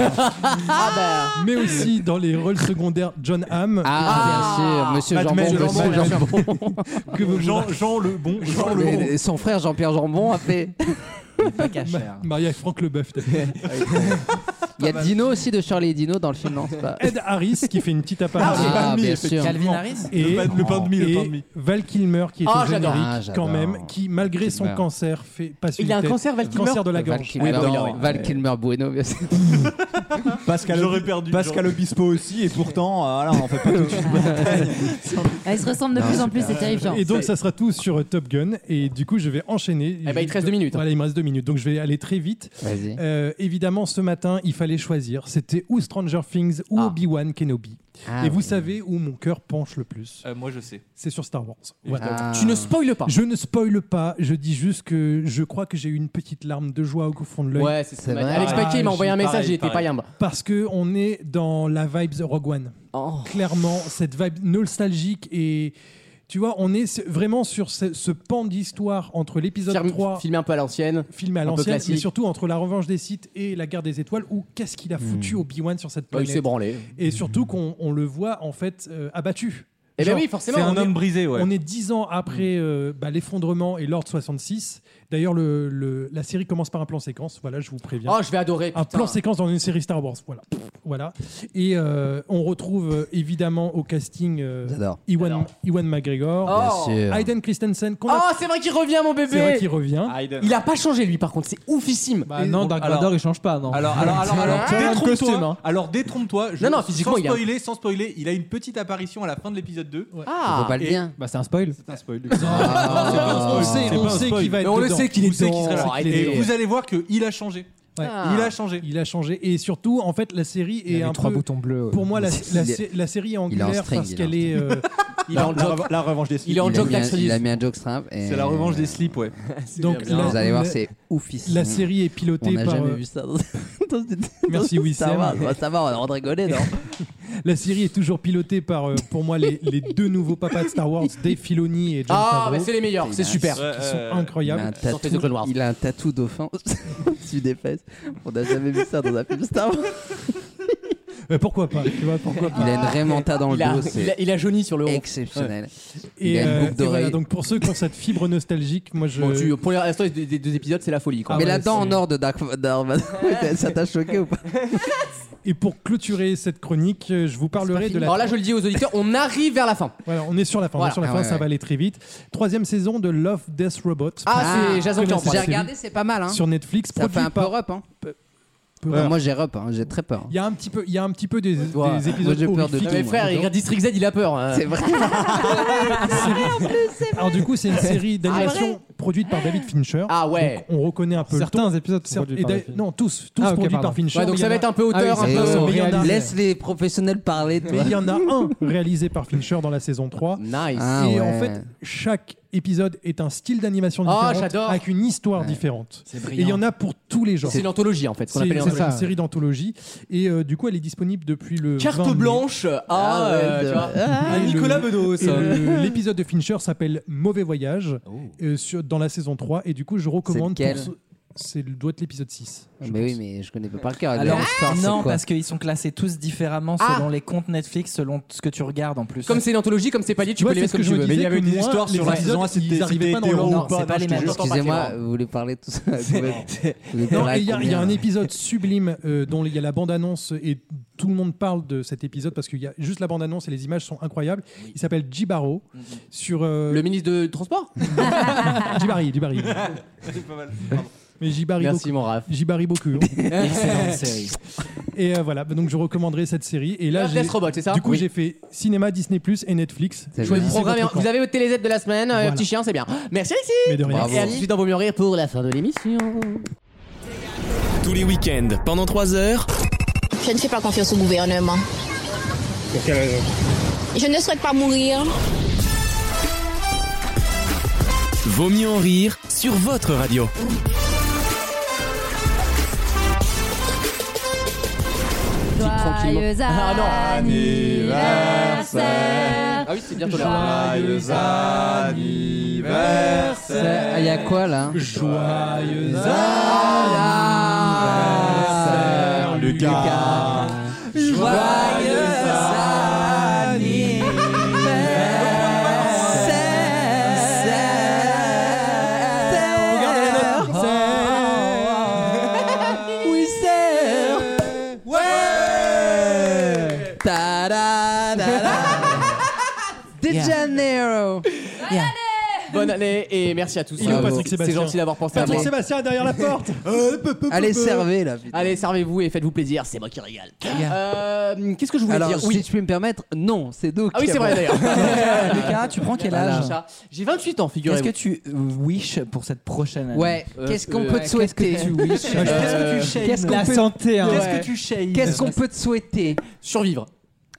Speaker 2: ah bah.
Speaker 6: Mais aussi dans les rôles secondaires, John Hamm.
Speaker 4: Ah, bien sûr, Monsieur
Speaker 6: Mad Men,
Speaker 4: Jambon,
Speaker 6: Jambon,
Speaker 4: Monsieur Jambon.
Speaker 6: que vous-
Speaker 10: Jean, Jean le bon, Jean le bon.
Speaker 4: Et- et Son frère Jean-Pierre Jambon a fait.
Speaker 9: Pas
Speaker 10: hein.
Speaker 9: cachère.
Speaker 6: Marié avec Franck Leboeuf. t'as-
Speaker 4: Il y a Dino aussi de Charlie et Dino dans le film, non c'est pas-
Speaker 6: Ed Harris qui fait une petite apparition.
Speaker 4: Ah, bien sûr.
Speaker 9: Calvin Harris
Speaker 6: et,
Speaker 10: Le pain- le pain de mie, le
Speaker 6: et
Speaker 10: pain de mie.
Speaker 6: Val Kilmer qui est
Speaker 2: Ah,
Speaker 6: au
Speaker 2: j'adore.
Speaker 6: générique
Speaker 4: Ah, j'adore.
Speaker 6: quand même qui malgré son
Speaker 4: Kilmer.
Speaker 6: cancer fait passe
Speaker 2: Il
Speaker 6: une
Speaker 2: a un
Speaker 6: tête-
Speaker 2: cancer, Val Kilmer
Speaker 6: cancer de la
Speaker 4: Val
Speaker 6: gorge
Speaker 4: Kilmer,
Speaker 6: Oui, dans-
Speaker 4: alors, Val Kilmer Bueno, bien sûr.
Speaker 5: Pascal,
Speaker 10: J'aurais perdu,
Speaker 5: Pascal
Speaker 10: j'aurais-
Speaker 5: Obispo aussi, et pourtant, euh, voilà, on fait pas tout de suite.
Speaker 7: Ils se ressemblent de plus en plus, c'est terrifiant.
Speaker 6: et donc ça sera tout sur euh, Top Gun et du coup je vais enchaîner
Speaker 2: Eh ben, il te reste deux minutes.
Speaker 6: voilà il me reste deux minutes donc je vais aller très vite
Speaker 4: Vas-y.
Speaker 6: Euh, évidemment ce matin il fallait choisir c'était ou Stranger Things ou
Speaker 2: Ah.
Speaker 6: Obi-Wan Kenobi
Speaker 4: Ah,
Speaker 6: et vous
Speaker 4: oui.
Speaker 6: savez où mon cœur penche le plus
Speaker 10: Euh, moi, je sais.
Speaker 6: c'est sur Star Wars Voilà.
Speaker 4: Ah.
Speaker 2: Tu ne spoiles pas.
Speaker 6: Je ne spoile pas, je dis juste que je crois que j'ai eu une petite larme de joie au fond de l'œil.
Speaker 2: Ouais, c'est ça.
Speaker 4: vrai.
Speaker 2: Alex Paquet m'a
Speaker 6: Ah,
Speaker 2: envoyé un
Speaker 6: j'ai-
Speaker 2: message,
Speaker 10: pareil,
Speaker 2: il était pas
Speaker 10: pareil.
Speaker 2: yambe.
Speaker 6: Parce que on est dans la vibe The Rogue One. Clairement, cette vibe nostalgique et tu vois, on est s- vraiment sur ce, ce pan d'histoire entre l'épisode
Speaker 2: Film-
Speaker 6: 3
Speaker 2: Filmé un peu à l'ancienne.
Speaker 6: filmé à
Speaker 2: un peu
Speaker 6: l'ancienne
Speaker 2: classique.
Speaker 6: et surtout entre la revanche des Sith et la guerre des étoiles où qu'est-ce qu'il a foutu Obi-Wan sur cette
Speaker 2: Ouais, Il
Speaker 6: planète
Speaker 2: s'est branlé.
Speaker 6: et surtout qu'on on le voit en fait euh, abattu.
Speaker 2: Eh ben
Speaker 6: Genre,
Speaker 2: oui, forcément.
Speaker 10: C'est
Speaker 6: on
Speaker 10: un
Speaker 6: est-
Speaker 10: homme brisé, ouais.
Speaker 6: on est dix ans
Speaker 2: Hmm.
Speaker 6: après euh, bah, l'effondrement et l'ordre 66. D'ailleurs, le, le- la série commence par un plan séquence. Voilà, je vous préviens.
Speaker 2: Oh, je vais adorer.
Speaker 6: un
Speaker 2: putain.
Speaker 6: plan séquence dans une série Star Wars. Voilà. voilà. Et euh, on retrouve euh, évidemment au casting euh,
Speaker 4: J'adore.
Speaker 6: Iwan, Iwan McGregor,
Speaker 2: Oh,
Speaker 4: Bien sûr.
Speaker 6: Hayden Christensen, qu'on a-
Speaker 2: Oh, c'est vrai qu'il revient, mon
Speaker 6: c'est vrai qu'il
Speaker 2: bébé.
Speaker 6: revient.
Speaker 10: Ah,
Speaker 2: Il a pas changé, lui, par contre. C'est oufissime.
Speaker 8: Bah non, Dark
Speaker 10: alors-
Speaker 8: Vador il change pas, non.
Speaker 10: Alors, alors, alors, alors,
Speaker 8: C'est un costume,
Speaker 10: détrompe-toi.
Speaker 8: hein.
Speaker 10: Alors, détrompe-toi. je-
Speaker 2: Non, non, physiquement,
Speaker 10: sans
Speaker 2: il a-
Speaker 10: spoiler, sans spoiler, il a une petite apparition à la fin de l'épisode 2.
Speaker 4: Faut
Speaker 2: Ah.
Speaker 4: pas le
Speaker 10: et-
Speaker 4: dire.
Speaker 8: Bah c'est un spoil.
Speaker 10: C'est un spoil.
Speaker 4: Ah.
Speaker 6: on sait,
Speaker 10: C'est
Speaker 6: on
Speaker 10: pas un
Speaker 6: sait
Speaker 10: spoil.
Speaker 6: qu'il va
Speaker 2: Mais
Speaker 6: être
Speaker 2: on le
Speaker 6: dedans.
Speaker 2: sait qu'il est
Speaker 10: Vous savez qui
Speaker 2: dedans.
Speaker 10: sera là.
Speaker 2: Arrêtez.
Speaker 10: Et vous allez voir qu'il a changé.
Speaker 6: Ouais.
Speaker 2: Ah.
Speaker 10: Il a changé.
Speaker 6: Il a changé. Et surtout, en fait, la série
Speaker 8: Il y
Speaker 6: est
Speaker 8: avait
Speaker 6: un
Speaker 8: trois
Speaker 6: peu.
Speaker 8: boutons bleus.
Speaker 6: Pour moi, la,
Speaker 4: Il
Speaker 6: la,
Speaker 4: est-
Speaker 6: sé- la série est
Speaker 4: il est en
Speaker 6: angulaire
Speaker 4: string,
Speaker 6: parce
Speaker 4: il est
Speaker 6: qu'elle
Speaker 4: en
Speaker 6: est. euh,
Speaker 2: Il est en
Speaker 5: La,
Speaker 2: joke.
Speaker 5: re- la revanche des
Speaker 2: Il est en
Speaker 4: il, a
Speaker 2: joke
Speaker 4: mis un,
Speaker 2: Dax
Speaker 4: il a
Speaker 2: Relief.
Speaker 4: mis un joke strap. et-
Speaker 10: C'est la revanche des slips, ouais.
Speaker 6: donc,
Speaker 2: bien.
Speaker 6: la-
Speaker 4: Vous allez voir,
Speaker 6: la-
Speaker 4: c'est oufissime.
Speaker 6: La série est pilotée
Speaker 4: On n'a
Speaker 6: par.
Speaker 4: jamais
Speaker 6: euh,
Speaker 4: vu ça. dans- dans- dans-
Speaker 6: Merci,
Speaker 4: Ça
Speaker 6: Wissem.
Speaker 4: va, bah, ça va, on va en rigoler, non
Speaker 6: La série est toujours pilotée par, euh, pour moi, les, les deux nouveaux papas de Star Wars, Dave Filoni et John
Speaker 2: Ah,
Speaker 6: Favreau,
Speaker 2: mais c'est les meilleurs, c'est
Speaker 6: qui
Speaker 2: super.
Speaker 6: sont-
Speaker 2: Ouais,
Speaker 6: Qui
Speaker 2: ouais.
Speaker 6: sont incroyables.
Speaker 4: Il a un tatou, il a un tatou dauphin au-dessus des fesses. On n'a jamais vu ça dans un film Star Wars.
Speaker 6: Mais Euh, pourquoi pas, tu vois, pourquoi pas.
Speaker 4: Il a une rémanta dans le
Speaker 6: Il a-
Speaker 4: dos.
Speaker 6: il a- il a jauni sur le haut.
Speaker 4: Exceptionnel.
Speaker 6: Ouais.
Speaker 4: Il
Speaker 6: Et,
Speaker 4: a une
Speaker 6: euh,
Speaker 4: boucle
Speaker 6: et voilà,
Speaker 4: d'oreille.
Speaker 6: donc pour ceux qui ont cette fibre nostalgique, moi je.
Speaker 2: Bon, tu- pour l'instant des, des deux épisodes, c'est la folie. Quoi.
Speaker 6: Ah
Speaker 4: Mais
Speaker 6: ouais,
Speaker 4: la dent en
Speaker 6: c'est-
Speaker 4: or de Dark Vador, ça t'a choqué ou pas
Speaker 6: Et pour clôturer cette chronique, euh, je vous parlerai de la.
Speaker 2: Alors Oh, là, je le dis aux auditeurs, on arrive vers la fin.
Speaker 6: Voilà, on est sur la fin, on est
Speaker 2: Voilà.
Speaker 6: sur la
Speaker 2: Ah
Speaker 6: fin,
Speaker 2: ouais,
Speaker 6: ça
Speaker 2: ouais.
Speaker 6: va aller très vite. Troisième saison de Love, Death, Robot.
Speaker 2: Ah, c'est Jason qui en parle.
Speaker 6: Connaissez la
Speaker 2: J'ai
Speaker 6: série
Speaker 2: regardé,
Speaker 4: c'est pas mal, hein.
Speaker 6: Sur Netflix,
Speaker 4: Ça fait
Speaker 6: produit
Speaker 4: un peu
Speaker 6: par-
Speaker 4: rep. Hein.
Speaker 6: peu
Speaker 4: Ouais,
Speaker 6: rep.
Speaker 4: moi j'ai rep, hein, j'ai très peur.
Speaker 6: Il y a un petit peu, il y a un petit peu des,
Speaker 4: Toi,
Speaker 6: des
Speaker 4: moi,
Speaker 6: épisodes
Speaker 4: j'ai peur de
Speaker 6: horrifiques.
Speaker 4: tout, Mais frère, moi. il regarde
Speaker 2: District Z, il a peur. hein.
Speaker 4: C'est vrai.
Speaker 6: Alors du coup, c'est une série
Speaker 2: Ah,
Speaker 6: d'animation
Speaker 2: vrai
Speaker 6: produite par David Fincher.
Speaker 2: Ah ouais.
Speaker 6: Donc, on reconnaît un peu
Speaker 2: Certains
Speaker 6: épisodes
Speaker 2: produits par David.
Speaker 6: Non, tous, tous
Speaker 2: Ah, ok,
Speaker 6: produits
Speaker 2: pardon.
Speaker 6: par Fincher.
Speaker 2: Ouais, donc
Speaker 6: mais
Speaker 2: ça
Speaker 6: il y
Speaker 2: va
Speaker 6: en
Speaker 2: être
Speaker 6: a-
Speaker 2: un peu auteur,
Speaker 6: Ah oui,
Speaker 2: un peu
Speaker 6: c'est-
Speaker 2: sombre.
Speaker 6: mais il y en a-
Speaker 4: Laisse les professionnels parler. toi.
Speaker 6: Mais il y en a un réalisé par Fincher dans la saison 3.
Speaker 2: Nice.
Speaker 4: Ah
Speaker 6: et
Speaker 4: ouais.
Speaker 6: en fait, chaque épisode est un style d'animation
Speaker 2: Oh,
Speaker 6: différent
Speaker 2: j'adore.
Speaker 6: avec une histoire différente.
Speaker 2: C'est
Speaker 6: Et
Speaker 2: brillant.
Speaker 6: il y en a pour tous les genres.
Speaker 2: C'est une anthologie, en fait, ce qu'on
Speaker 6: C'est-
Speaker 2: appelle une
Speaker 6: c'est une
Speaker 2: anthologie.
Speaker 6: série d'anthologie. Et euh, du coup, elle est disponible depuis le.
Speaker 2: Carte
Speaker 6: 20 mai.
Speaker 2: blanche à, Ah ouais, euh, de- tu vois, à
Speaker 6: Et le-
Speaker 2: Nicolas Bedos.
Speaker 6: et le- L'épisode de Fincher s'appelle Mauvais Voyage
Speaker 2: Oh.
Speaker 6: euh, sur- dans la saison 3. Et du coup, je recommande.
Speaker 4: C'est lequel
Speaker 6: pour ce- C'est le doit être l'épisode 6.
Speaker 2: Ah,
Speaker 6: je
Speaker 4: Ah, Mais oui,
Speaker 6: pense.
Speaker 4: mais je connais pas par cœur.
Speaker 9: Alors,
Speaker 4: Adventure Star, c'est
Speaker 9: Ah, non,
Speaker 4: quoi
Speaker 9: parce qu'ils sont classés tous différemment
Speaker 2: Ah.
Speaker 9: selon les comptes Netflix, selon ce que tu regardes en plus.
Speaker 2: Comme c'est une anthologie, comme c'est pas lié, tu
Speaker 9: Ouais,
Speaker 2: peux les
Speaker 9: c'est
Speaker 2: mettre
Speaker 9: ce
Speaker 2: comme
Speaker 9: que
Speaker 2: tu veux.
Speaker 9: je me disais que moi, les épisodes, ils arrivaient pas dans le ordre. Non, c'est pas les mêmes.
Speaker 4: Excusez-moi, vous voulez parler tout ça
Speaker 6: Non, et il y, a- il y a un épisode sublime euh, dont il y a la bande-annonce et tout le monde parle de cet épisode parce qu'il y a juste la bande-annonce et les images sont incroyables. Il s'appelle Jibaro
Speaker 10: Mm-hmm.
Speaker 6: sur euh,
Speaker 2: Le ministre de Transport
Speaker 6: Jibari, Jibari.
Speaker 10: C'est pas mal.
Speaker 6: Mais Jibari
Speaker 2: Merci,
Speaker 6: beaucoup.
Speaker 2: mon Raph.
Speaker 6: Jibari beaucoup.
Speaker 2: Excellente série.
Speaker 6: Et euh, voilà, donc je recommanderais cette série. Et
Speaker 9: Ah,
Speaker 6: là,
Speaker 2: Love,
Speaker 6: j'ai-
Speaker 2: Death, Robot, c'est ça
Speaker 6: Du coup,
Speaker 2: Oui.
Speaker 6: j'ai fait cinéma, Disney Plus et Netflix.
Speaker 2: Choisissez
Speaker 6: Choisissez
Speaker 2: programme.
Speaker 6: votre camp.
Speaker 2: Vous avez votre télé Z de la semaine, euh,
Speaker 6: Voilà.
Speaker 2: petit chien, c'est bien. Merci Alexis
Speaker 6: Mais de rien.
Speaker 2: Et à tout de suite dans Vaut mieux rire pour la fin de l'émission.
Speaker 1: Tous les week-ends, pendant 3 heures.
Speaker 12: Je ne fais pas confiance au gouvernement.
Speaker 1: Pour quelle raison
Speaker 12: Je ne souhaite pas mourir.
Speaker 1: Vaut mieux en rire sur votre radio.
Speaker 7: Joyeux
Speaker 4: Ah
Speaker 7: anniversaire.
Speaker 2: Ah oui, c'est bientôt
Speaker 4: l'heure.
Speaker 2: Joyeux
Speaker 7: Ah,
Speaker 4: anniversaire. Il y a quoi là
Speaker 6: Joyeux
Speaker 4: anniversaire,
Speaker 10: Lucas.
Speaker 4: Joyeux anniversaire. Oui, c'est. Ouais. Ta da da da. De
Speaker 2: Yeah.
Speaker 4: Janeiro.
Speaker 2: Bonne année et merci à tous.
Speaker 6: Il est où,
Speaker 2: Bravo.
Speaker 6: Patrick
Speaker 2: C'est
Speaker 6: Sébastien
Speaker 2: gentil d'avoir pensé à
Speaker 6: Patrick
Speaker 2: moi.
Speaker 6: Sébastien derrière la porte.
Speaker 4: Allez, servez là. putain.
Speaker 2: Allez, servez-vous et faites-vous plaisir, c'est moi qui régale. Euh, Qu'est-ce que je voulais
Speaker 4: Alors,
Speaker 2: dire
Speaker 4: si tu peux me permettre, non, c'est nous.
Speaker 2: Ah oui,
Speaker 4: qui
Speaker 2: c'est
Speaker 4: avons-
Speaker 2: vrai d'ailleurs.
Speaker 9: Lucas, tu prends quel
Speaker 2: Voilà.
Speaker 9: âge
Speaker 2: J'ai 28 ans,
Speaker 9: Qu'est-ce
Speaker 2: figurez-vous.
Speaker 9: que tu euh, wish pour cette prochaine année
Speaker 4: Ouais,
Speaker 2: Euh,
Speaker 4: qu'est-ce qu'on
Speaker 2: euh,
Speaker 4: peut te
Speaker 2: qu'est-ce que
Speaker 4: souhaiter
Speaker 2: tu wishes
Speaker 4: Qu'est-ce
Speaker 2: Euh,
Speaker 4: shames
Speaker 9: qu'est-ce qu'on La peut- santé, hein. qu'est-ce que tu shames
Speaker 4: Qu'est-ce qu'on peut te souhaiter
Speaker 2: Survivre.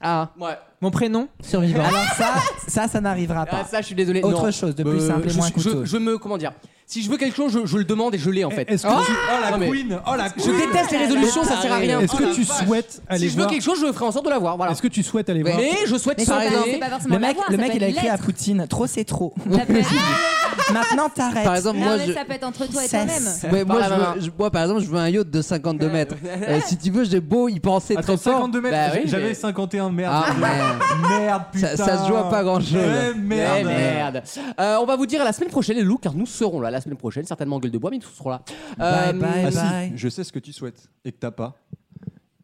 Speaker 4: Ah,
Speaker 2: Ouais.
Speaker 9: Mon prénom Survivant. Alors ça, ça, ça n'arrivera pas.
Speaker 2: Ah, ça, je suis désolé.
Speaker 9: Autre
Speaker 2: non.
Speaker 9: chose de plus
Speaker 2: Euh,
Speaker 9: simple et
Speaker 2: je,
Speaker 9: moins
Speaker 2: je-
Speaker 9: coûteux.
Speaker 2: je me. Comment dire Si je veux quelque chose, je, je le demande et je l'ai en fait. Ah,
Speaker 6: Eh, Est-ce que tu-
Speaker 10: Oh la
Speaker 2: Non, mais-
Speaker 10: queen Oh la
Speaker 2: Je déteste les résolutions, ça sert à rien.
Speaker 6: Est-ce
Speaker 2: Oh,
Speaker 6: que
Speaker 2: la
Speaker 6: tu
Speaker 2: vache.
Speaker 6: souhaites aller
Speaker 2: Si je veux
Speaker 6: voir
Speaker 2: quelque chose, je ferai en sorte de l'avoir. Voilà.
Speaker 6: Est-ce que tu souhaites aller voir
Speaker 2: Mais je souhaite
Speaker 9: Mais
Speaker 2: ça.
Speaker 9: c'est pas-
Speaker 2: Et-
Speaker 7: c'est pas forcément
Speaker 9: Le mec,
Speaker 7: la voix,
Speaker 9: le
Speaker 7: ça
Speaker 9: mec
Speaker 7: peut
Speaker 9: il a
Speaker 7: être
Speaker 9: écrit à
Speaker 7: lettre.
Speaker 9: Poutine, trop c'est trop.
Speaker 7: Ça peut être-
Speaker 9: Maintenant t'arrêtes.
Speaker 4: Par exemple,
Speaker 7: Non,
Speaker 4: moi,
Speaker 7: mais
Speaker 4: je-
Speaker 7: ça peut être entre toi et
Speaker 9: Ça,
Speaker 7: toi-même.
Speaker 9: c'est-
Speaker 4: Ouais, moi,
Speaker 2: Par la
Speaker 4: je veux-
Speaker 2: main.
Speaker 4: je- moi, par exemple, je veux un yacht de 52 mètres. Euh, si tu veux, j'ai beau y penser
Speaker 10: Attends,
Speaker 4: très fort.
Speaker 10: 52 mètres
Speaker 2: Bah oui,
Speaker 10: J'avais
Speaker 2: mais-
Speaker 10: 51, merde.
Speaker 4: Ah, merde.
Speaker 10: Merde, putain.
Speaker 4: Ça- ça se joue à pas grand-chose.
Speaker 10: Eh,
Speaker 2: Eh,
Speaker 10: merde.
Speaker 2: merde. Euh, on va vous dire à la semaine prochaine, les loups, car nous serons là la semaine prochaine, certainement en gueule de bois, mais nous serons là. Euh,
Speaker 9: Bye, bye,
Speaker 5: Ah si,
Speaker 9: bye.
Speaker 5: je sais ce que tu souhaites et que t'as pas.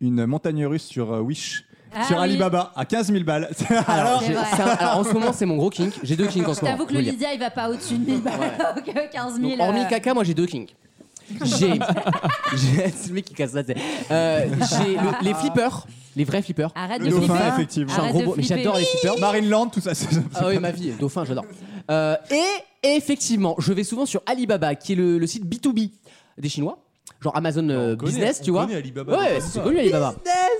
Speaker 5: Une montagne russe sur euh, Wish.
Speaker 7: Ah
Speaker 5: sur
Speaker 7: oui. Ah
Speaker 5: Alibaba à 15 000 balles.
Speaker 2: Alors,
Speaker 7: C'est
Speaker 2: j'ai-
Speaker 7: vrai.
Speaker 2: c'est un- alors, en ce moment, c'est mon gros kink. J'ai deux kinks en
Speaker 7: Je
Speaker 2: ce moment.
Speaker 7: t'avoue que
Speaker 2: je
Speaker 7: le
Speaker 2: vous le dis.
Speaker 7: Lydia, il va pas au-dessus de 1000 balles, que 15 000.
Speaker 2: Donc, hormis
Speaker 7: euh,
Speaker 2: caca, moi j'ai deux kinks. J'ai. j'ai- c'est le mec qui casse la tête. Euh, j'ai le- les flippers, les vrais flippers.
Speaker 7: Arrête
Speaker 5: Le
Speaker 7: de
Speaker 5: dauphin,
Speaker 7: flipper. hein.
Speaker 5: effectivement.
Speaker 2: Je suis un
Speaker 7: Ah, Arrête
Speaker 2: gros
Speaker 7: de
Speaker 2: beau- mais
Speaker 7: flipper.
Speaker 2: J'adore les flippers.
Speaker 5: Marine Land, tout ça. c'est-
Speaker 2: Ah oui, ma vie, dauphin, j'adore. Euh, et effectivement, je vais souvent sur Alibaba, qui est le, le site B2B des Chinois. Genre Amazon euh,
Speaker 10: On connaît-
Speaker 2: Business, tu
Speaker 10: on
Speaker 2: vois.
Speaker 10: connaît Alibaba, on
Speaker 2: ouais,
Speaker 10: connaît
Speaker 2: c'est
Speaker 10: pas.
Speaker 2: connu Alibaba.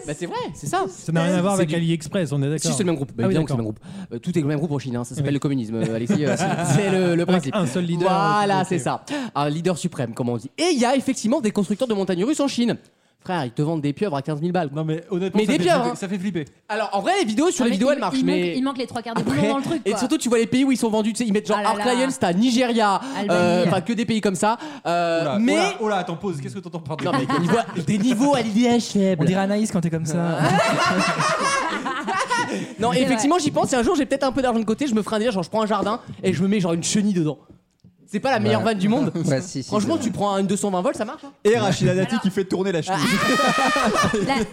Speaker 2: Bah, c'est vrai, c'est ça.
Speaker 6: Ça n'a rien à voir
Speaker 2: C'est
Speaker 6: avec
Speaker 2: du-
Speaker 6: AliExpress, on est d'accord.
Speaker 2: Si, c'est le même groupe. Bah,
Speaker 6: Ah oui,
Speaker 2: évidemment que c'est le même
Speaker 6: d'accord.
Speaker 2: groupe. Euh, tout est le même groupe en Chine. hein. Ça s'appelle le communisme, euh, Alexis. euh, c'est- c'est le, le principe.
Speaker 6: un seul leader,
Speaker 10: hein,
Speaker 2: Voilà,
Speaker 6: ok.
Speaker 10: euh,
Speaker 2: c'est ça. Un leader suprême, comme on dit. Et il y a effectivement des constructeurs de montagnes russes en Chine. Frère, ils te vendent des pieuvres à 15 000 balles.
Speaker 10: Non, mais honnêtement,
Speaker 2: mais
Speaker 10: ça
Speaker 2: des
Speaker 10: fait
Speaker 2: pieuvres.
Speaker 10: flipper,
Speaker 2: hein.
Speaker 10: ça fait flipper.
Speaker 2: Alors, en vrai, les vidéos sur
Speaker 7: Non,
Speaker 2: les
Speaker 7: mais
Speaker 2: vidéos,
Speaker 7: il-
Speaker 2: elles marchent.
Speaker 7: il manque-
Speaker 2: mais...
Speaker 7: il manque les trois quarts de boulot dans le truc,
Speaker 2: Et
Speaker 7: quoi.
Speaker 2: surtout, tu vois les pays où ils sont vendus. Tu sais, ils mettent genre
Speaker 7: Ah là
Speaker 2: Arc
Speaker 7: là.
Speaker 2: Lions, t'as Nigeria,
Speaker 7: Albanie.
Speaker 2: euh, enfin que des pays comme ça. Euh,
Speaker 10: Oula,
Speaker 2: mais.
Speaker 10: oula, oula, attends, pause. Qu'est-ce que t'entends par
Speaker 2: Non, mais il voit des niveaux à l'IDHM.
Speaker 9: On dirait Anaïs quand t'es comme ça.
Speaker 2: Non, et
Speaker 7: C'est
Speaker 2: effectivement, j'y pense. Et un jour, j'ai peut-être un peu d'argent de côté. Je me ferai un délire, genre, je prends un jardin et je me mets genre une chenille dedans. C'est pas la meilleure
Speaker 4: Ouais.
Speaker 2: vanne du monde.
Speaker 4: Bah, si, si,
Speaker 2: Franchement,
Speaker 4: c'est
Speaker 2: tu prends une 220 volts, ça marche. hein
Speaker 5: Et Rachida Dati qui fait tourner la chenille.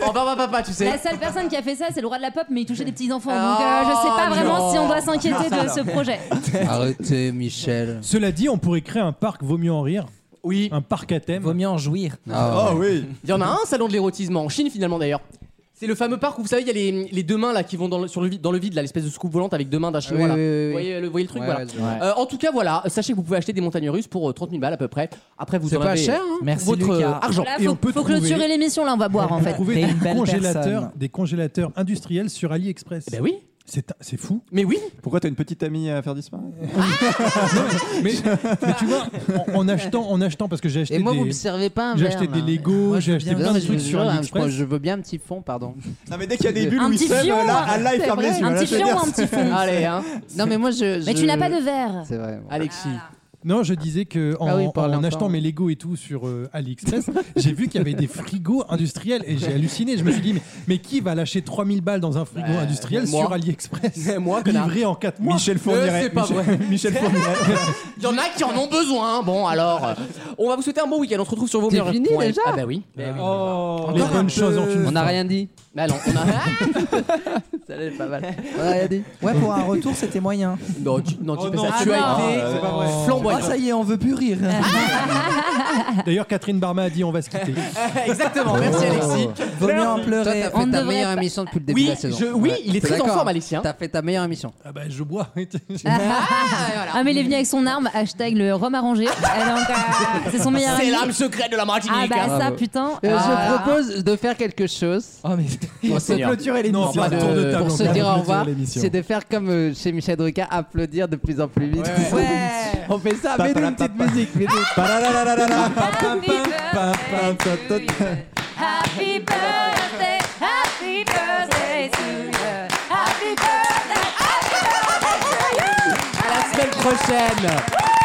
Speaker 2: Oh, bah, bah, papa, tu sais.
Speaker 7: La seule personne qui a fait ça, c'est le roi de la pop, mais il touchait des petits enfants.
Speaker 2: Ah,
Speaker 7: donc euh, je sais pas
Speaker 2: non.
Speaker 7: vraiment si on doit s'inquiéter de ce projet.
Speaker 4: Arrêtez, Michel.
Speaker 6: Cela dit, on pourrait créer un parc Vaut mieux en rire.
Speaker 2: Oui.
Speaker 6: Un parc à thème. Vaut
Speaker 9: mieux en jouir.
Speaker 5: Ah oui.
Speaker 2: Il y en a un salon de l'érotisme en Chine finalement d'ailleurs. C'est le fameux parc où vous savez il y a les, les deux mains là qui vont dans le, sur le vide, dans le vide là l'espèce de scoop volante avec deux mains d'un chinois
Speaker 4: Oui,
Speaker 2: là.
Speaker 4: oui, oui, oui.
Speaker 2: Vous, voyez, le, vous voyez le truc
Speaker 4: Ouais,
Speaker 2: voilà.
Speaker 4: je vois.
Speaker 2: Euh, en tout cas voilà, sachez que vous pouvez acheter des montagnes russes pour euh, 30 000 balles à peu près. Après vous
Speaker 4: C'est
Speaker 2: en
Speaker 4: pas
Speaker 2: avez
Speaker 4: cher, hein.
Speaker 2: pour
Speaker 9: Merci,
Speaker 2: votre
Speaker 9: Lucas.
Speaker 2: euh, argent.
Speaker 7: Là,
Speaker 6: Et
Speaker 7: faut,
Speaker 6: on peut
Speaker 7: faut
Speaker 6: trouver-
Speaker 7: clouturer l'émission, là, on va boire en fait.
Speaker 6: Trouver
Speaker 9: T'es
Speaker 6: des
Speaker 9: une belle
Speaker 6: congélateurs,
Speaker 9: personne.
Speaker 6: des congélateurs industriels sur AliExpress.
Speaker 2: Eh ben oui.
Speaker 6: C'est c'est fou.
Speaker 2: Mais oui.
Speaker 5: Pourquoi t'as une petite amie à faire disparaître
Speaker 6: Mais, mais tu vois, en, en achetant, en achetant parce que j'ai acheté
Speaker 4: Et moi,
Speaker 6: des-
Speaker 4: vous me servez pas un
Speaker 6: j'ai
Speaker 4: verre,
Speaker 2: Ah,
Speaker 6: acheté des
Speaker 4: là.
Speaker 6: Lego, j'ai acheté
Speaker 4: Bien,
Speaker 6: plein de
Speaker 4: je-
Speaker 6: trucs
Speaker 4: je- hein,
Speaker 6: sur
Speaker 2: hein,
Speaker 4: je-
Speaker 6: AliExpress.
Speaker 4: Je veux bien un petit fond, pardon.
Speaker 5: Non, mais dès qu'il y a des bulles
Speaker 7: Un
Speaker 5: où il
Speaker 7: petit
Speaker 5: sème,
Speaker 7: fion,
Speaker 5: là,
Speaker 7: hein.
Speaker 5: Allah, il
Speaker 7: C'est
Speaker 5: ferme
Speaker 7: vrai.
Speaker 5: les yeux.
Speaker 7: Un
Speaker 5: là,
Speaker 7: petit
Speaker 5: je veux
Speaker 7: fion
Speaker 5: dire.
Speaker 7: ou un petit fond
Speaker 2: Allez hein.
Speaker 4: Non, mais moi, je.
Speaker 7: Mais
Speaker 4: je-
Speaker 7: tu n'as pas de verre.
Speaker 4: C'est vrai. bon.
Speaker 2: Alexis.
Speaker 6: Non, je disais que en,
Speaker 4: Ah oui, parle
Speaker 6: en
Speaker 4: encore.
Speaker 6: achetant mes Lego et tout sur euh, AliExpress, j'ai vu qu'il y avait des frigos industriels et j'ai halluciné. Je me suis dit, mais, mais qui va lâcher 3000 balles dans un frigo industriel
Speaker 2: moi.
Speaker 6: sur AliExpress
Speaker 2: moi connard.
Speaker 6: Livré en 4 mois.
Speaker 5: Michel Fourniret.
Speaker 2: Euh, c'est pas
Speaker 5: Michel-
Speaker 2: vrai.
Speaker 5: Michel
Speaker 6: Eh
Speaker 5: Fourniret.
Speaker 2: Il y en a qui en ont besoin. Bon alors, euh, on va vous souhaiter un bon week-end. On se retrouve sur vos
Speaker 4: T'es
Speaker 2: meilleurs-
Speaker 4: fini,
Speaker 2: Point.
Speaker 4: déjà
Speaker 2: Ah bah oui. Bah oui.
Speaker 10: Oh,
Speaker 6: Les bonnes choses en
Speaker 4: On
Speaker 6: finissent.
Speaker 4: n'a rien dit.
Speaker 2: Bah non, on a.
Speaker 4: Ça allait pas mal. On n'a rien dit.
Speaker 9: Ouais, pour un retour, c'était moyen.
Speaker 2: Non, tu, non, dis
Speaker 10: Oh
Speaker 2: pas
Speaker 10: non,
Speaker 2: ça.
Speaker 10: ah
Speaker 2: Tu
Speaker 10: non.
Speaker 2: as
Speaker 10: Ah,
Speaker 2: été
Speaker 10: c'est
Speaker 6: Oh.
Speaker 10: pas vrai.
Speaker 9: Ah,
Speaker 2: flamboyant.
Speaker 9: ça y est, on veut plus rire.
Speaker 6: D'ailleurs, Catherine Barma a dit, on va se quitter.
Speaker 2: Exactement. Merci Alexis.
Speaker 9: Vaut mieux en
Speaker 4: Toi,
Speaker 9: pleurer.
Speaker 4: t'as
Speaker 7: on
Speaker 4: fait ta
Speaker 7: devrait
Speaker 4: meilleure
Speaker 7: pas-
Speaker 4: émission depuis le début
Speaker 2: Oui,
Speaker 4: de la saison.
Speaker 2: je- oui,
Speaker 4: Ouais.
Speaker 2: il est
Speaker 4: T'es
Speaker 2: très en
Speaker 4: d'accord
Speaker 2: forme, Alexis. hein.
Speaker 4: T'as fait ta meilleure émission.
Speaker 6: Ah bah, je bois.
Speaker 7: Ah, mais elle est venue avec son arme, hashtag le rhum arrangé. Elle est encore- C'est son meilleur
Speaker 2: C'est
Speaker 7: ami.
Speaker 2: l'âme secrète de la Martinique. hein.
Speaker 7: Ah bah ça,
Speaker 4: Bravo.
Speaker 7: putain.
Speaker 4: Euh,
Speaker 7: Ah.
Speaker 4: Je propose de faire quelque chose.
Speaker 9: Oh, mais
Speaker 2: Oh,
Speaker 5: C'est
Speaker 2: Seigneur.
Speaker 5: clôturer les
Speaker 6: Non,
Speaker 5: Non,
Speaker 6: pas
Speaker 4: de-
Speaker 6: de tour de table.
Speaker 4: pour
Speaker 6: on
Speaker 4: se
Speaker 6: va
Speaker 4: dire au
Speaker 6: clôturer
Speaker 4: revoir,
Speaker 6: l'émission.
Speaker 4: c'est de faire comme euh, chez Michel Drucker, applaudir de plus en plus vite.
Speaker 9: Ouais.
Speaker 4: On fait ça,
Speaker 5: Pa-
Speaker 4: mets-nous
Speaker 5: pa-
Speaker 4: une
Speaker 5: pa-
Speaker 4: petite
Speaker 5: pa-
Speaker 4: musique. mets-nous-
Speaker 7: Happy birthday to you. Happy birthday, happy birthday to you. Happy birthday.
Speaker 2: À la semaine prochaine.